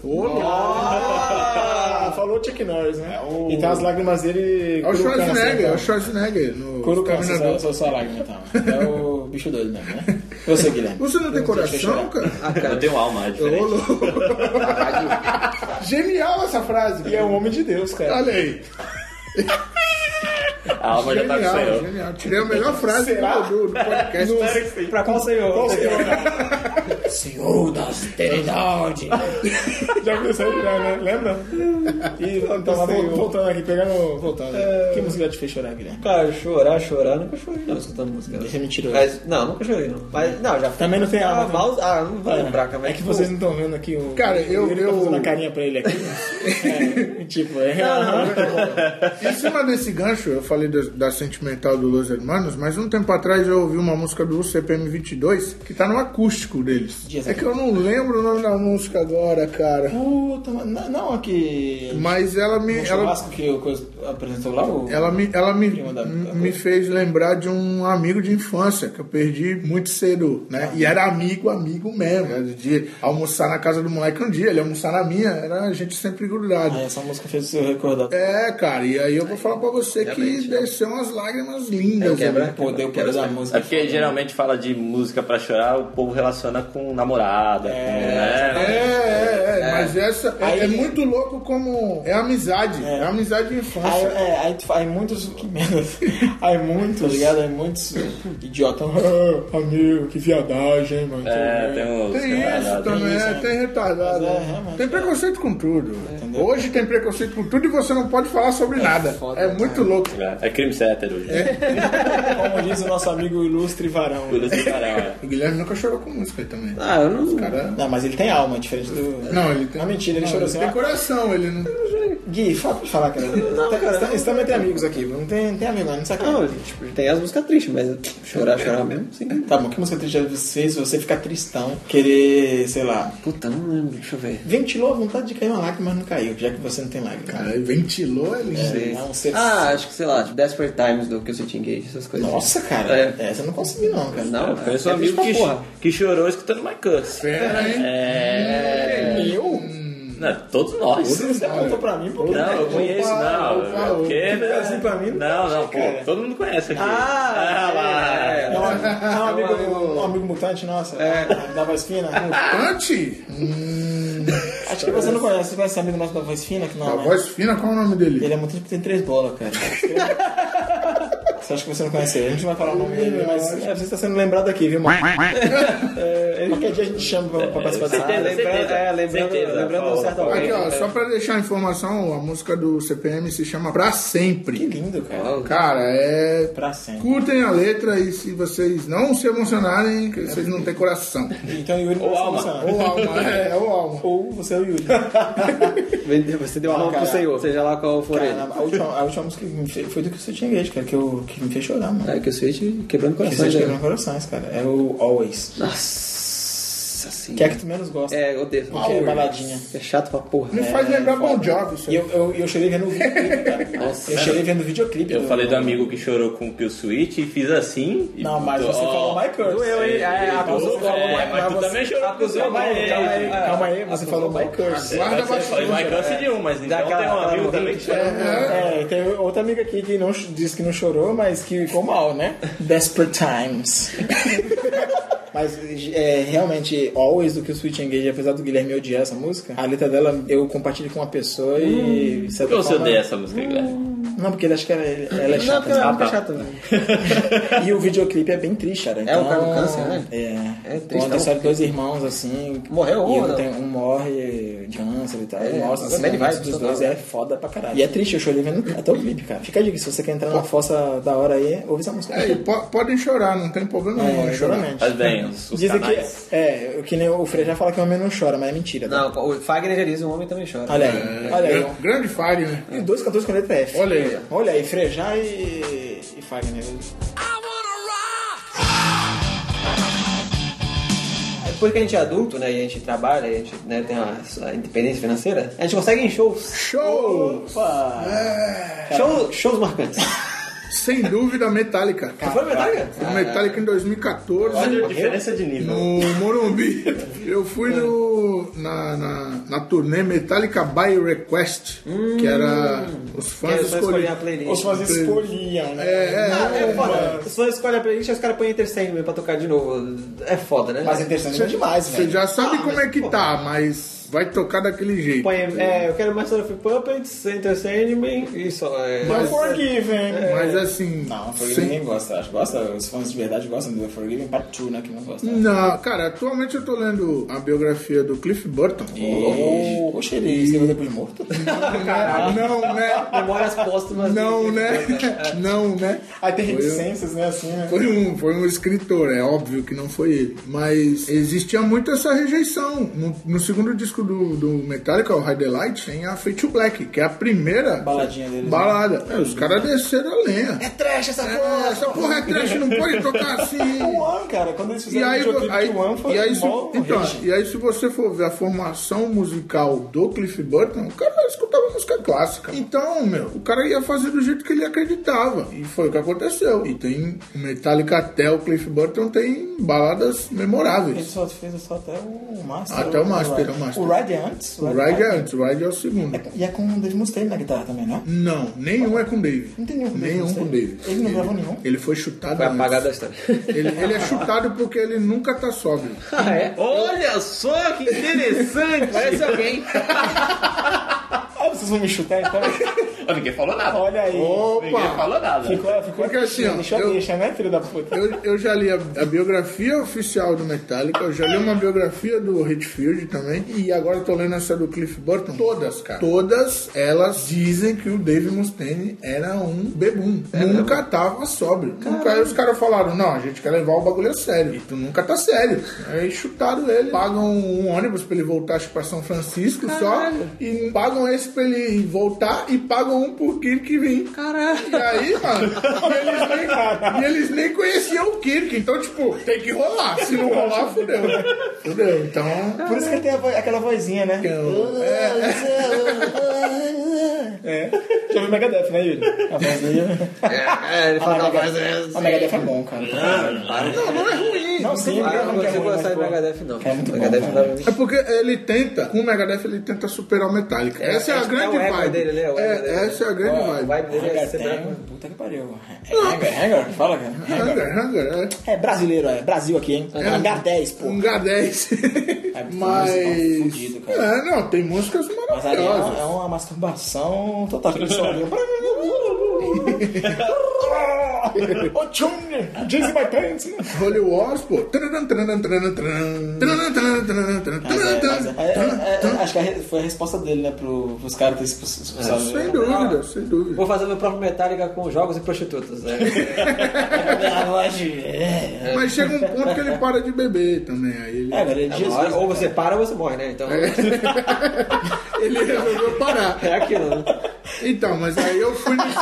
S3: Ah, falou Chuck Norris, né? Então as lágrimas dele.
S4: É o
S3: curucam, assim,
S4: Schwarzenegger, é o
S3: então.
S4: Schwarzenegger no
S3: Curucam, essa
S4: Exterminador.
S3: essa é a sua lágrima então. É o bicho doido mesmo, né? Você, Guilherme.
S4: Você não tem coração, cara?
S1: Ah,
S2: Eu
S1: cara.
S2: tenho alma, é
S4: Ô,
S2: diferente.
S4: louco. Genial essa frase.
S3: E é um homem de Deus, cara.
S4: Olha aí.
S2: A alma já tá com o
S4: Genial,
S2: Senhor.
S4: genial. Tirei a melhor frase do, do, do podcast.
S3: Pra qual senhor? Qual senhor? senhor da eternidade. já começou já, né? Lembra? E, então, vol- voltando aqui, pegando. Voltando. Que música já te fez chorar, Guilherme?
S1: Cara, chorar, chorar, nunca chorei não escutando música.
S3: Isso é mentiroso.
S1: Mas, não, nunca chorei não. Mas, não, já
S3: Também não tem
S1: ah,
S3: alma.
S1: mal, ah, não vou lembrar, cara. mas,
S3: É que
S1: tipo,
S3: vocês não estão vendo aqui o.
S4: Cara, eu-
S3: Ele tá
S4: eu-
S3: fazendo a carinha pra ele aqui. É, tipo, é.
S4: Em cima desse gancho, eu falei da, da sentimental do Los Hermanos, mas um tempo atrás eu ouvi uma música do CPM 22 que tá no acústico deles.
S3: Diz
S4: É
S3: aqui.
S4: que eu não lembro o nome da música agora, cara.
S3: Puta, mas não, não aqui.
S4: Mas ela me.
S3: O
S4: Ela,
S3: churrasco que o Coisa apresentou lá? O...
S4: ela me, ela me,
S3: Prima da- da
S4: me
S3: coisa.
S4: fez lembrar de um amigo de infância que eu perdi muito cedo, né? E era amigo, amigo mesmo. né? De almoçar na casa do moleque um dia, ele almoçar na minha, era a gente sempre grudado.
S3: Ah, essa música fez o seu recordar.
S4: É, cara, e aí eu vou falar pra você que
S3: né?
S4: desceu umas lágrimas
S3: É,
S4: lindas.
S1: quebra.
S4: né?
S3: Pô, deu o poder da música.
S2: É porque geralmente fala de música pra chorar, o povo relaciona com namorada, com.
S4: É,
S2: né?
S4: é, é, mas essa é-
S3: Aí-
S4: é, muito louco como é amizade, é, amizade de
S3: Aí,
S4: infância.
S3: é, aí, tu- aí muitos. Que merda. Aí muitos, tá ligado? Aí muitos idiotas. Ah, amigo, que viadagem, hein, mano.
S2: É, tem uns.
S4: Tem isso
S2: camaradas.
S4: também,
S3: Tem isso,
S4: é,
S3: né?
S4: tem retardado.
S3: Mas é,
S4: né?
S3: realmente,
S4: tem
S3: é.
S4: preconceito com tudo. Hoje tem preconceito com tudo e você não pode falar sobre nada.
S3: foda,
S4: é muito louco.
S2: É, é crime sétero hoje. É.
S3: Como diz o nosso amigo ilustre Varão. né?
S2: Tudo assim, caralho. é.
S4: O Guilherme nunca chorou com música aí também.
S1: Ah, eu não.
S4: Cara,
S3: Não, mas ele tem alma, diferente do.
S4: não, ele tem.
S3: Não, mentira, ele
S4: não,
S3: chorou assim.
S4: Tem
S3: ó.
S4: coração, ele não.
S3: Gui, fala pra falar, cara. Tá- tá- Estamos entre amigos aqui, não tem, tem amigo, não saca.
S1: Não, tipo, tem as músicas tristes, mas chorar, chorar mesmo, sim.
S3: Tá bom, que música triste já fez você ficar tristão? Querer, sei lá.
S1: Puta, não lembro, deixa eu ver.
S3: Ventilou a vontade de cair uma lágrima, mas não caiu, já que você não tem lágrima.
S4: Cara, ele ventilou, é lindo.
S3: Sei lá, um ser-
S1: Ah, acho que sei lá, tipo, Desperate Times do que eu senti engage, essas coisas.
S3: Nossa, cara,
S1: É.
S3: essa eu não consegui, não, cara.
S1: Não,
S2: Eu conheço um
S1: é triste
S2: amigo que,
S1: pra porra.
S2: que chorou escutando My Curse.
S4: Pera, hein?
S2: É.
S4: Eu?
S2: Não, todos nós.
S3: Você apontou pra mim porque.
S2: Não, eu conheço,
S4: Opa,
S2: não.
S4: opa,
S2: é porque-
S3: opa. Assim pra mim,
S2: Não, não, pô. Todo mundo conhece aqui.
S3: Ah,
S2: Ah, lá.
S3: É um, é um amigo, um amigo mutante, nossa. Da voz fina.
S4: Ante,
S3: Acho que você não conhece. Você conhece esse amigo nosso da voz fina? Que não,
S4: a
S3: né?
S4: voz fina, qual é o nome dele?
S3: Ele é mutante porque tem três bolas, cara. Você acha que você não conhece ele? A gente não vai falar o nome dele, mas é, você está sendo lembrado aqui, viu, mano? É, ele- qualquer dia a gente chama pra, pra participar desse
S2: certeza,
S3: lembra-
S2: é, certeza.
S3: é, lembrando,
S2: Certeza,
S3: lembrando um
S2: Paulo,
S3: certa
S2: Paulo.
S4: Aqui,
S3: alguém.
S4: ó, só pra deixar a informação, a música do CPM se chama Pra
S3: Que
S4: Sempre.
S3: lindo, cara.
S4: Cara, é.
S3: Pra sempre.
S4: Curtem a letra e se vocês não se emocionarem, que vocês não têm coração.
S3: Então, Yuri,
S2: Ô,
S3: você
S2: alma.
S3: funciona.
S4: Ou alma, é, ou alma.
S3: Ou você é o Yuri.
S1: Você deu a mão pro
S3: cara.
S1: senhor, seja lá qual for
S3: Cara,
S1: ele.
S3: a última, a última música que me fez, foi do que você tinha cara, que, eu, que me fez chorar, mano.
S1: É que o Switch quebrando
S3: que
S1: corações.
S3: você tinha
S1: né?
S3: quebrando corações, cara. É o Always.
S1: Nossa
S3: Que é a
S1: senhora.
S3: que tu menos gosta.
S1: É, eu odeio.
S3: que é baladinha.
S1: É chato pra porra.
S4: Me faz lembrar Bon Job, isso
S3: E
S4: aí.
S3: eu, eu, eu chorei vendo o videoclipe, cara.
S1: Nossa,
S3: eu chorei vendo o videoclipe.
S2: Eu falei do amigo que chorou com o Kill Switch e fiz assim. e-
S3: Não, mas você
S2: Ó,
S3: falou My Curse. então
S1: Doeu, hein? É, acusou.
S2: É, mas tu
S3: você-
S2: também chorou com o
S1: acusou,
S2: seu
S1: mas-
S3: Calma aí, calma aí, você falou My Curse.
S4: Guarda
S2: Eu falei
S4: baixinho.
S2: My Curse de um, mas então
S1: Daquela-
S2: tem um amigo
S1: daquela
S2: também que chorou.
S3: É, tem outra amiga aqui que não, ch- disse que não chorou, mas que ficou mal, né? Desperate Times. mas é, realmente, Always do que o Switch Engage, apesar do Guilherme odiar essa música, a letra dela eu compartilho com uma pessoa e. de
S2: Por
S3: certa
S2: que você
S3: forma-
S2: odeia essa música, Guilherme?
S3: Não, porque ele acha que ela, ela é chata.
S1: ela é
S3: né?
S1: muito
S3: Ah, tá.
S1: chata, né?
S3: E o videoclipe é bem triste, cara.
S1: É, o
S3: Então,
S1: cara do câncer, né?
S3: É.
S1: É
S3: É
S1: triste,
S3: triste.
S1: tá
S3: Conta de dois irmãos, assim.
S1: Morreu um,
S3: e
S1: né?
S3: tem, Um morre de câncer e tal.
S1: É,
S3: É, Nossa,
S1: mas
S3: assim,
S1: bad
S3: a morte
S1: vibes
S3: dos
S1: total,
S3: dois
S1: né?
S3: é foda pra caralho. E é triste, eu chorei vendo até o clipe, cara. Fica a dica, se você quer entrar na fossa da hora aí, ouve essa música.
S4: É, e po- podem chorar, não tem problema
S3: É,
S4: nenhum. em
S3: chora
S4: chorar.
S3: mesmo.
S2: Mas bem, os, os
S3: Dizem
S2: canais.
S3: que. É, que nem o Frei já fala que o homem não chora, mas é mentira. tá?
S1: Não, o Fagner já diz, o homem também chora.
S3: Olha aí, olha aí.
S4: Gran- Grande Fire, né?
S3: ó. E dois cantores com letra F.
S4: é. Olha aí.
S3: Olha aí, Frejá e. e Fagner.
S6: I wanna rock.
S1: Depois que a gente é adulto, né, e a gente trabalha, e a gente né, tem a, a independência financeira, a gente consegue em shows.
S4: Show!
S3: Opa!
S1: Show- shows marcantes.
S4: Sem dúvida, Metallica.
S1: Foi Metallica?
S4: O Metallica em 2014.
S2: Olha a diferença de nível.
S4: No Morumbi, eu fui no, na, na, na turnê Metallica by Request, que Hum. era os fãs
S1: É, só escolher a
S4: escolhidos.
S1: playlist.
S3: Os fãs escolhiam, né?
S4: É, é.
S1: É foda. Se você escolhe a playlist, aí os caras põem Enter Sandman pra tocar de novo. É foda, né?
S3: Mas interessante é demais,
S4: Você
S3: velho.
S4: já sabe como é que tá, mas vai tocar daquele jeito.
S1: Põe, é, eu quero Master of Puppets, Enter Sandman e só. É,
S3: Mas, Forgiven.
S4: Mas assim.
S3: Não, Forgiven
S4: sem-
S3: ninguém gosta, acho. Gosta, os fãs de verdade gostam do Forgiven Part 2, né? Que não gosta.
S4: Não, cara, atualmente eu tô lendo a biografia do Cliff Burton.
S3: E... Poxa, ele escreveu depois de morto?
S4: Não, né?
S1: Memórias póstumas.
S4: Não, né? Não, né?
S3: Aí tem
S4: Foi eu.
S3: reticências, né? Assim, né?
S4: Foi um, foi um escritor, é óbvio que não foi ele. Mas existia muito essa rejeição. No, no segundo disco do, do Metallica, o High Light, tem a Fate to Black, que é a primeira
S3: Baladinha deles, né?
S4: balada. É, os caras desceram a lenha.
S3: É trash essa
S4: É, essa porra é trash, não pode tocar assim.
S3: O One, cara, quando eles
S4: E
S3: fizeram
S4: aí,
S3: o videoclipe
S4: aí,
S3: de One, foi um
S4: e, aí, se,
S3: mó
S4: então,
S3: hit.
S4: e aí, se você for ver a formação musical do Cliff Burton, o cara escutava música clássica. Então, meu, o cara ia fazer do jeito que ele acreditava. E foi o que aconteceu. E tem o Metallica até o Cliff Burton tem baladas
S3: Ele
S4: memoráveis.
S3: só fez só até o Master.
S4: Até o Master,
S3: Ride.
S4: o Master.
S3: O Ride é antes.
S4: O Ride é antes, o Ride é o segundo.
S3: E é com o Dave Mustaine na guitarra também, né?
S4: Não, nenhum é com o Dave.
S3: Não tem nenhum com o Dave
S4: Nenhum com o
S3: Mustaine.
S4: Dave.
S3: Ele não gravou nenhum.
S4: Ele foi chutado
S1: Foi
S4: antes.
S1: apagado da história.
S4: Ele, ele é chutado porque ele nunca tá sóbrio.
S1: Ah, é?
S2: Olha só que interessante!
S1: Parece alguém.
S3: Ah, vocês vão me chutar então?
S2: Ó, ninguém falou nada.
S3: Olha aí.
S2: Ninguém
S4: Opa!
S2: falou nada.
S3: Ficou, ficou
S4: Porque assim, ó,
S3: Deixa
S4: eu-
S3: deixa, né, filho da puta?
S4: Eu, eu já li a, a biografia oficial do Metallica, eu já li uma biografia do Redfield também, e agora eu tô lendo essa do Cliff Burton. Todas, cara. Todas elas dizem que o Dave Mustaine era um bebum. nunca tava sóbrio. Nunca, aí os caras falaram, não, a gente quer levar o bagulho a sério. E tu nunca tá sério. Aí chutaram ele, pagam um ônibus pra ele voltar acho que pra São Francisco só, e pagam esse pra ele voltar, e pagam um por Kirk vir. E aí, mano, e eles, nem, e eles nem conheciam o Kirk, então, tipo, tem que rolar. Se não rolar, fudeu. né? Fudeu, então.
S3: Por isso que ele tem a vo- aquela vozinha, né? É. Já viu Megadeth, né, Yuri? A voz dele. Ah,
S1: É, ele fala,
S3: O Megadeth é bom, cara.
S4: Não, não é ruim, ruim.
S3: Não,
S4: muito
S3: sim,
S4: ruim.
S1: Ah, eu não
S3: que é
S1: consigo
S3: ruim, mas,
S1: gostar de
S3: pô,
S1: Megadeth, não.
S3: é muito bom,
S1: Megadeth
S3: cara.
S1: pra mim.
S4: É porque ele tenta, com o Megadeth ele tenta superar o Metallica.
S1: É,
S4: essa é,
S1: é
S4: a
S1: o
S4: grande
S1: ego
S4: vibe.
S1: dele, né? O ego dele.
S4: É, essa é a grande
S1: O
S4: vibe.
S1: vibe dele é
S3: Hangar
S1: ser
S3: tem,
S1: branco.
S3: um puta que pariu. É Hangar, Hangar, fala, cara. Hangar.
S4: Hunger, Hunger, é.
S3: É brasileiro, é Brasil aqui, hein? Hangar 10, pô.
S4: Um H10.
S3: muito
S4: Mas.
S3: fudido, cara.
S4: É, não, tem músicas
S3: Mas ali é
S4: maravilhosas.
S3: uma, é uma masturbação total. Aquele solinho. Oh, Chung! Jizz in my pants! né?
S4: Holy Wars, pô. Tran, tran, tran, tran, tran. Tran, tran, tran, tran,
S3: Mas é, mas é.
S4: tran,
S3: É, é, é,
S4: tran,
S3: acho que a re- foi a resposta dele, né, pro, pros caras terem expulsado.
S4: tran. Sem dúvida, sem dúvida.
S1: Vou fazer meu próprio Metallica com jogos e prostitutas. né?
S3: Ah, É,
S4: Mas chega um ponto que ele para de beber também. Aí ele,
S3: cara, ele diz.
S1: Agora, É, ou você para ou você morre, né? Então
S4: ele resolveu parar.
S1: é aquilo. né?
S4: Então, mas aí eu fui nesse.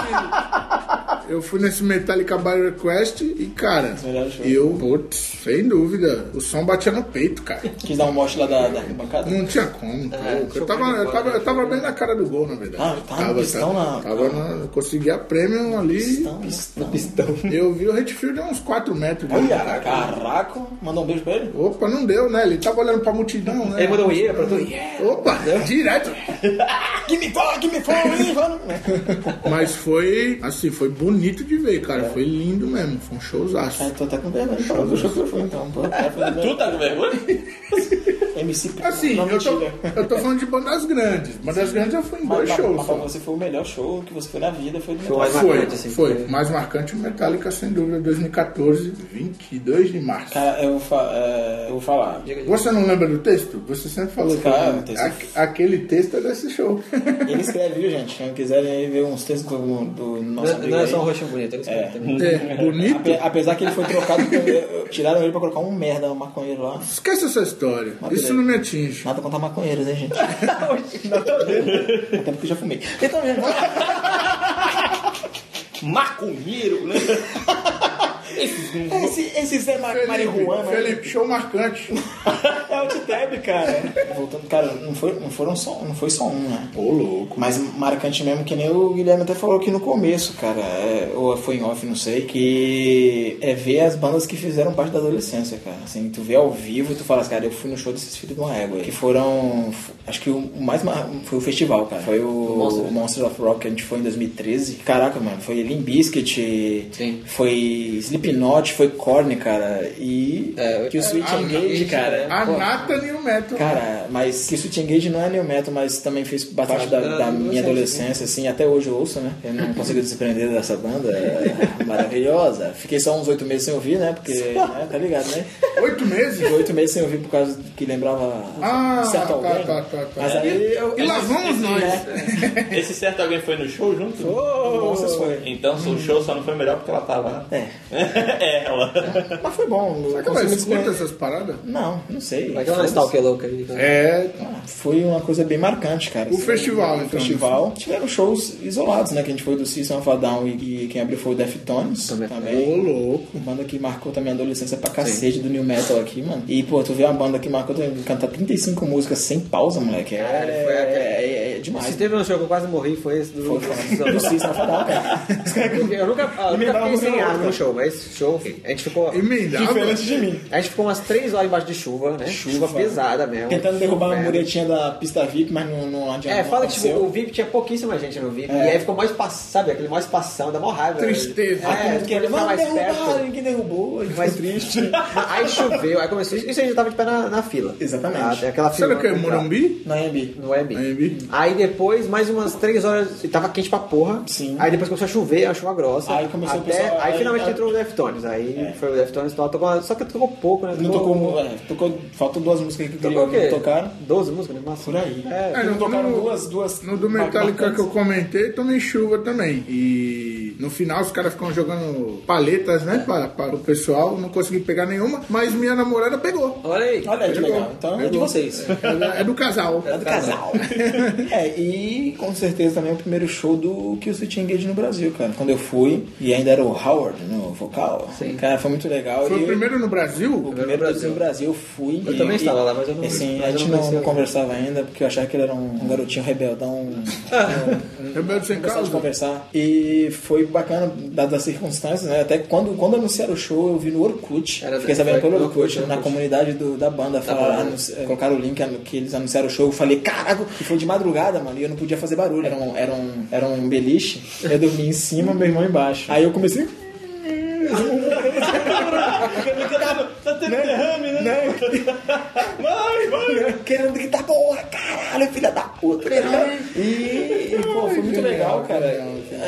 S4: eu fui nesse Metallica By Request e, cara,
S3: melhores shows.
S4: eu, putz, sem dúvida, o som batia no peito, cara.
S3: Quis dar um mote lá da, da bancada.
S4: Não tinha como,
S3: É,
S4: pô.
S1: deixa
S4: eu,
S1: eu
S4: tava,
S1: ver
S4: eu,
S1: agora,
S4: tava, eu
S1: deixa
S4: tava bem na cara do gol, na verdade.
S3: Ah, tá no pistão, na-
S4: Tava na, eu consegui a premium ali.
S3: Pistão, pistão.
S1: Então,
S4: Eu vi o Redfield a uns 4 metros. dele.
S3: Olha, caraca. Mandou um beijo pra ele?
S4: Opa, não deu, né? Ele tava olhando pra multidão, né?
S1: ele mandou um yeah pra tu. Yeah.
S4: Opa, direto.
S3: Que Ah, me fala, que me fala, hein, mano.
S4: Mas foi, assim, foi bonito de ver, cara. Foi lindo mesmo. Foi um showzaço.
S3: É, tô até com vergonha. de falar, Puxa o perfume, então. pô.
S2: Tu tá com vergonha?
S3: MC Pri-
S4: Assim,
S3: não,
S4: eu, tô,
S3: mentira.
S4: eu tô falando de bandas grandes. Bandas grandes eu fui em
S3: Mas,
S4: dois
S3: mas,
S4: shows.
S3: mas pra
S4: só.
S3: você foi o melhor show que você é foi na vida, foi do
S1: Show mais
S3: Metallica.
S4: Foi,
S1: marcante, assim.
S4: foi. Mais marcante o Metallica, sem dúvida, 2014, 22 de março.
S3: Cara, eu vou, fa- é, eu vou falar.
S4: Você não lembra do texto? Você sempre falou
S3: Cara,
S4: que
S3: o texto-
S4: Aque- aquele texto é desse show.
S3: Ele escreve, viu, gente? Se quiserem aí ver uns textos do, do nosso
S1: Não,
S3: amigo
S1: não é
S3: aí.
S1: só um roxinho bonito, eles é. também.
S4: É, bonito.
S3: Ape- Apesar que ele foi trocado, com- tiraram ele pra colocar um merda, um maconheiro lá.
S4: Esquece essa história. Isso não me atinge.
S3: Nada contra maconheiros, hein, gente? Até porque eu já fumei. Então, gente, vamos lá.
S2: Macumiro, né?
S3: esse, esse Zé Ma- Marihuana. aí.
S4: Felipe, show marcante.
S3: É o T-Tab, cara. Voltando, cara, não foi, não foram só, não foi só um, né?
S4: Ô, louco.
S3: Mas marcante mesmo, que nem o Guilherme até falou aqui no começo, cara, é, ou foi em off, não sei, que é ver as bandas que fizeram parte da adolescência, cara. Assim, tu vê ao vivo e tu fala assim, cara, eu fui no show desses filhos de uma égua. aí. Que foram, f- acho que o mais, mar- foi o festival, cara. Foi o Monsters, of Rock que a gente foi em 2013. Caraca, mano, foi Limp Bizkit,
S1: Sim.
S3: foi Slipknot, foi Korn, cara, e
S1: É,
S3: que o Switch
S4: a-
S3: Engage, cara.
S4: A
S3: pô,
S4: nata New Metal.
S3: Cara, mas que Sweet Engage não é New Metal, mas também fez bastante da, da minha adolescência, assim, até hoje eu ouço, né? Eu não consigo desprender dessa banda é maravilhosa. Fiquei só uns oito meses sem ouvir, né? Porque, né, tá ligado, né?
S4: Oito meses?
S3: Fiquei oito meses sem ouvir por causa que lembrava
S4: Ah,
S3: um certo
S4: tá,
S3: alguém.
S4: tá, tá, tá.
S3: Mas aí eu.
S4: E lá vamos nós.
S3: É.
S2: Esse certo alguém foi no show junto?
S3: Nossa, foi.
S2: Então o show só não foi melhor porque ela tava lá.
S3: É.
S2: É, ela.
S3: Mas foi bom. eu
S4: Será que
S3: consigo
S4: ela
S3: me
S4: escuta
S3: desprender.
S4: essas paradas?
S3: Não, não sei.
S1: Vai que ela não está o que é louca aí.
S4: É,
S3: Foi uma coisa bem marcante, cara.
S4: O festival,
S3: o
S4: então.
S3: festival. Tiveram shows isolados, né? Que a gente foi do System of a Down e, e quem abriu foi o Deftones. Também.
S4: ô louco.
S3: Banda que marcou também a adolescência pra cacete do New Metal aqui, mano. E, pô, tu vê uma banda que marcou também, cantar 35 músicas sem pausa, moleque. É,
S1: foi
S3: é, é, é, demais.
S1: Se teve um show que eu quase morri, foi esse do.
S3: Pô, Do System of a Down, cara.
S1: Eu nunca, ah, eu
S3: Me
S1: nunca fiquei
S3: dá uma
S1: sem
S3: música
S1: ar
S3: outra.
S1: no show, mas esse show, a gente ficou.
S4: Emendava.
S3: é um de mim.
S1: A gente ficou umas 3 horas embaixo de chuva, né? Chuva, pesada mesmo. É,
S3: Tentando derrubar a
S1: Merda.
S3: muretinha da pista VIP, mas não, não adianta.
S1: um É, fala que tipo,
S3: aconteceu. É.
S1: o VIP tinha pouquíssima gente no VIP. E aí ficou mais espaço, sabe? Aquele mais espação, dá mó raiva.
S4: Tristeza.
S3: Aí
S1: É,
S3: todo mundo queria,
S1: queria ficar
S3: mano,
S1: mais
S3: derrubaram,
S1: perto.
S3: ninguém derrubou. Ele foi triste.
S1: Aí choveu, aí começou. Isso a gente já tava de pé na, na fila.
S3: Exatamente.
S1: Ah, aquela fila.
S4: Será que é Morumbi?
S3: Na EMB.
S1: No web.
S4: Morumbi?
S1: Aí depois, mais umas três horas, e tava quente pra porra.
S3: Sim.
S1: Aí depois começou a chover, a chuva grossa.
S3: Aí começou o
S1: Até-
S3: pessoal-
S1: Aí,
S3: aí-
S1: finalmente
S3: aí-
S1: entrou o Deftones. Aí foi o Deftones e tal. Tocou, só que tocou pouco, né?
S3: Não tocou, mu- é, tocou, faltam duas músicas que
S1: Tocou o quê?
S3: queriam tocar.
S1: 12 músicas, né? Massa.
S3: Por aí.
S1: É,
S4: É,
S3: Não
S4: no-
S3: tocaram
S4: no-
S3: duas, duas.
S4: No do Metallica que eu comentei, tomei chuva também. E no final os caras ficam jogando paletas, né? Para, para o pessoal. Não consegui pegar nenhuma, mas minha namorada pegou.
S1: olha aí.
S3: Olha, que
S4: Pegou.
S3: legal. Então é de
S4: Pegou.
S3: vocês.
S4: É, é do casal.
S3: É do casal. é, e com certeza também é o primeiro show do que o Switch Engage no Brasil, cara. Quando eu fui, e ainda era o Howard no vocal.
S1: Sim.
S3: Cara, foi muito legal.
S4: Foi
S3: e
S4: o primeiro no
S3: O
S4: Brasil?
S3: primeiro Brasil. no Brasil eu fui.
S1: Eu também estava lá, mas eu não-
S3: Assim,
S1: mas
S3: a
S1: eu
S3: gente
S1: não
S3: não,
S1: conhecia.
S3: conversava ainda, porque eu achava que ele era um garotinho rebeldão. um-
S4: Rebelde sem
S3: Gostava de
S4: causa?
S3: conversar. E foi foi bacana, dadas as circunstâncias, né? Até quando, quando anunciaram o show, eu vi no Orkut.
S1: Era-
S3: Fiquei sabendo
S1: foi
S3: pelo
S1: no
S3: Orkut,
S1: Orkut,
S3: na
S1: Orkut.
S3: comunidade do- da banda. Falaram,
S1: banda.
S3: anunci- eh, colocaram o link que eles anunciaram o show. Eu falei, caraca, e foi de madrugada, mano. E eu não podia fazer barulho. Era um, era um, era um beliche. Eu dormi em cima, meu irmão embaixo. Aí eu comecei.
S2: Tá tendo derrame, né? Vai, vai.
S3: querendo gritar, porra, caralho, filha da puta. E, pô, foi muito legal, cara.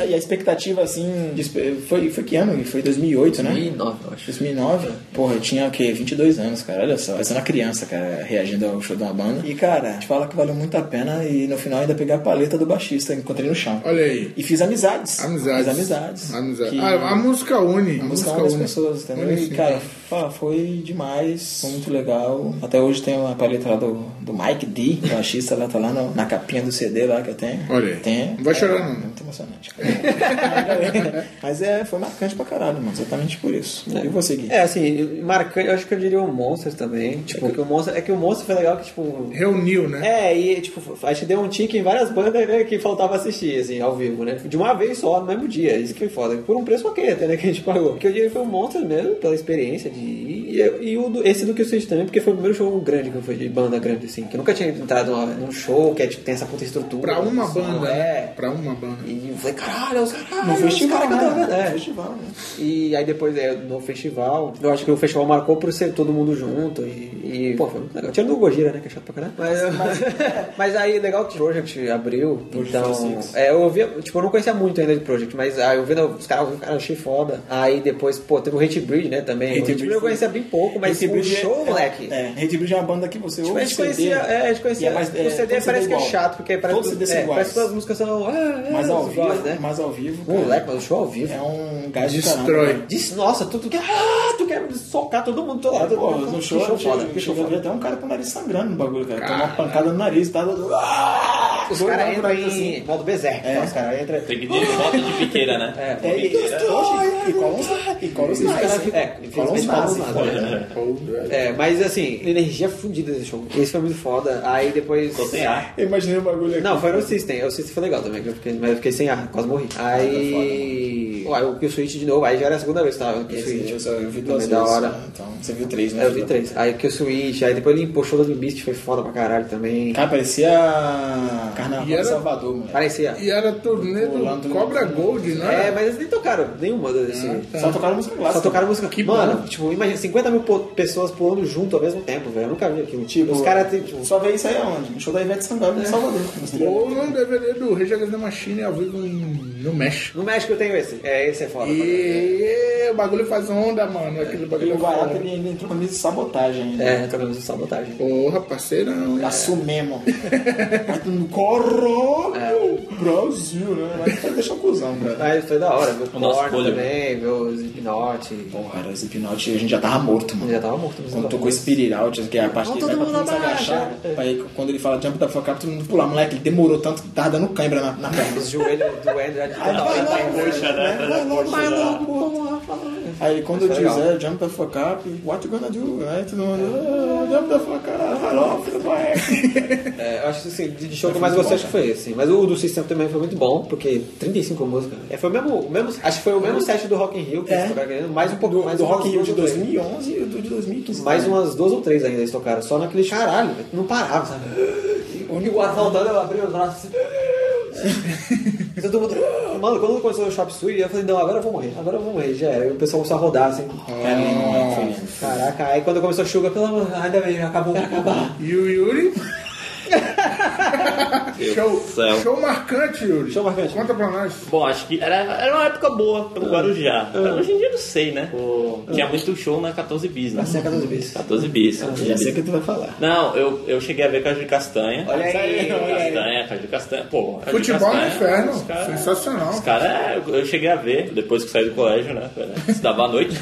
S3: E a expectativa, assim, de espe- foi, foi que ano? Foi 2008, né?
S1: 2009, eu acho.
S3: 2009? Porra, eu tinha o quê? 22 anos, cara. Olha só, parecendo uma criança, cara, reagindo ao show de uma banda. E, cara, te fala que valeu muito a pena e no final ainda peguei a paleta do baixista, encontrei no chão.
S4: Olha aí.
S3: E fiz amizades.
S4: Amizades.
S3: Fiz amizades.
S4: Amizades.
S3: Que-
S4: Ah, a música une.
S3: a música une as pessoas, entendeu?
S4: Une,
S3: E,
S4: sim.
S3: cara, pá, foi demais, foi muito legal. Até hoje tem uma paleta lá do, do Mike D, o baixista lá, tá lá no- na capinha do CD lá que eu tenho.
S4: Olha aí.
S3: Tem.
S4: Não vai chorar, não.
S3: É muito emocionante. cara. Mas é, foi marcante pra caralho, mano, exatamente por isso. E você, Gui?
S1: É, assim, marcante, eu acho que eu diria o Monsters também. Tipo, é que o Monsters, é que o Monsters foi legal que, tipo.
S4: Reuniu, né?
S1: É, e tipo, a gente deu um tique em várias bandas né, que faltava assistir, assim, ao vivo, né? De uma vez só, no mesmo dia. Isso que foi foda. Por um preço ok até, né, que a gente pagou. Porque eu diria que foi um monstro mesmo, pela experiência de ir. E, eu- e o do- esse do que eu senti também, porque foi o primeiro show grande que eu fui de banda grande, assim. Que eu nunca tinha entrado numa- num show que é, tipo, tem essa puta estrutura.
S4: Pra uma
S1: som,
S4: banda,
S1: É.
S4: né? Pra uma banda.
S1: E eu falei, caralho, os caras.
S3: No festival,
S1: é que eu tô
S3: né?
S1: vendo. É.
S3: festival, né?
S1: E aí depois é, no festival, eu acho que o festival marcou por ser todo mundo junto e. e pô, foi muito legal. Tirando o Gojira, né? Que é chato pra caralho. Mas, mas aí legal que o Project abriu. então. É, eu ouvia, tipo, eu não conhecia muito ainda de Project, mas aí eu vendo os caras, eu vi, cara, eu achei foda. Aí depois, pô, teve o Hate Breed, né? Também.
S3: Hate
S1: o Hate
S3: Breed
S1: Breed eu
S3: foi-
S1: conhecia bem pouco, mas
S3: Hate
S1: o
S3: Breed é-
S1: show,
S3: é,
S1: moleque.
S3: É, Rede Bridge é uma banda que você
S1: Tipo,
S3: ouve
S1: a gente
S3: CD,
S1: conhecia, é, a gente
S3: e
S1: conhecia.
S3: é mais- é,
S1: o CD
S3: todo
S1: parece que é
S3: igual.
S1: chato, porque parece,
S3: Todos os CDs são
S1: é,
S3: iguais.
S1: parece que todas as músicas são. Ah, é,
S3: Mas ao
S1: são
S3: vivo,
S1: iguais, né?
S3: mas ao vivo, cara,
S1: Moleque, mas o show ao vivo.
S3: é um gás do caramba.
S4: Destrói.
S1: Disse, nossa, tu, tu quer. Ah, tu quer socar todo mundo do lado.
S3: Pô, no show, é
S1: que show
S3: chegou
S1: foda, que show foda.
S3: até um cara com o nariz sangrando no bagulho, cara. Tomou uma pancada no nariz, tá? Ah!
S1: Os
S3: Dois
S1: caras entram
S3: lados
S1: em
S3: assim.
S1: modo bezerra. É. Os caras entram.
S2: Tem que ir de bota de piqueira, né?
S1: É,
S3: É, e, Oxe, e cola uns e cola uns
S1: Os
S3: nazis,
S1: caras
S3: hein?
S1: ficam- é,
S3: E cola uns
S1: infelizmente cola uns
S3: nazis,
S1: nazis,
S3: foda, né?
S1: É, mas assim, energia fundida desse show. Esse foi muito foda. Aí depois.
S2: Tô sem ar.
S3: Eu imaginei o bagulho aqui.
S1: Não, foi no System. O System foi legal também, que eu fiquei- mas eu fiquei sem ar, quase
S3: Ah,
S1: morri.
S3: tá
S1: Aí. Ué, o Kill Switch de novo, aí já era a segunda vez que tava no Kill
S3: né? Esse,
S1: Switch.
S3: eu, só- eu
S1: Também
S3: vi duas
S1: da
S3: vezes.
S1: hora.
S3: né? Então, você viu três, né?
S1: Eu vi três. Aí Kill Switch, aí depois ele empuxou do Beast, foi foda pra caralho também.
S3: Cara, parecia Carnaval
S4: E era-
S3: de Salvador, mano.
S1: Parecia.
S4: E era turnê
S3: Rolando.
S4: do Cobra Gold, né?
S1: É, mas eles nem tocaram nenhuma desse.
S3: tá. Só tocaram música clássica.
S1: Só tocaram música aqui, Ah, tá. mano.
S4: bom.
S1: Tipo, imagina, 50 mil po- pessoas pulando junto ao mesmo tempo, velho. Eu nunca vi aquilo.
S3: Tipo, É.
S1: os caras têm, tipo,
S3: Só vê isso aí aonde? No show da Ivete Sangalo em Salvador. Nos três.
S4: Ou num DVD do Rage Against the Machine ao vivo em- no México.
S1: No México eu tenho esse. É, esse é foda.
S4: E o bagulho faz onda, mano. Aquele
S3: E
S4: bagulho é
S3: o é Barata
S4: foda.
S3: ele ainda entrou com a camisa de sabotagem né? ainda.
S1: É, tocamos o sabotagem.
S4: Porra, parceirão. hein?
S3: Assumemos. Mas tu não- Caralho! Brasil, né? Mas tá deixando cuzão, cara.
S1: Mas foi da hora, viu? O
S2: nosso
S1: Korn
S2: fôlego.
S1: também, viu? Os Hipnote.
S3: Porra, cara, esse pinote a gente já tava morto,
S1: Eu
S3: mano.
S1: Já tava morto. mas
S3: Quando
S1: tava
S3: tocou
S1: morto.
S3: Spirit Out, que é a parte que ele vai pra se agachar. Aí, quando ele fala jump da fuck up, todo mundo pula. Moleque, ele demorou tanto que tava dando cãibra na, na perna.
S1: Os joelhos do Andrew tá já de toda hora.
S2: Poxa, né?
S3: Vai logo, porra. Aí quando eu dizer jump the fuck up, what you gonna do? Aí todo mundo, "Ah, jump the fuck up, hello, filho do Eric."
S1: É, eu acho que assim, de show que eu mais gostei acho que foi esse. Mas o do System também foi muito bom, porque 35 músicas. É, foi o mesmo, o mesmo. Acho que foi o mesmo set do Rock in Rio que
S3: É.
S1: eles tocaram, mais um pouco
S3: Do,
S1: mais
S3: do
S1: um
S3: Rock in
S1: pouco
S3: Rio de
S1: Uhum. do-
S3: 2011 e do de 2015.
S1: Mais umas duas ou três ainda eles tocaram, só naquele caralho, velho. não parava, sabe? E o assaltando, eu abri os braços assim. E Todo mundo. Mano, quando começou o Shop Sui, eu falei, não, agora eu vou morrer, agora eu vou morrer, já era. E o pessoal começou a rodar assim.
S3: É lindo, né? Foi lindo.
S1: Caraca, aí quando começou a chuva, pelo amor, ainda bem, acabou. Vai acabar.
S4: E o Yuri? show,
S2: céu.
S4: show marcante, Yuri.
S1: Show marcante.
S4: Conta pra nós.
S2: Bom, acho que era, era uma época boa pro Guarujá. Hoje em dia eu não sei, né? Tinha muito show na 14 bis, né?
S1: Assim é 14 bis.
S2: 14 bis.
S3: Já sei o que tu vai falar.
S2: Não, eu, eu cheguei a ver Caju de Castanha.
S1: Olha aí,
S2: Caju de
S1: olha aí.
S2: Castanha, Caju de Castanha. Pô, Caju de
S4: Futebol no
S2: Castanha,
S4: inferno.
S2: os caras- Os
S4: Sensacional.
S2: caras, eu cheguei a ver, depois que saí do colégio, né? Estudava à noite.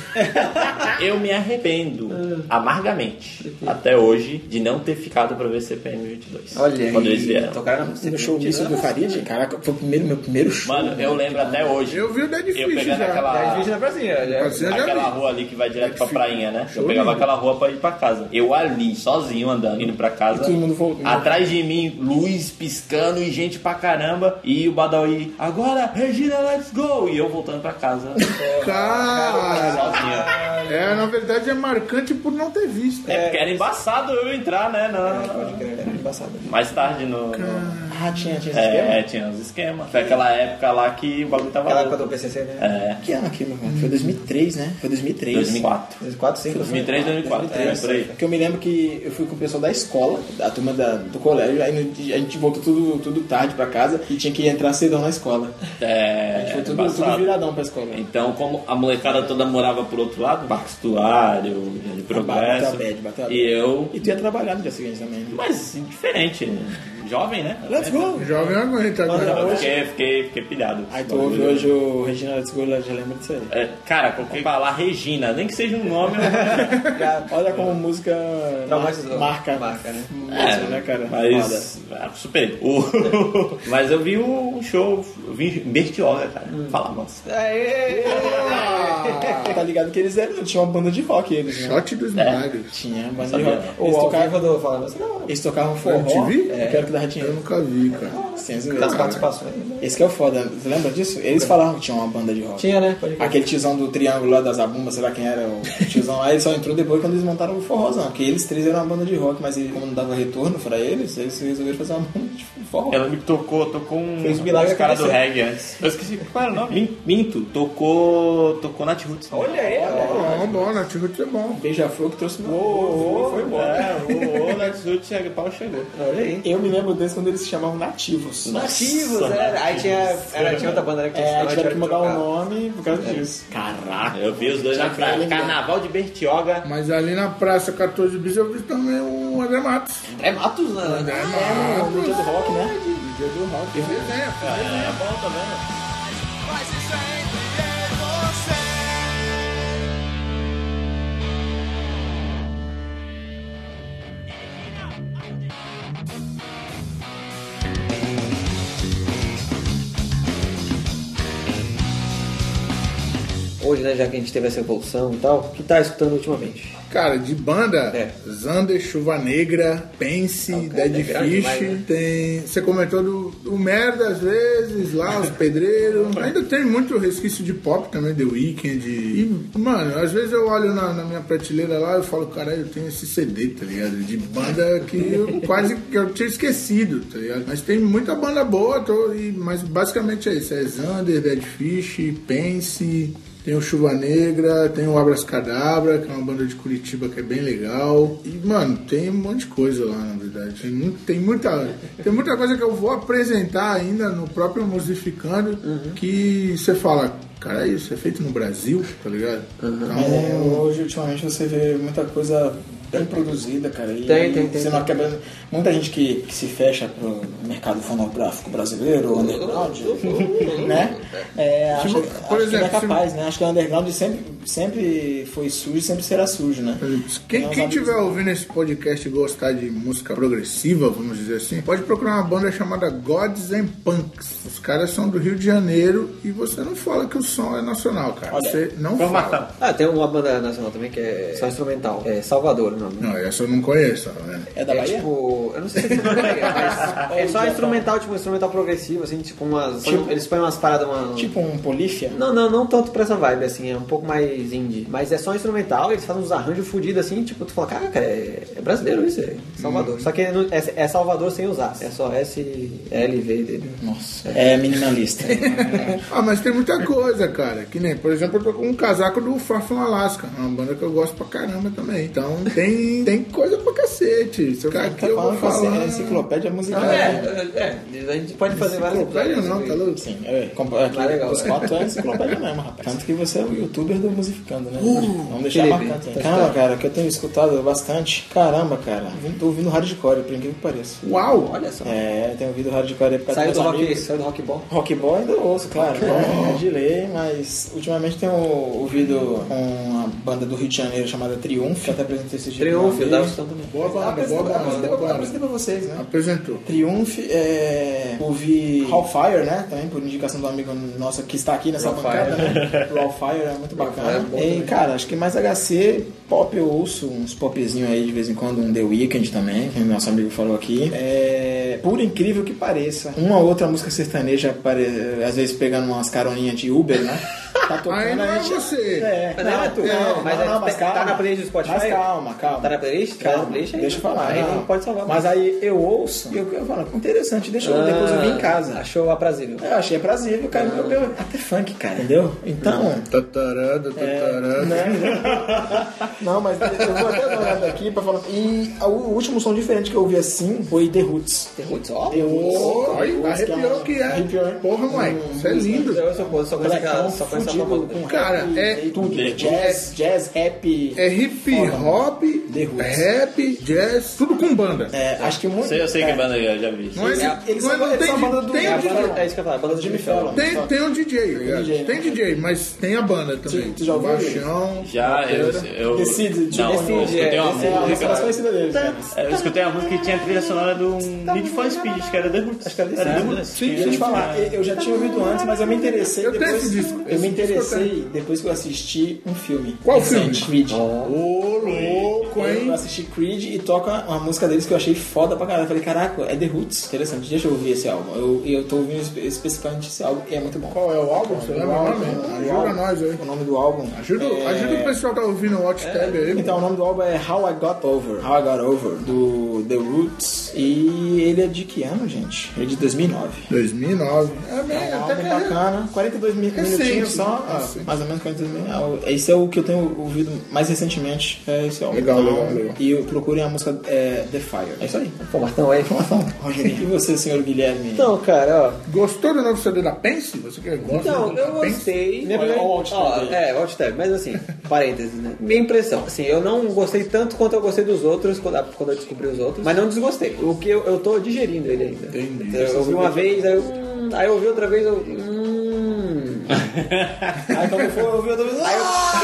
S2: Eu me arrependo amargamente, até hoje, de não ter ficado pra ver CPM 22.
S1: Olha aí.
S2: Quando eles vieram. tocaram na música.
S3: No showmício do Farid? Caraca, foi o primeiro, meu primeiro show.
S2: Mano, eu lembro até hoje.
S4: Eu vi o Dead
S2: Eu
S4: Fish
S2: pegando
S4: já.
S2: aquela.
S1: Às vezes na pracinha. já-
S4: Mas eu já
S2: Aquela
S4: vi.
S2: rua ali que vai direto pra
S4: Sim.
S2: prainha, né? Eu
S4: Show
S2: pegava
S4: lindo.
S2: aquela rua pra ir pra casa. Eu ali, sozinho, andando, indo pra casa.
S3: Todo mundo voltando.
S2: Atrás de mim, luz piscando e gente pra caramba. E o Badawi, agora, Regina, let's go! E eu voltando pra casa.
S4: Cara,
S2: sozinho.
S4: é, na verdade é marcante por não ter visto.
S2: É porque era embaçado eu ementrar, né? Na...
S1: é
S3: Era embaçado.
S2: Mais tarde no. no...
S3: Ah, tinha, tinha esse
S2: É,
S3: esquema?
S2: tinha uns esquemas. Foi aquela época lá que o bagulho tava.
S1: Aquela época
S2: louco.
S1: do PCC, né?
S2: É,
S3: Que ano aquilo, velho? Foi 2003, né? Foi 2003.
S2: 2004.
S1: 2004, 5.
S2: 2003,
S3: né?
S2: 2004. É, por aí.
S3: Porque eu me lembro que eu fui com o pessoal da escola, da turma da- do colégio, aí no dia- a gente voltou tudo, tudo tarde pra casa e tinha que entrar cedão na escola.
S2: É,
S3: Foi tudo, tudo
S2: embaçado.
S3: viradão pra escola.
S2: Então, como a molecada toda morava por outro lado, Barco Estuário, de
S3: Ah, Bateu a
S2: Progresso,
S3: bad, bateu a bad.
S2: e eu,
S3: E tu ia trabalhar no dia seguinte também. né?
S2: mas diferente, jovem, né?
S3: Let's go!
S4: Jovem aguenta
S2: Eu
S4: agora.
S2: fiquei, fiquei, fiquei pilhado.
S3: Aí tu ouve hoje o Regina Let's Go, ela já lembra disso aí.
S2: É, cara, qualquer falar Regina, nem que seja um nome, eu-
S3: Olha como música Tá
S1: Traumatizou.
S3: marca,
S1: Marca, né?
S3: Música, né, cara? Foda.
S2: É, mas ah, superei. O- mas eu vi um show, eu vi Bertioga, cara, fala nossa.
S1: É.
S3: Tá ligado que eles eram, tinha uma banda de rock eles, né?
S4: Shot dos milagres.
S3: Tinha uma banda de
S2: Sabia,
S3: rock.
S2: né?
S3: Eles
S1: O
S3: tocavam-
S1: Algarve falando assim, não,
S3: Eles tocavam forró.
S4: MTV?
S3: É, que era o que dava dinheiro.
S4: Eu nunca vi, cara.
S3: Sem
S1: das
S3: zoeira.
S1: participações.
S3: Esse que é o foda. Você lembra disso? Eles falavam que tinha uma banda de rock.
S1: Tinha, né? Pode crer.
S3: Aquele tiozão do Triângulo lá das Abumbas, sei lá quem era o tiozão lá, ele só entrou depois quando eles montaram o forrozão. Porque eles três eram uma banda de rock, mas ele, como não dava retorno pra eles, eles resolveram fazer uma banda de forró.
S2: Ela me tocou, tocou um
S3: Fez um milagre
S2: os cara do
S3: acontecer.
S2: reggae antes. Eu esqueci qual era o nome. Minto, tocou, tocou Nat Roots.
S1: Olha aí, ó.
S4: Bom, bom, Nativo é bom.
S3: Um Beija-flor que trouxe meu.
S2: foi bom. o Lexus chega, o pau chegou.
S1: Olha aí.
S3: Eu me lembro deles quando eles se chamavam Nativos.
S1: Nativos, era. Aí tinha, era, tinha outra banda, né? Que
S3: É,
S1: eles
S3: tiveram que mudar o
S1: trocavam.
S3: nome por causa disso.
S2: Caraca. Eu vi os dois na praia.
S3: velho, né?
S2: Carnaval de Bertioga.
S4: Mas ali na Praça 14 Bis eu vi também o André Matos.
S1: É Matos, né?
S4: André
S3: É,
S4: Matos.
S3: no dia do rock, né?
S4: Dia do rock. Desenha, cara.
S6: Mas isso é entre você.
S1: Hoje, né, já que a gente teve essa evolução e tal, o que tá escutando ultimamente?
S4: Cara, de banda,
S1: É.
S4: Zander, Chuva Negra, Pense,
S1: cara, é
S4: Dead
S1: grande
S4: Fish,
S1: demais, né?
S4: tem. Você comentou do, do merda às vezes, lá, os pedreiros. Ainda tem muito resquício de pop também, The Weeknd. E, mano, às vezes eu olho na, na minha prateleira lá e falo, caralho, eu tenho esse CD, tá ligado? De banda que eu quase que eu tinha esquecido, tá ligado? Mas tem muita banda boa, tô, e, mas basicamente é isso. É Zander, Dead Fish, Pense. Tem o Chuva Negra, tem o Abras Cadabra, que é uma banda de Curitiba que é bem legal. E, mano, tem um monte de coisa lá, na verdade. Tem, mu- tem muita, tem muita coisa que eu vou apresentar ainda no próprio Musificando, que você fala, cara, isso é feito no Brasil, tá ligado?
S3: Mas é,
S4: Então,
S3: hoje, ultimamente, você vê muita coisa bem produzida, cara. E
S1: Tem, tem, tem.
S3: Você marca bem- muita gente que, que se fecha pro mercado fonográfico brasileiro, underground, né? É, acha,
S4: Tipo,
S3: acha
S4: por
S3: que não é
S4: exemplo, se-
S3: capaz, né? Acho que o underground sempre, sempre foi sujo e sempre será sujo, né?
S4: Então, Quem, quem tiver ouvindo esse podcast e gostar de música progressiva, vamos dizer assim, pode procurar uma banda chamada Gods and Punks. Os caras são do Rio de Janeiro e você não fala que o som é nacional, cara.
S3: Olha,
S4: você não fala.
S2: Formação.
S1: Ah, tem uma banda nacional também que é só instrumental. É Salvador o nome.
S4: Não, essa eu não conheço, tá vendo?
S3: É da
S1: é
S3: Bahia?
S1: tipo, eu não sei se é da Bahia, mas é só instrumental, tipo, instrumental progressivo, assim, tipo umas.
S3: tá? Tipo-
S1: eles põem umas paradas, uma.
S3: Tipo um polífia?
S1: Não, não, não tanto pra essa vibe, assim, é um pouco mais indie. Mas é só instrumental, eles fazem uns arranjos fodidos, assim, tipo, tu fala, caraca, é, é brasileiro isso, é
S3: Uhum.
S1: Salvador. Só que é, no- é- é Salvador sem usar, é só S-L-V dele.
S3: Nossa. É minimalista.
S4: Ah, mas tem muita coisa, cara. Que nem, por exemplo, eu tô com um casaco do Far From Alaska, é uma banda que eu gosto pra caramba também. Então tem, tem coisa pra cacete. Se eu ficar aqui,
S3: Tá
S4: eu vou
S3: falando com a
S4: falar.
S3: enciclopédia musical.
S1: Então, É, é, a gente pode fazer várias
S4: Enciclopédia não, tá louco?
S3: Sim, é, com- aqui,
S1: Ah, legal.
S3: os quatro é enciclopédia mesmo, rapaz. Tanto que você é o youtuber do Musificando, né? Vamos deixar
S1: Uh, Felipe,
S3: marcado.
S1: tá
S3: Caramba, cara, que eu tenho escutado bastante. Caramba, cara, vim- tô ouvindo hardcore, por incrível que pareça.
S4: Uau!
S1: Olha só.
S3: É, tenho ouvido hardcore aí por causa
S1: Saiu
S3: dos
S1: do
S3: meus
S1: rock,
S3: amigos.
S1: saiu do rock bom.
S3: Rockboy ainda ouço, claro, né? É de lei, mas ultimamente tenho ouvido uma banda do Rio de Janeiro chamada Triunfo, que até apresentei esse dia.
S1: Triunfo,
S3: uma
S1: dá
S3: vez.
S1: também.
S4: Boa boa banda, boa banda, boa
S3: Apresentei
S4: banda.
S3: pra vocês, né?
S4: Tá Apresentou.
S3: Triumph, é, ouvi Hellfire, né? Também por indicação do amigo nosso que está aqui nessa bancada, né? O Hellfire é muito bacana. e, cara, acho que mais HC, pop eu ouço uns popzinhos aí de vez em quando, um The Weeknd também, que nosso amigo falou aqui. É, por incrível que pareça, uma ou outra música sertaneja, apare- às vezes pegando umas caroninhas de Uber, né? Tá tocando
S4: Aí não
S3: a
S4: é
S3: gente-
S4: você.
S3: É,
S1: Mas aí não é tu.
S3: não,
S1: Mas
S3: não,
S1: aí
S3: não, mas
S1: tá-
S3: calma.
S1: tá na playlist do Spotify?
S3: Mas calma, calma.
S1: Tá na playlist? Tá na
S3: Calma,
S1: playlist aí?
S3: deixa eu falar.
S1: Aí
S3: não.
S1: pode salvar, mas-
S3: Mas aí eu ouço e eu, eu falo, interessante, deixa
S2: Ah.
S3: eu depois eu vim em casa.
S1: Ah,
S3: Tá
S1: Achou aprazível.
S3: Eu achei aprazível, cara. Eu, eu- até funk, cara, entendeu? Então. né?
S4: Tatarada, tatarada.
S3: Não, mas eu vou até dar uma olhada aqui pra falar. E o último som diferente que eu ouvi assim foi The Roots. The Roots, ó. The
S4: Ô,
S3: Roots.
S4: Olha, arrepiou que
S3: Arrepiou, hein? Hum,
S4: é. Porra, mãe, isso é lindo.
S1: Eu sou pô, só conheço aquela. Só conheço aquela
S3: um Fudido
S1: música.
S3: com
S4: Cara,
S3: rap,
S4: é-
S3: tudo. Jazz, jazz, rap.
S4: É hip hop,
S3: The Roots.
S4: rap, jazz, tudo com banda.
S3: É, acho que muito.
S2: Sei, eu sei
S3: é,
S2: que banda eu já vi.
S4: Não é,
S3: Eles
S4: não
S3: são
S4: é- não
S3: eles
S4: tem,
S3: são a banda do.
S4: tem,
S3: é a
S4: um DJ,
S3: banda-
S1: É isso que eu falo, banda do Jimmy Fallon.
S4: tem, tem um DJ, cara.
S3: DJ, né?
S4: tem DJ, mas tem a banda também.
S3: Tu- tu já ouviu?
S4: Baixão,
S2: Já, eu. eu
S3: Decide,
S2: não, eu
S1: decide,
S2: escutei
S1: é,
S2: uma
S1: decide.
S3: tipo, É uma
S2: música.
S3: música mais conhecida deles. né?
S2: Eu escutei uma música que tinha trilha sonora de um Need for Speed, acho que era The Roots. Acho que era The Roots.
S3: E
S2: Sim,
S3: deixa eu te falar, eu eu já tinha ouvido antes, mas eu me interessei.
S4: Eu tenho
S3: depois,
S4: esse disco,
S3: Eu
S4: esse
S3: me
S4: disco eu
S3: interessei depois que eu assisti um filme.
S4: Qual
S3: Recente, Creed.
S4: Ô, louco,
S3: Eu
S4: hein?
S3: assisti Creed e toca uma música deles que eu achei foda pra caralho. Eu falei, caraca, é The Roots. Interessante, deixa eu ouvir esse álbum. Eu, eu tô ouvindo espe- especificamente esse álbum e é muito bom.
S4: Qual é o álbum? Você
S3: O
S4: lembra o
S3: álbum-
S4: nome?
S3: o
S4: Ajuda
S3: álbum-
S4: nós aí.
S3: O nome do álbum.
S4: Ajuda,
S3: é-
S4: ajuda o pessoal que tá ouvindo o Watch
S1: É,
S4: Tab aí.
S3: Então, o nome do álbum é How I Got Over. How I Got Over, do The Roots. E ele é de que ano, gente? Ele é de 2009.
S4: 2009. É,
S1: Tá
S4: bem,
S3: É um
S4: até
S3: álbum
S4: que é
S3: bacana, 42 mi
S4: Recente,
S3: minutinhos só,
S4: né?
S3: ah,
S4: Recente.
S3: mais ou menos 42 minutos. Ah, Esse é o que eu tenho ouvido mais recentemente, é esse álbum.
S4: Legal,
S3: Então,
S4: legal, legal.
S3: E eu procurem a música é, The Fire. É isso aí.
S1: Pô, Martão, aí.
S3: Tá Rogerinho. E você, senhor Guilherme?
S1: Então, cara, ó.
S4: Gostou do novo CD da Pense? Você que gosta
S1: Então,
S4: do-
S1: eu
S4: da Pense?
S1: gostei.
S3: Minha primeira-
S1: Ó, ó, é, alt tab, mas assim, parênteses, né? Minha impressão, assim, eu não gostei tanto quanto eu gostei dos outros, quando, quando eu descobri os outros, mas não desgostei. O que eu, eu tô digerindo ele ainda. Entendi. Eu ouvi uma vez, aí eu. hum, aí eu ouvi outra vez, eu. Hum.
S3: Aí quando for ouvir outra vez, ah,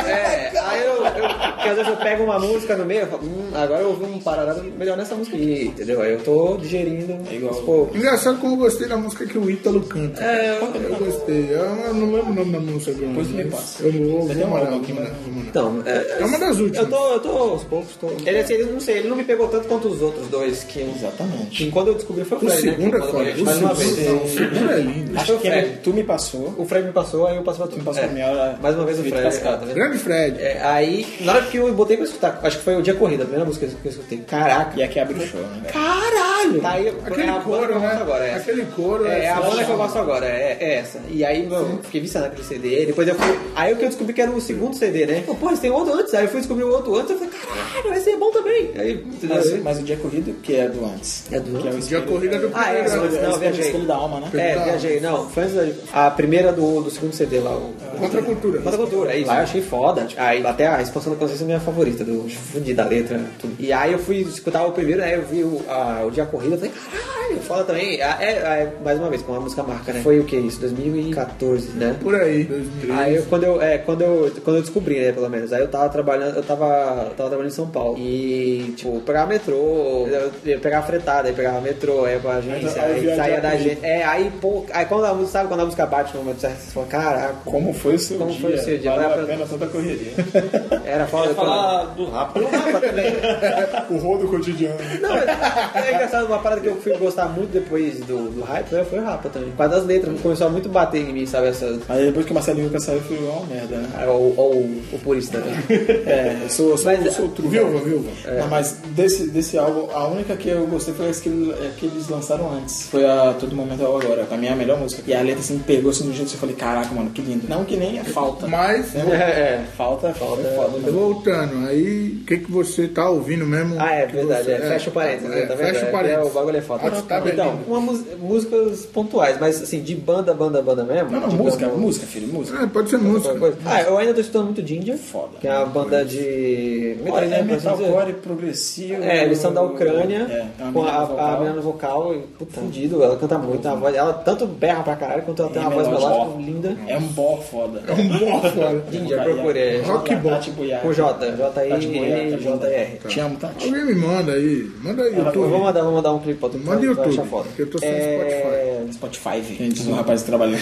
S1: É, aí eu, eu. Porque às vezes eu pego uma música no meio, eu falo, hum, agora eu ouvi um pararado melhor nessa música aqui, entendeu? Aí eu tô digerindo. É
S3: igual.
S4: Engraçado como eu gostei da música que o Ítalo canta.
S1: É, eu-
S4: eu gostei. Eu não- eu não lembro o nome da música agora.
S3: Depois tu me
S4: mas
S3: passa.
S4: Eu vou,
S3: Você tem
S4: vou
S3: um
S4: mandar,
S3: álbum
S4: vou
S3: aqui,
S4: mandar,
S3: mas-
S4: vou mandar.
S1: Então, é,
S4: É uma das
S1: eu
S4: últimas.
S1: tô, eu tô aos poucos, tô. Ele, assim, ele, não sei, ele não me pegou tanto quanto os outros dois que eu
S3: Exatamente.
S1: Que quando eu descobri foi o
S4: O
S1: Fred, né?
S4: segundo é
S1: Quando eu
S4: foda.
S1: conheci mais uma
S4: O
S1: vez.
S4: segundo- o segundo é lindo.
S1: Acho que
S3: Que é,
S1: é.
S3: tu me passou.
S1: O Fred me passou, aí eu passei pra tu.
S3: me passou
S1: É.
S3: a minha hora.
S1: Mais uma vez o
S3: Fui
S1: Fred.
S3: cascado.
S1: Ah, tá vendo?
S4: Grande Fred.
S1: É, aí, na hora que eu botei pra escutar, acho que foi o Dia Corrida, a primeira música que eu escutei. Caraca.
S3: E aqui abre o show, né? velho?
S1: Caralho! Tá aí, é a
S4: Aquele
S1: banda que
S4: coro,
S1: eu
S4: né?
S1: gosto agora, é essa.
S4: Aquele coro
S1: É, a banda que eu
S4: sensacional.
S1: gosto agora, é, é essa. E aí, meu, eu fiquei viciado naquele CD. Depois eu fui. Aí o que eu descobri que era o segundo CD, né? Pô, pô, esse tem outro antes. Aí eu fui descobrir o outro antes. Eu falei, caralho, esse é bom também. Aí, entendeu?
S3: Mas, mas o dia corrido, que é do antes.
S1: É do
S3: Que é o
S1: antes?
S4: Dia
S3: espelho-
S4: corrida do
S1: Ah, é,
S4: primeiro,
S1: não,
S4: né?
S1: não,
S3: é o
S1: viajei.
S3: espelho da alma, né?
S1: É, viajei, não. Foi antes da, a primeira do, do segundo CD lá, o.
S4: Contra a cultura.
S1: Contra a cultura, é isso. Lá Ah. eu achei foda. tipo, Aí até a expansão da consciência é minha favorita, do fundi da letra, tudo. E aí eu fui escutar o primeiro, aí eu vi o, a, o dia corrida, eu falei, caralho, foda também. Ah, É, é, mais uma vez, com uma música marca, né? Foi o que isso? 2014, né?
S4: Por aí.
S1: Aí eu, quando eu, é, quando eu, quando eu descobri, né, pelo menos, aí eu tava trabalhando, eu tava, eu tava trabalhando em São Paulo. E, tipo, eu pegava metrô, eu, eu pegava fretado, aí pegava metrô, aí ia pra agência,
S3: Aí
S1: aí,
S3: viajava
S1: saía da
S3: com-
S1: agência. É, aí, pô, aí quando a música, sabe quando a música bate no momento certo, você fala, caraca,
S3: Como foi o seu
S1: Como
S3: dia?
S1: foi o seu dia?
S3: Valeu
S1: Vai
S3: a
S1: pra-
S3: pena toda a correria.
S1: era foda. Quando...
S2: do Rapa.
S3: o rodo cotidiano.
S1: Não, é, é engraçado, uma parada que eu fui gostar muito depois do, do hype né, foi o Rapa também. Por causa das letras, começou a muito bater em mim, sabe, essas...
S3: Aí depois que o Marcelinho Lucas saiu, eu fui uma merda, né?
S1: Ou, o purista, né?
S3: É, eu sou, eu sou,
S1: Mas-
S3: eu sou true. É.
S4: Viúva, viúva.
S3: Não, mas desse, desse álbum, a única que eu gostei foi essa que, é que eles lançaram antes. Foi a Todo Momento é o Agora, pra mim é a melhor música. E a letra assim pegou assim do jeito que eu falei, caraca, mano, que lindo. Não que nem é falta.
S4: Mas,
S1: É,
S3: Falta, falta, é foda, né?
S4: voltando, aí, o que, que você tá ouvindo mesmo?
S1: Ah, é
S4: Que
S1: verdade,
S4: você-
S1: é, fecha o parênteses, né, tá
S4: Fecha
S1: vendo?
S4: o Ah, tá
S1: É né? O bagulho é foda.
S4: Pode estar
S1: então,
S4: bebendo.
S1: uma mus- músicas pontuais, mas assim, de banda, banda, banda mesmo.
S3: Não, não,
S1: digamos,
S3: música, música, filho, música.
S4: É, pode ser música.
S1: alguma coisa. Ah, eu ainda tô estudando muito Ginger.
S3: Foda.
S1: Que é uma banda de.
S3: Olha,
S1: né,
S3: é
S1: pra assim dizer.
S3: metalcore progressivo.
S1: É, eles são da Ucrânia,
S3: É, é uma
S1: com
S3: menina
S1: a,
S3: vocal.
S1: a menina no vocal, e, puta, fudido, ela canta muito, a voz, ela tanto berra pra caralho, quanto ela tem
S3: É
S1: uma voz
S3: melódica.
S1: melódica linda.
S3: É um bor foda.
S4: É um bom fora.
S1: Ginger, procurei.
S4: Rock bom.
S1: Com J,
S3: Tá
S1: J-I-N-J-R.
S3: Te amo, tá?
S4: Alguém me manda aí. Manda aí,
S1: Eu vou
S4: YouTube.
S1: mandar, vou mandar um clipe pra tu,
S4: Manda
S1: tu vai
S4: YouTube,
S1: achar foda.
S4: que eu tô sem
S1: é...
S3: Spotify. Quem diz um rapaz que trabalha.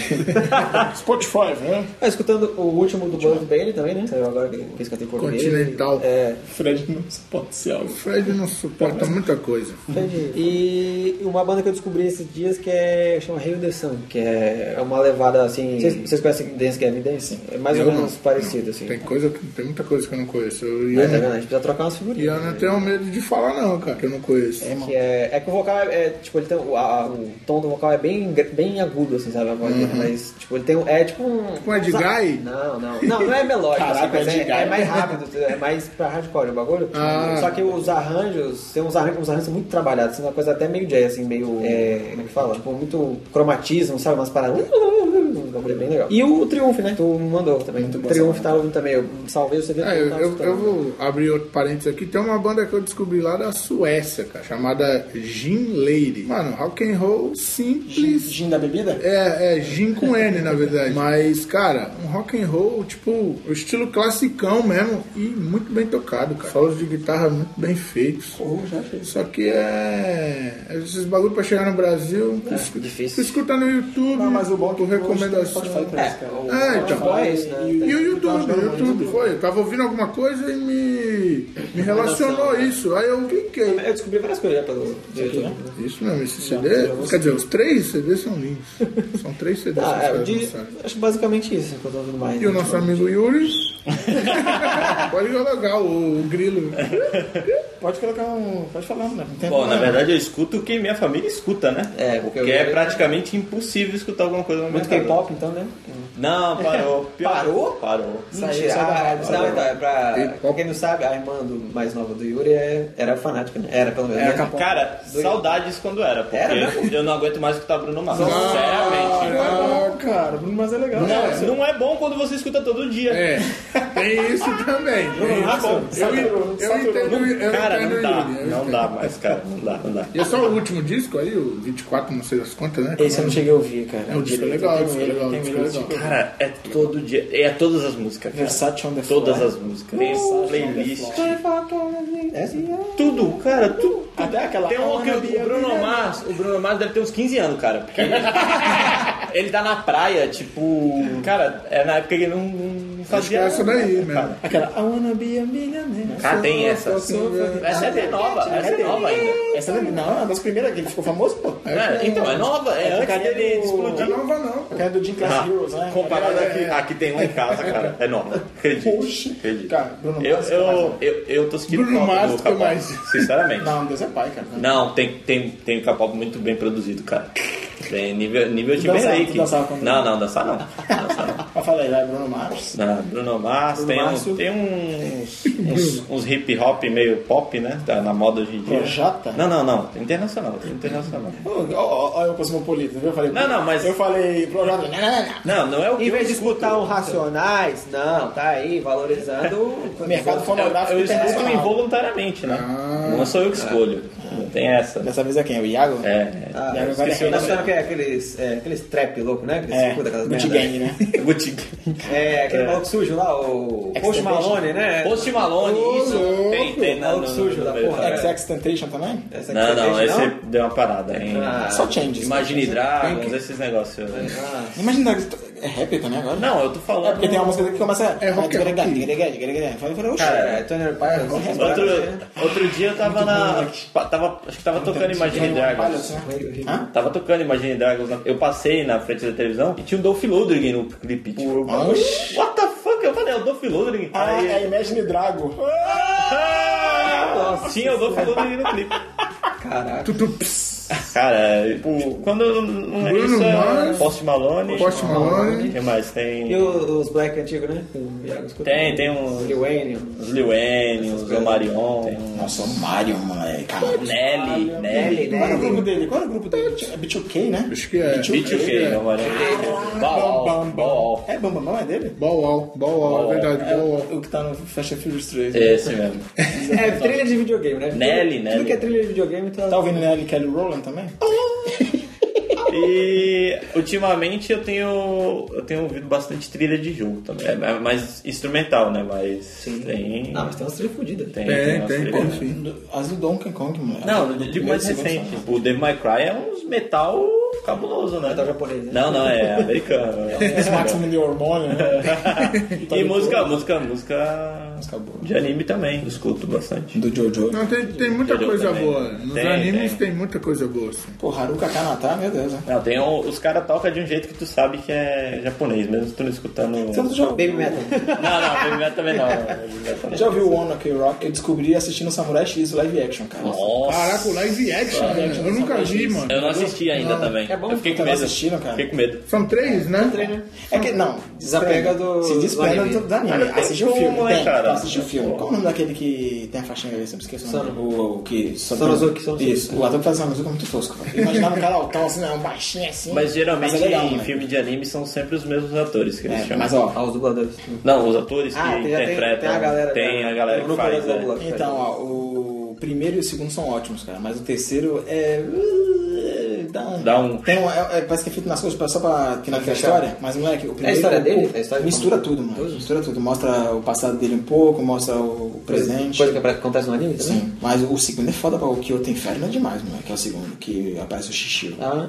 S3: Spotify, né?
S1: Ah, escutando o último do Bob Bailey também, né? Saiu agora que que cantei por
S4: Continental.
S1: É,
S3: Fred não suporta ser algo.
S4: Fred não suporta muita coisa. Uhum.
S1: Entendi. E uma banda que eu descobri esses dias que é chama Rio The Sun, que é uma levada assim. Vocês- Vocês conhecem Dance Gavin Dance? É mais ou
S4: Eu
S1: menos
S4: não,
S1: parecido, assim.
S4: Tem coisa, que- tem muita coisa que eu não conheço. Eu- E
S1: Mas, tá
S4: eu,
S1: vendo? A gente precisa trocar umas
S4: e eu
S1: figurinhas.
S4: não
S1: né?
S4: tenho medo de falar, não, cara, que eu não conheço.
S1: Que é, é que o vocal é, é, tipo, ele tem, o- a- o tom do vocal é bem, gr- bem agudo, assim, sabe? A voz dele,
S4: Uhum.
S1: mas tipo, ele tem um. É tipo um.
S4: Com Ed Guy?
S1: Não, não. Não, não é melódico,
S3: Caraca,
S1: assim, mas
S3: Ed
S1: é,
S3: Guy.
S1: é mais rápido, é mais pra hardcore o bagulho.
S4: Ah.
S1: Só que os arranjos, tem uns arranjos, uns arranjos muito trabalhados, assim, uma coisa até meio jazz, assim, meio. é, como é que fala? Tipo, muito cromatismo, sabe? Umas paradas. Um bagulho bem legal. E o Triumph, né? Tu me mandou também. o Triumph tá ouvindo também. Eu salvei o CD.
S4: É, eu,
S1: tava
S3: tá
S4: eu-
S1: escutando.
S4: eu vou abrir outro parênteses aqui. Tem uma banda que eu descobri lá da Suécia, cara, chamada Gin Lady. Mano, rock and roll simples.
S3: Gin da bebida?
S4: É, é gin com N, na verdade. Mas, cara, um rock and roll, tipo, o estilo classicão mesmo e muito bem tocado, cara. Solos de guitarra muito bem feitos. Só que é... Esses bagulho pra chegar no Brasil... É,
S1: difícil.
S4: Tu escuta no YouTube,
S3: Não, mas o bom é que
S4: por
S3: hoje tem
S4: recomendação.
S3: Spotify pra isso, cara.
S1: o-
S4: É, então.
S1: Spotify é isso, né?
S3: E-
S4: E o
S3: Então,
S4: YouTube,
S3: acho que
S4: o
S3: era
S4: YouTube
S3: mais
S4: foi. Eu tava ouvindo alguma coisa e me, me relacionou isso. Aí eu cliquei.
S1: Eu descobri várias coisas já pelo do YouTube.
S4: Isso mesmo, esse CD. Quer dizer, os três CDs são lindos. São três CDs.
S1: Ah, é, eu
S4: que os
S1: di-
S4: caras lançaram.
S1: acho que basicamente isso que eu tô ouvindo mais. né, tipo,
S4: E o nosso amigo Yuri. Pode jogar o grilo.
S3: Pode colocar um. Pode falar, né? Não tem
S2: Bom, na
S3: problema.
S2: verdade eu escuto o que minha família escuta, né?
S1: É, porque
S2: porque,
S1: eu-
S2: é praticamente impossível escutar alguma coisa na minha
S1: Muito
S2: casa.
S1: K-pop, então, né?
S2: Não, parou. Pior-
S1: Parou?
S2: Parou.
S1: Mentira. Ah, não, então, é pra... pra quem não sabe, a irmã do mais nova do Yuri é- era fanática, né? Era, pelo menos. né?
S2: Cara, saudades quando era, porque
S1: Era mesmo?
S2: eu não aguento mais escutar Bruno Mars. Sinceramente.
S3: Ah, cara, Bruno Mars é legal.
S2: Não, não é bom quando você escuta todo dia.
S4: É, tem isso também. Tem
S2: Ah,
S4: isso.
S2: bom.
S4: Eu, eu entendo,
S2: Não-
S4: eu
S2: cara,
S4: entendo
S2: não dá.
S4: Yuri. eu
S2: Não
S4: entendo.
S2: dá mais, cara. Não dá, não dá.
S4: E é só o último disco aí, o 24, não sei das contas, né?
S3: Esse eu não cheguei a ouvir, cara.
S4: É um disco legal, disco legal, um disco legal.
S2: Cara, é todo dia. É todas as músicas. cara.
S3: Versace on the Fly.
S2: Todas as músicas. Tem playlist. Tudo, cara, tudo.
S3: Até aquela.
S2: Tem um que o Bruno Mars, o Bruno Mars deve ter uns 15 anos, cara. Porque ele, ele tá na praia, tipo. Cara, é na época que ele não, não
S4: Acho que é
S2: fazia.
S4: essa daí mesmo.
S3: Aquela. I wanna be a millionaire.
S2: Ah, tem essa. Essa é até nova, essa é nova ainda.
S3: Essa não é. Não, é uma das primeiras que ele ficou famoso, pô.
S2: É, então, é nova, é antes
S3: cadê
S2: dele
S3: o-
S4: Não é
S2: explodir.
S4: nova não, pô.
S3: Que é do Jim Class
S2: Ah,
S3: Heroes, né?
S2: comparado aqui, aqui tem um em casa, cara. É nova. Acredite.
S3: Poxa.
S2: acredite.
S3: Cara, Bruno é
S2: Eu,
S3: Mars.
S2: eu, eu, eu tô sentindo
S4: Bruno
S2: falta
S4: Mars
S2: do
S4: que
S2: K-pop,
S4: mais.
S2: Sinceramente.
S3: Não, Deus é pai, cara.
S2: Não, tem, tem, tem K-pop muito bem produzido, cara. Tem nível, nível de
S3: dançava,
S2: Timberlake.
S3: tu dançava quando-
S2: Não, não, dançar não. Dançar não.
S3: Mas fala aí, vai, Bruno Mars.
S2: Ah, Bruno Mars, tem, um-
S3: Márcio.
S2: tem uns, uns, uns hip hop meio pop, né? Tá na moda hoje em dia.
S3: Projota?
S2: Não, não, não. Internacional, internacional.
S3: Olha o cosmopolita, viu? Eu falei,
S2: Não, não, mas-
S3: Eu falei pro Jorge, não, não, não,
S2: Não, não é o que
S1: Em
S2: eu
S1: vez de
S2: escuto.
S1: escutar um Racionais, não, tá aí, valorizando o
S3: não. Mercado fonográfico
S2: Eu escuto
S3: internacional.
S2: involuntariamente, né?
S1: Ah.
S2: Não sou eu que escolho. Não tem essa.
S3: Dessa vez é quem? O Iago?
S2: É, é.
S1: Ah,
S3: Iago vai
S2: esqueci o
S1: Tá
S3: derreter.
S1: achando que é aqueles, é, aqueles trap louco, né? Que
S3: É,
S2: tá
S1: escuta aquelas
S3: Gucci
S1: merda.
S3: Gang, né?
S2: Boutique.
S1: É, aquele maluco sujo lá, o Post
S3: Extended.
S1: Malone, né?
S2: Post Malone, isso.
S4: louco,
S2: Tem, tem. Não,
S1: maluco
S2: não,
S1: sujo
S2: não,
S1: da
S2: não, não,
S1: porra. É
S2: não,
S3: XX Temptation também?
S1: Essa aqui
S2: Não,
S1: você
S2: não,
S1: fez,
S2: esse deu uma parada, hein?
S1: Ah,
S3: Só changes.
S2: Imagine Dragons, esses negócios.
S1: ah,
S3: Imagina, é rap também agora?
S2: Não, eu tô
S3: É
S2: falando.
S3: porque tem uma música que começa...
S4: É rock and roll.
S3: Falei, falei, oxe.
S1: cara, é Tony Pires,
S2: Outro, outro dia eu tava na. Tava, acho que tava tocando Imagine Dragons. Tava tocando Imagine Dragons. na- Eu passei na frente da televisão e tinha o Dolph Lundgren no clipe. Tipo,
S3: Oxi.
S2: what the fuck? Eu falei, é o Dolph Lundgren?
S3: Ah,
S2: Aí-
S3: é Imagine Drago.
S2: Ah! Tinha o Dolph Lundgren no clipe.
S1: Caraca.
S4: Tutups.
S2: Cara, o- quando eu não é
S4: Bruno
S2: isso, é
S4: Mars,
S2: Post Malone.
S4: Post Malone.
S2: O que mais? Tem.
S1: E o- os Black antigos, né? O Iago escuta.
S2: Tem, tem um- uns-
S1: Lil Wayne.
S2: Os Lil Wayne, os Omarion, tem um
S3: Nossa, o Mario, moleque. Caralho.
S2: Nelly, Nelly.
S3: Qual era o grupo dele? Qual era o grupo dele? É B2K, né?
S4: Acho que é.
S2: B2K, Omarion. Ball, ball.
S3: É, Bambam Bam, é dele?
S4: Bowal, Bowal, é verdade, Bowal.
S3: O que tá no Fast and Furious 3. né?
S2: É Esse mesmo.
S1: É, trilha de videogame, né?
S2: Nelly,
S1: tudo,
S2: Nelly.
S1: Tudo que é trilha de videogame tá...
S3: Tá ouvindo Nelly Kelly Rowland também?
S2: E ultimamente eu tenho eu tenho ouvido bastante trilha de jogo também. É é mais instrumental, né? Mas tem.
S1: Não, mas tem umas trilhas fodidas.
S2: tem,
S4: Tem,
S2: umas
S4: tem, tem,
S2: trilhas, né?
S4: sim.
S3: As do Donkey Kong, moleque.
S2: Não, eu digo mais recente. O Devil May Cry é uns metal cabuloso, né?
S1: Metal japonês, né?
S2: Não, não, é americano. É
S3: Os máximos de hormônio, né?
S2: um- e música, música, música
S3: Acabou.
S2: de anime também. Escuto bastante.
S3: Do Jojo.
S4: Não, tem, tem muita
S2: Jojo
S4: coisa
S2: também.
S4: boa. Nos
S2: Tem,
S4: animes
S2: tem.
S4: tem. muita coisa boa, assim.
S3: Pô, Haruka Kanata, meu Deus, né?
S2: Não, tem um- os caras tocam de um jeito que tu sabe que é japonês, mesmo tu não escutando.
S3: Você
S2: Não,
S3: não já,
S1: Baby Metal.
S2: não, Baby Metal também não. Baby Metal também não.
S3: já ouviu o Ono K-Rock? Eu descobri assistindo Samurai X live action, cara.
S2: Nossa.
S4: Caraca, o live action, mano. Eu nunca vi, mano.
S2: Eu não assisti ainda também.
S1: É bom
S2: eu fiquei com
S3: Vocês
S2: medo.
S3: assistiram, cara?
S2: Fiquei com medo.
S4: São três, né?
S3: É que, não,
S1: Desapega do-
S3: Se
S1: do
S3: despega
S1: anime.
S3: do, do anime.
S2: Cara, tem
S3: Assiste o
S2: como,
S3: filme.
S2: hein,
S3: Tem,
S2: cara?
S3: tem, assiste o filme. Qual o nome daquele que tem a faixinha ali? Sempre esqueço o nome.
S1: Sono.
S3: O, o que...
S1: Sonozuki, Sonozuki.
S3: Isso. O ator que faz Sonozuki é muito tosco. velho. Imaginava um cara altão, assim, né, um baixinho assim.
S2: Mas geralmente
S3: Mas é legal,
S2: em
S3: né?
S2: filme de anime são sempre os mesmos atores que eles
S3: É,
S2: chamam.
S3: mas ó...
S1: Ah, os dubladores.
S2: Não, os atores
S1: Ah,
S2: que
S1: tem- já tem-
S2: interpretam.
S1: tem a galera-
S2: tem a galera
S1: o
S2: que
S1: grupo
S2: faz,
S1: da
S2: né?
S1: Globo lá.
S3: Então, ó, o primeiro e o segundo são ótimos, cara. Mas o terceiro é... Dá um...
S2: Dá um-
S3: Tem um é- é- parece que é feito nas coisas pra- só pra finalizar a história. Mas, moleque, o primeiro...
S1: história dele?
S3: o-
S1: É a história de
S3: mistura
S1: como-
S3: tudo, mano. Mistura tudo. Mostra o passado dele um pouco, mostra o presente.
S1: Coisa que acontece no anime? também?
S3: Sim, mas o segundo é foda, pô. o que eu tenho inferno é demais, mano. Que é o segundo, que aparece o xixi.
S1: Ah,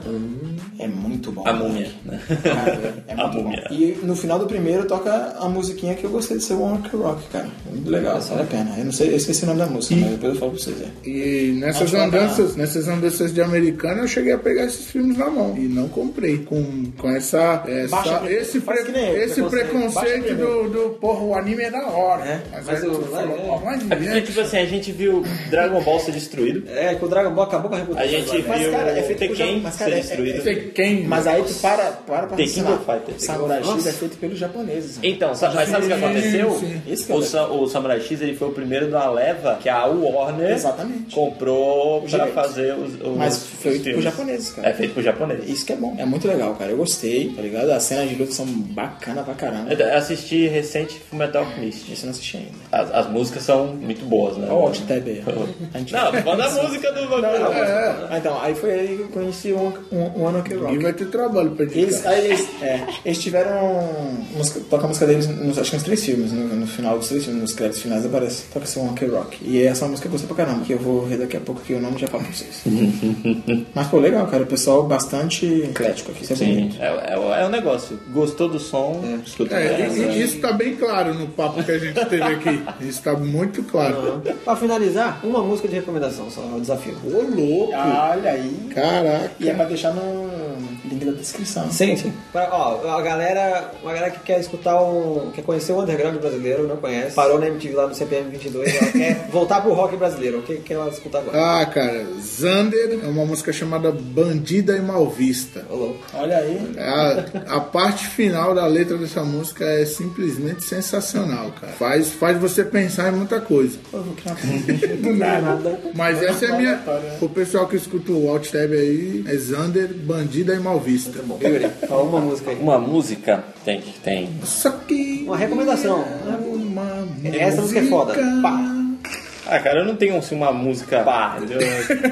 S3: É muito bom.
S2: A
S3: moleque.
S2: múmia, né?
S3: Cara, é
S2: A
S3: muito bom.
S2: múmia.
S3: E no final do primeiro toca a musiquinha que eu gostei de ser o Rock Rock, cara. Muito legal, vale a pena. Eu não sei, eu esqueci o nome da música, mas depois eu falo pra vocês. É.
S4: E nessas
S3: Acho que
S4: andanças, nessas andanças de americana, eu cheguei a pegar esses filmes na mão. E não comprei. Com, com essa. essa-
S3: Baixa pre-
S4: esse
S3: faz
S4: pre-
S3: que nem eu,
S4: esse
S3: preconceito. Baixa
S4: preconceito do, do. Porra, o anime é da hora. Mas,
S1: mas
S4: aí
S1: o-
S4: tu falou,
S1: é.
S4: ó, mas
S2: É porque,
S4: é.
S2: tipo assim, a gente viu Dragon Ball ser destruído.
S1: é, que o Dragon Ball acabou com a
S2: A
S1: reputação.
S2: gente
S1: agora, né?
S2: viu
S3: cara, é feito por
S2: Tekken
S3: japo- mas,
S2: ser
S3: cara, é-
S2: destruído.
S4: Sei quem.
S3: Mas aí tu para, para pra
S2: The
S3: raciocinar.
S2: King of Fighters.
S3: Samurai X
S1: Nossa.
S3: é feito pelos japoneses. mano.
S2: Então, sa- mas sabe o que aconteceu?
S4: sim.
S3: Isso que é
S2: O,
S3: o-
S2: Sa- o Samurai X ele foi o primeiro da leva que a Warner
S3: Exatamente.
S2: comprou pra
S3: Direito.
S2: fazer os, os
S3: Mas foi feito por
S2: filmes.
S3: japoneses, cara.
S2: É feito por japonês.
S3: Isso que é bom. É muito legal, cara. Eu gostei, tá ligado? As cenas de luta são bacanas pra caramba.
S2: Eu assisti recente Fullmetal Alchemist.
S3: Esse eu não assisti ainda.
S2: As, as músicas são muito boas, né?
S3: Olha o alt tab aí. ó. A gente-
S2: Não, tô falando da música do bagulho.
S3: Ah, então, aí foi aí que eu conheci o um, One Ok
S4: E
S3: Rock.
S4: vai ter trabalho pra indicar.
S3: Eles, aí eles, é, eles tiveram. um, Música, toca a música deles, nos, acho que nos três filmes, no, no final dos três filmes, nos créditos finais aparece. Toca esse One Ok Rock. E essa é uma música que eu gostei pra caramba, que eu vou ver daqui a pouco que o nome já falo pra vocês. Mas, pô, legal, cara. O pessoal bastante eclético aqui. Isso é
S2: Sim,
S3: bonito.
S2: é, é, é um negócio. Gostou do som, escuta.
S4: É, e- e- isso tá bem claro no papo que a gente teve aqui. Isso tá muito claro.
S1: Pra finalizar, uma música de recomendação só, o desafio.
S4: Ô, louco!
S3: Olha aí.
S4: Caraca!
S3: E é pra deixar no link da descrição.
S1: Sim, sim. Pra, ó, a galera, uma galera que quer escutar um. quer conhecer o underground brasileiro, não conhece, parou na MTV lá no CPM 22, ela quer voltar pro rock brasileiro. O que, que ela escuta agora?
S4: Ah, cara, Zander é uma música chamada Bandida e Malvista. É
S1: Ô, louco.
S3: Olha aí.
S4: A, a parte final da letra dessa música é simplesmente sensacional, cara. Faz, faz você pensar em muita coisa.
S3: Pô, eu vou criar uma
S4: Mas essa é a minha. O pessoal que escuta o Alt Tab aí é Zander, Bandida e Malvista.
S1: Yuri, fala uma música aí.
S2: Uma música tem que tem.
S4: Só que.
S1: Uma recomendação.
S4: Uma
S1: Essa música é foda. Pá.
S2: Ah, cara, eu não tenho assim, uma música. Pá, entendeu?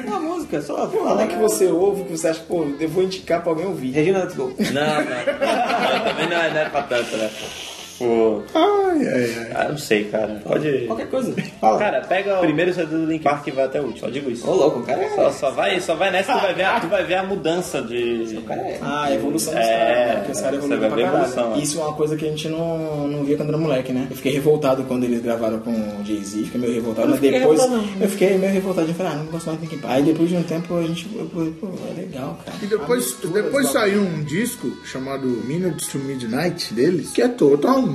S1: Uma música, só.
S3: Qual
S1: Fala
S3: é que você ouve que você acha, pô, eu vou indicar pra alguém ouvir?
S1: Regina Let's Go.
S2: não, não, não. Também não é, não é pra tanto, né? Pô,
S4: Ai, ai, ai.
S2: ah, não sei, cara. Pode.
S1: Qualquer coisa.
S2: Cara, pega o primeiro CD do Link Park e vai até o último. Só digo isso.
S1: Ô, louco, o cara é.
S2: Só, só vai, só vai nessa, tu vai ver a, tu vai ver a mudança de.
S1: o cara é-
S3: Ah, a evolução dos
S2: É,
S3: caras, né? Porque os caras
S2: você
S3: evoluíram
S2: vai
S3: pra
S2: ver a
S3: caralho.
S2: evolução, né?
S3: Isso é uma coisa que a gente não, não via quando era moleque, né? Eu fiquei revoltado quando eles gravaram com o Jay-Z, fiquei meio revoltado, mas depois eu fiquei meio revoltado, eu falei, ah, não gosto mais de Linkin Park. Aí depois de um tempo a gente, eu falei, pô, é legal, cara.
S4: E depois, depois saiu um disco chamado Minutes to Midnight deles, que é totalmente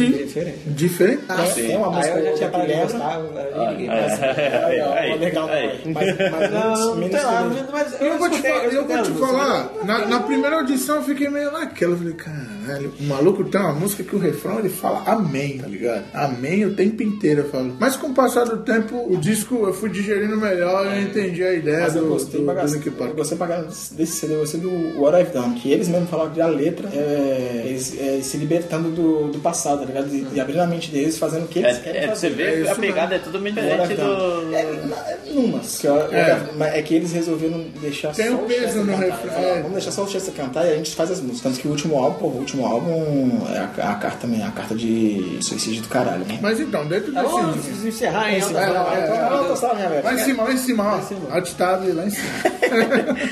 S1: diferente.
S4: Diferente?
S3: Ah,
S2: sim.
S3: é uma
S1: Aí
S3: música
S1: eu já tinha
S3: que
S1: parado de
S3: lembra.
S1: gostar, aí ninguém
S2: é
S1: mais.
S2: Aí,
S3: Aí, ó,
S2: aí,
S3: legal,
S2: aí.
S3: mas, mas
S1: Não,
S3: menos,
S1: sei lá,
S3: menos
S1: mas
S4: Eu vou te,
S1: escutei-
S4: fa- eu vou te
S1: escutei a música.
S4: falar, na, na primeira audição eu fiquei meio naquela. Eu falei, caralho, o maluco tem uma música que o refrão ele fala amém, tá ligado? Amém o tempo inteiro, eu falo. Mas com o passar do tempo, o disco eu fui digerindo melhor, eu entendi a ideia
S3: Mas
S4: É do,
S3: eu gostei
S4: do,
S3: pra
S4: do
S3: caralho.
S4: Linkin Park.
S3: Eu gostei pra caralho desse CD, eu gostei do What I've Done, que eles mesmos falaram que a letra é, eles, é, se libertando do, do passado, tá ligado? De, de abrir a mente deles, fazendo o que eles
S2: É,
S3: querem
S2: é,
S3: fazer.
S2: você vê que a
S4: isso
S2: pegada é totalmente
S3: What
S2: diferente
S3: I've Done.
S2: do.
S3: É, na- é numas. Que, ó,
S4: É.
S3: Mas é que eles resolveram deixar
S4: Tem
S3: só
S4: um
S3: o
S4: peso
S3: Chester
S4: no
S3: cantar.
S4: refrão,
S3: Falaram,
S4: é.
S3: Vamos deixar só o Chester cantar e a gente faz as músicas. Tanto que o último álbum, pô, o último álbum é a, a carta também, a carta de suicídio do caralho, né? Então,
S4: Mas então, dentro
S12: Tá bom,
S4: desse.
S12: se encerrar,
S1: então,
S12: hein?
S1: tá
S4: É, não, é, é.
S3: Não, tô só, minha velha.
S4: Lá em cima, lá em cima, ó. Outstable, lá em cima.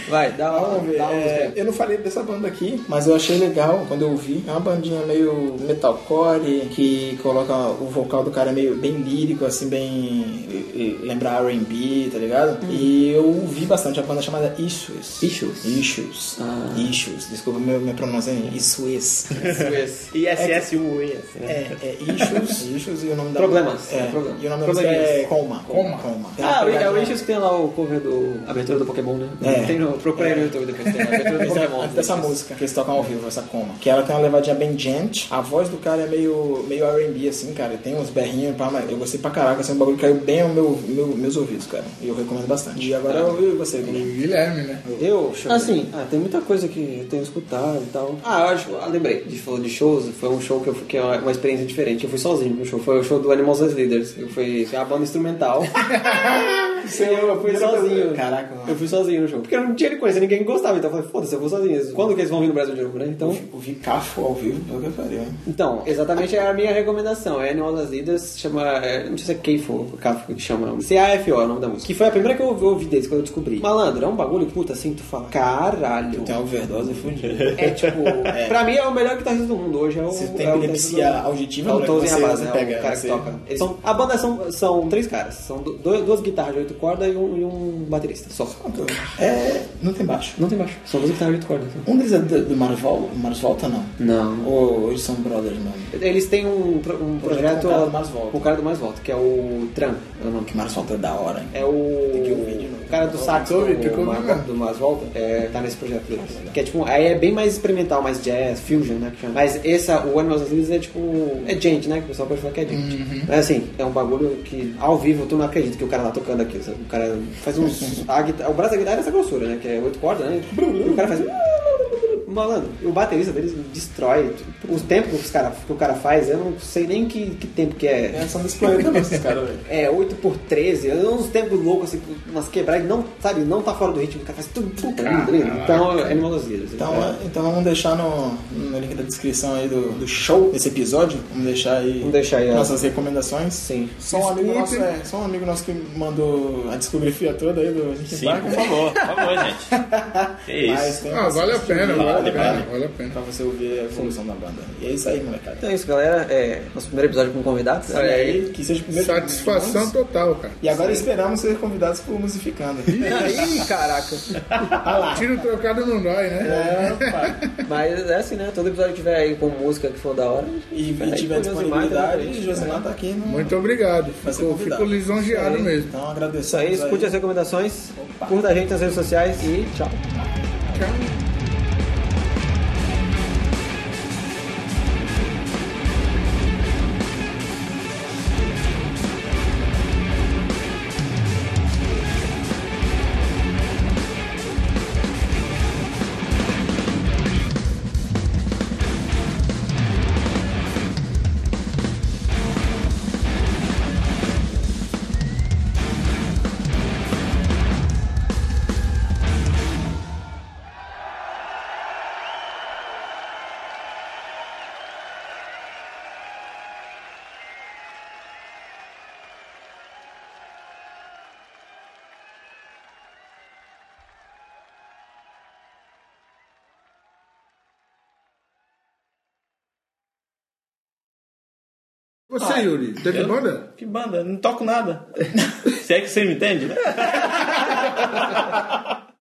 S1: Vai, dá uma,
S3: Vamos ver.
S1: dá uma música.
S3: É, eu não falei dessa banda aqui, mas eu achei legal quando eu vi. É uma bandinha meio metalcore, que coloca o vocal do cara meio bem lírico, assim, bem. eh, eh, lembrar RB, tá ligado? E eu vi bastante a banda chamada Issues.
S1: Hum. Issues?
S3: Issues.
S1: Ah.
S3: Issues. Desculpa meu, minha pronúncia aí. Issues.
S1: Esse-
S2: ISSUES, né?
S3: É, é Issues, Issues e o nome da
S1: Problemas.
S3: É,
S1: É, problema.
S3: E o nome da música é
S1: Probleminhas.
S3: Coma.
S4: Coma.
S3: Coma. Tem uma
S1: Ah, o- é
S3: pegada-
S1: o Issues que tem lá o cover do abertura do Pokémon, né?
S3: É.
S1: Tem no, procura aí no YouTube depois, tem a abertura do
S3: Antes da-
S1: Pokémon.
S3: antes dessa música que eles tocam ao vivo, essa coma. Que ela tem uma levadinha bem gent. A voz do cara é meio, meio RB, assim, cara. Tem uns berrinhos pá, mas eu gostei pra caraca. Assim, o bagulho caiu bem aos meu, meu- meus ouvidos, cara. E eu recomendo bastante. E agora eu e você, Guilherme.
S4: Guilherme, né?
S1: Eu, assim, ah, tem muita coisa que eu tenho escutado e tal. Ah, eu acho, ah, lembrei, de falou de shows, foi um show que eu fui, que é uma, uma experiência diferente. Eu fui sozinho no show, foi o show do Animals as Leaders. Eu fui, foi a banda instrumental. eu, fui sozinho.
S3: Caraca, mano.
S1: Eu fui sozinho no show. Porque um eu não tinha conhecido ninguém que gostava, então eu falei, foda-se, eu vou sozinho. Quando que eles vão vir no Brasil de novo, né? Então,
S3: Eu vi Cafo ao vivo, pelo que pariu, hein?
S1: Então, exatamente é a minha recomendação. É Animal das Idas, chama. é, Não sei se é K-Fo, K-Fo que chama. C-A-F-O é o nome da música. Que foi a primeira que eu ouvi- ouvi desde quando eu descobri. Malandro, é um bagulho que puta assim, tu fala. Caralho.
S3: Tem uma overdose fudida.
S1: É tipo. Pra mim é o melhor guitarrista do mundo hoje. É o,
S3: Você tem
S1: é o
S3: epilepsia
S1: guitarrista do mundo.
S3: auditiva,
S1: É o
S3: né,
S1: Tony
S3: que você-
S1: Abad,
S3: você
S1: né?
S3: pega,
S1: o cara
S3: você- Então,
S1: que toca. Eles são, a banda são, são três caras. São do- dois, duas guitarras de oito cordas e um, e um baterista. Só.
S3: É, não tem baixo.
S1: Não tem baixo. São duas guitarras de oito cordas.
S3: Um deles é do, do Marvol, Marsvolta, não?
S1: Não.
S3: Ou eles são brothers, mano?
S1: Eles têm um, pro- um projeto.
S3: Projeto com o cara do Mais Volta.
S1: com o cara do Mais Volta, que é o Tran, é o nome.
S3: Que Marsvolta é da hora, hein?
S1: É o. O cara do sax
S4: Tô
S1: do,
S4: ouvindo, tô
S1: do,
S4: ouvindo mesmo.
S1: do Mas Volta é, tá nesse projeto deles. Que é tipo. Aí é bem mais experimental, mais jazz, fusion, né? Que chama. Mas essa, o Animals as Leaders é tipo. É gente, né? Que o pessoal pode falar que é gente. Mas assim, é um bagulho que ao vivo tu não acredita que o cara tá tocando aqui. sabe? O cara faz uns. a guita- o braço da guitarra é essa grossura, né? Que é oito cordas, né? E o cara faz. um Malandro, o baterista deles destrói. Tipo, o tempo que, os cara, que o cara faz, eu não sei nem que, que tempo que é.
S3: É, são desse planeta mesmo, esses caras, velho.
S1: É, 8 por 13, uns tempos loucos, assim, umas quebradas, não, sabe, não tá fora do ritmo, o cara faz tudo, puta, então, Animal das Ilhas.
S3: Então, é, então vamos deixar no, no link da descrição aí do, do show desse episódio. Vamos deixar aí,
S1: Vamos deixar aí a-
S3: nossas recomendações.
S1: Sim.
S3: Só um, amigo nosso,
S4: Escutem.
S3: é, só um amigo nosso que mandou a discografia toda aí do Linkin
S2: Sim,
S3: Park.
S2: por favor, por favor, gente. Que
S3: Mas
S2: isso.
S3: tem
S4: Ah, vale a pena, vale a pena,
S2: vale.
S4: vale a pena.
S3: pra você ouvir a evolução da banda. E é isso aí, molecada. Então,
S1: Então é isso, galera. É nosso primeiro episódio com convidados. né? Olha aí.
S3: Que seja o primeiro.
S4: Satisfação total, cara.
S3: E agora esperamos ser convidados pro Musificando.
S1: Ih, caraca.
S3: Tá
S4: Tiro trocado não dói,
S3: É.
S4: né?
S1: Mas é assim, né? Todo episódio que tiver aí com música que for da hora. é
S3: E, e
S1: Peraí,
S3: tiver
S1: o Josimar tá
S3: disponibilidade,
S1: também.
S3: o Josimar tá aqui no.
S4: Muito obrigado.
S3: Vai ser
S4: Fico,
S3: convidado.
S4: fico
S1: Isso
S4: lisonjeado
S1: aí.
S4: mesmo.
S3: Então agradecemos.
S1: Isso aí, escute as recomendações, curta a gente nas redes sociais e tchau.
S4: Você,
S3: Ah.
S4: Yuri, teve banda?
S2: né? Que banda? Não toco nada. Se é que você me entende?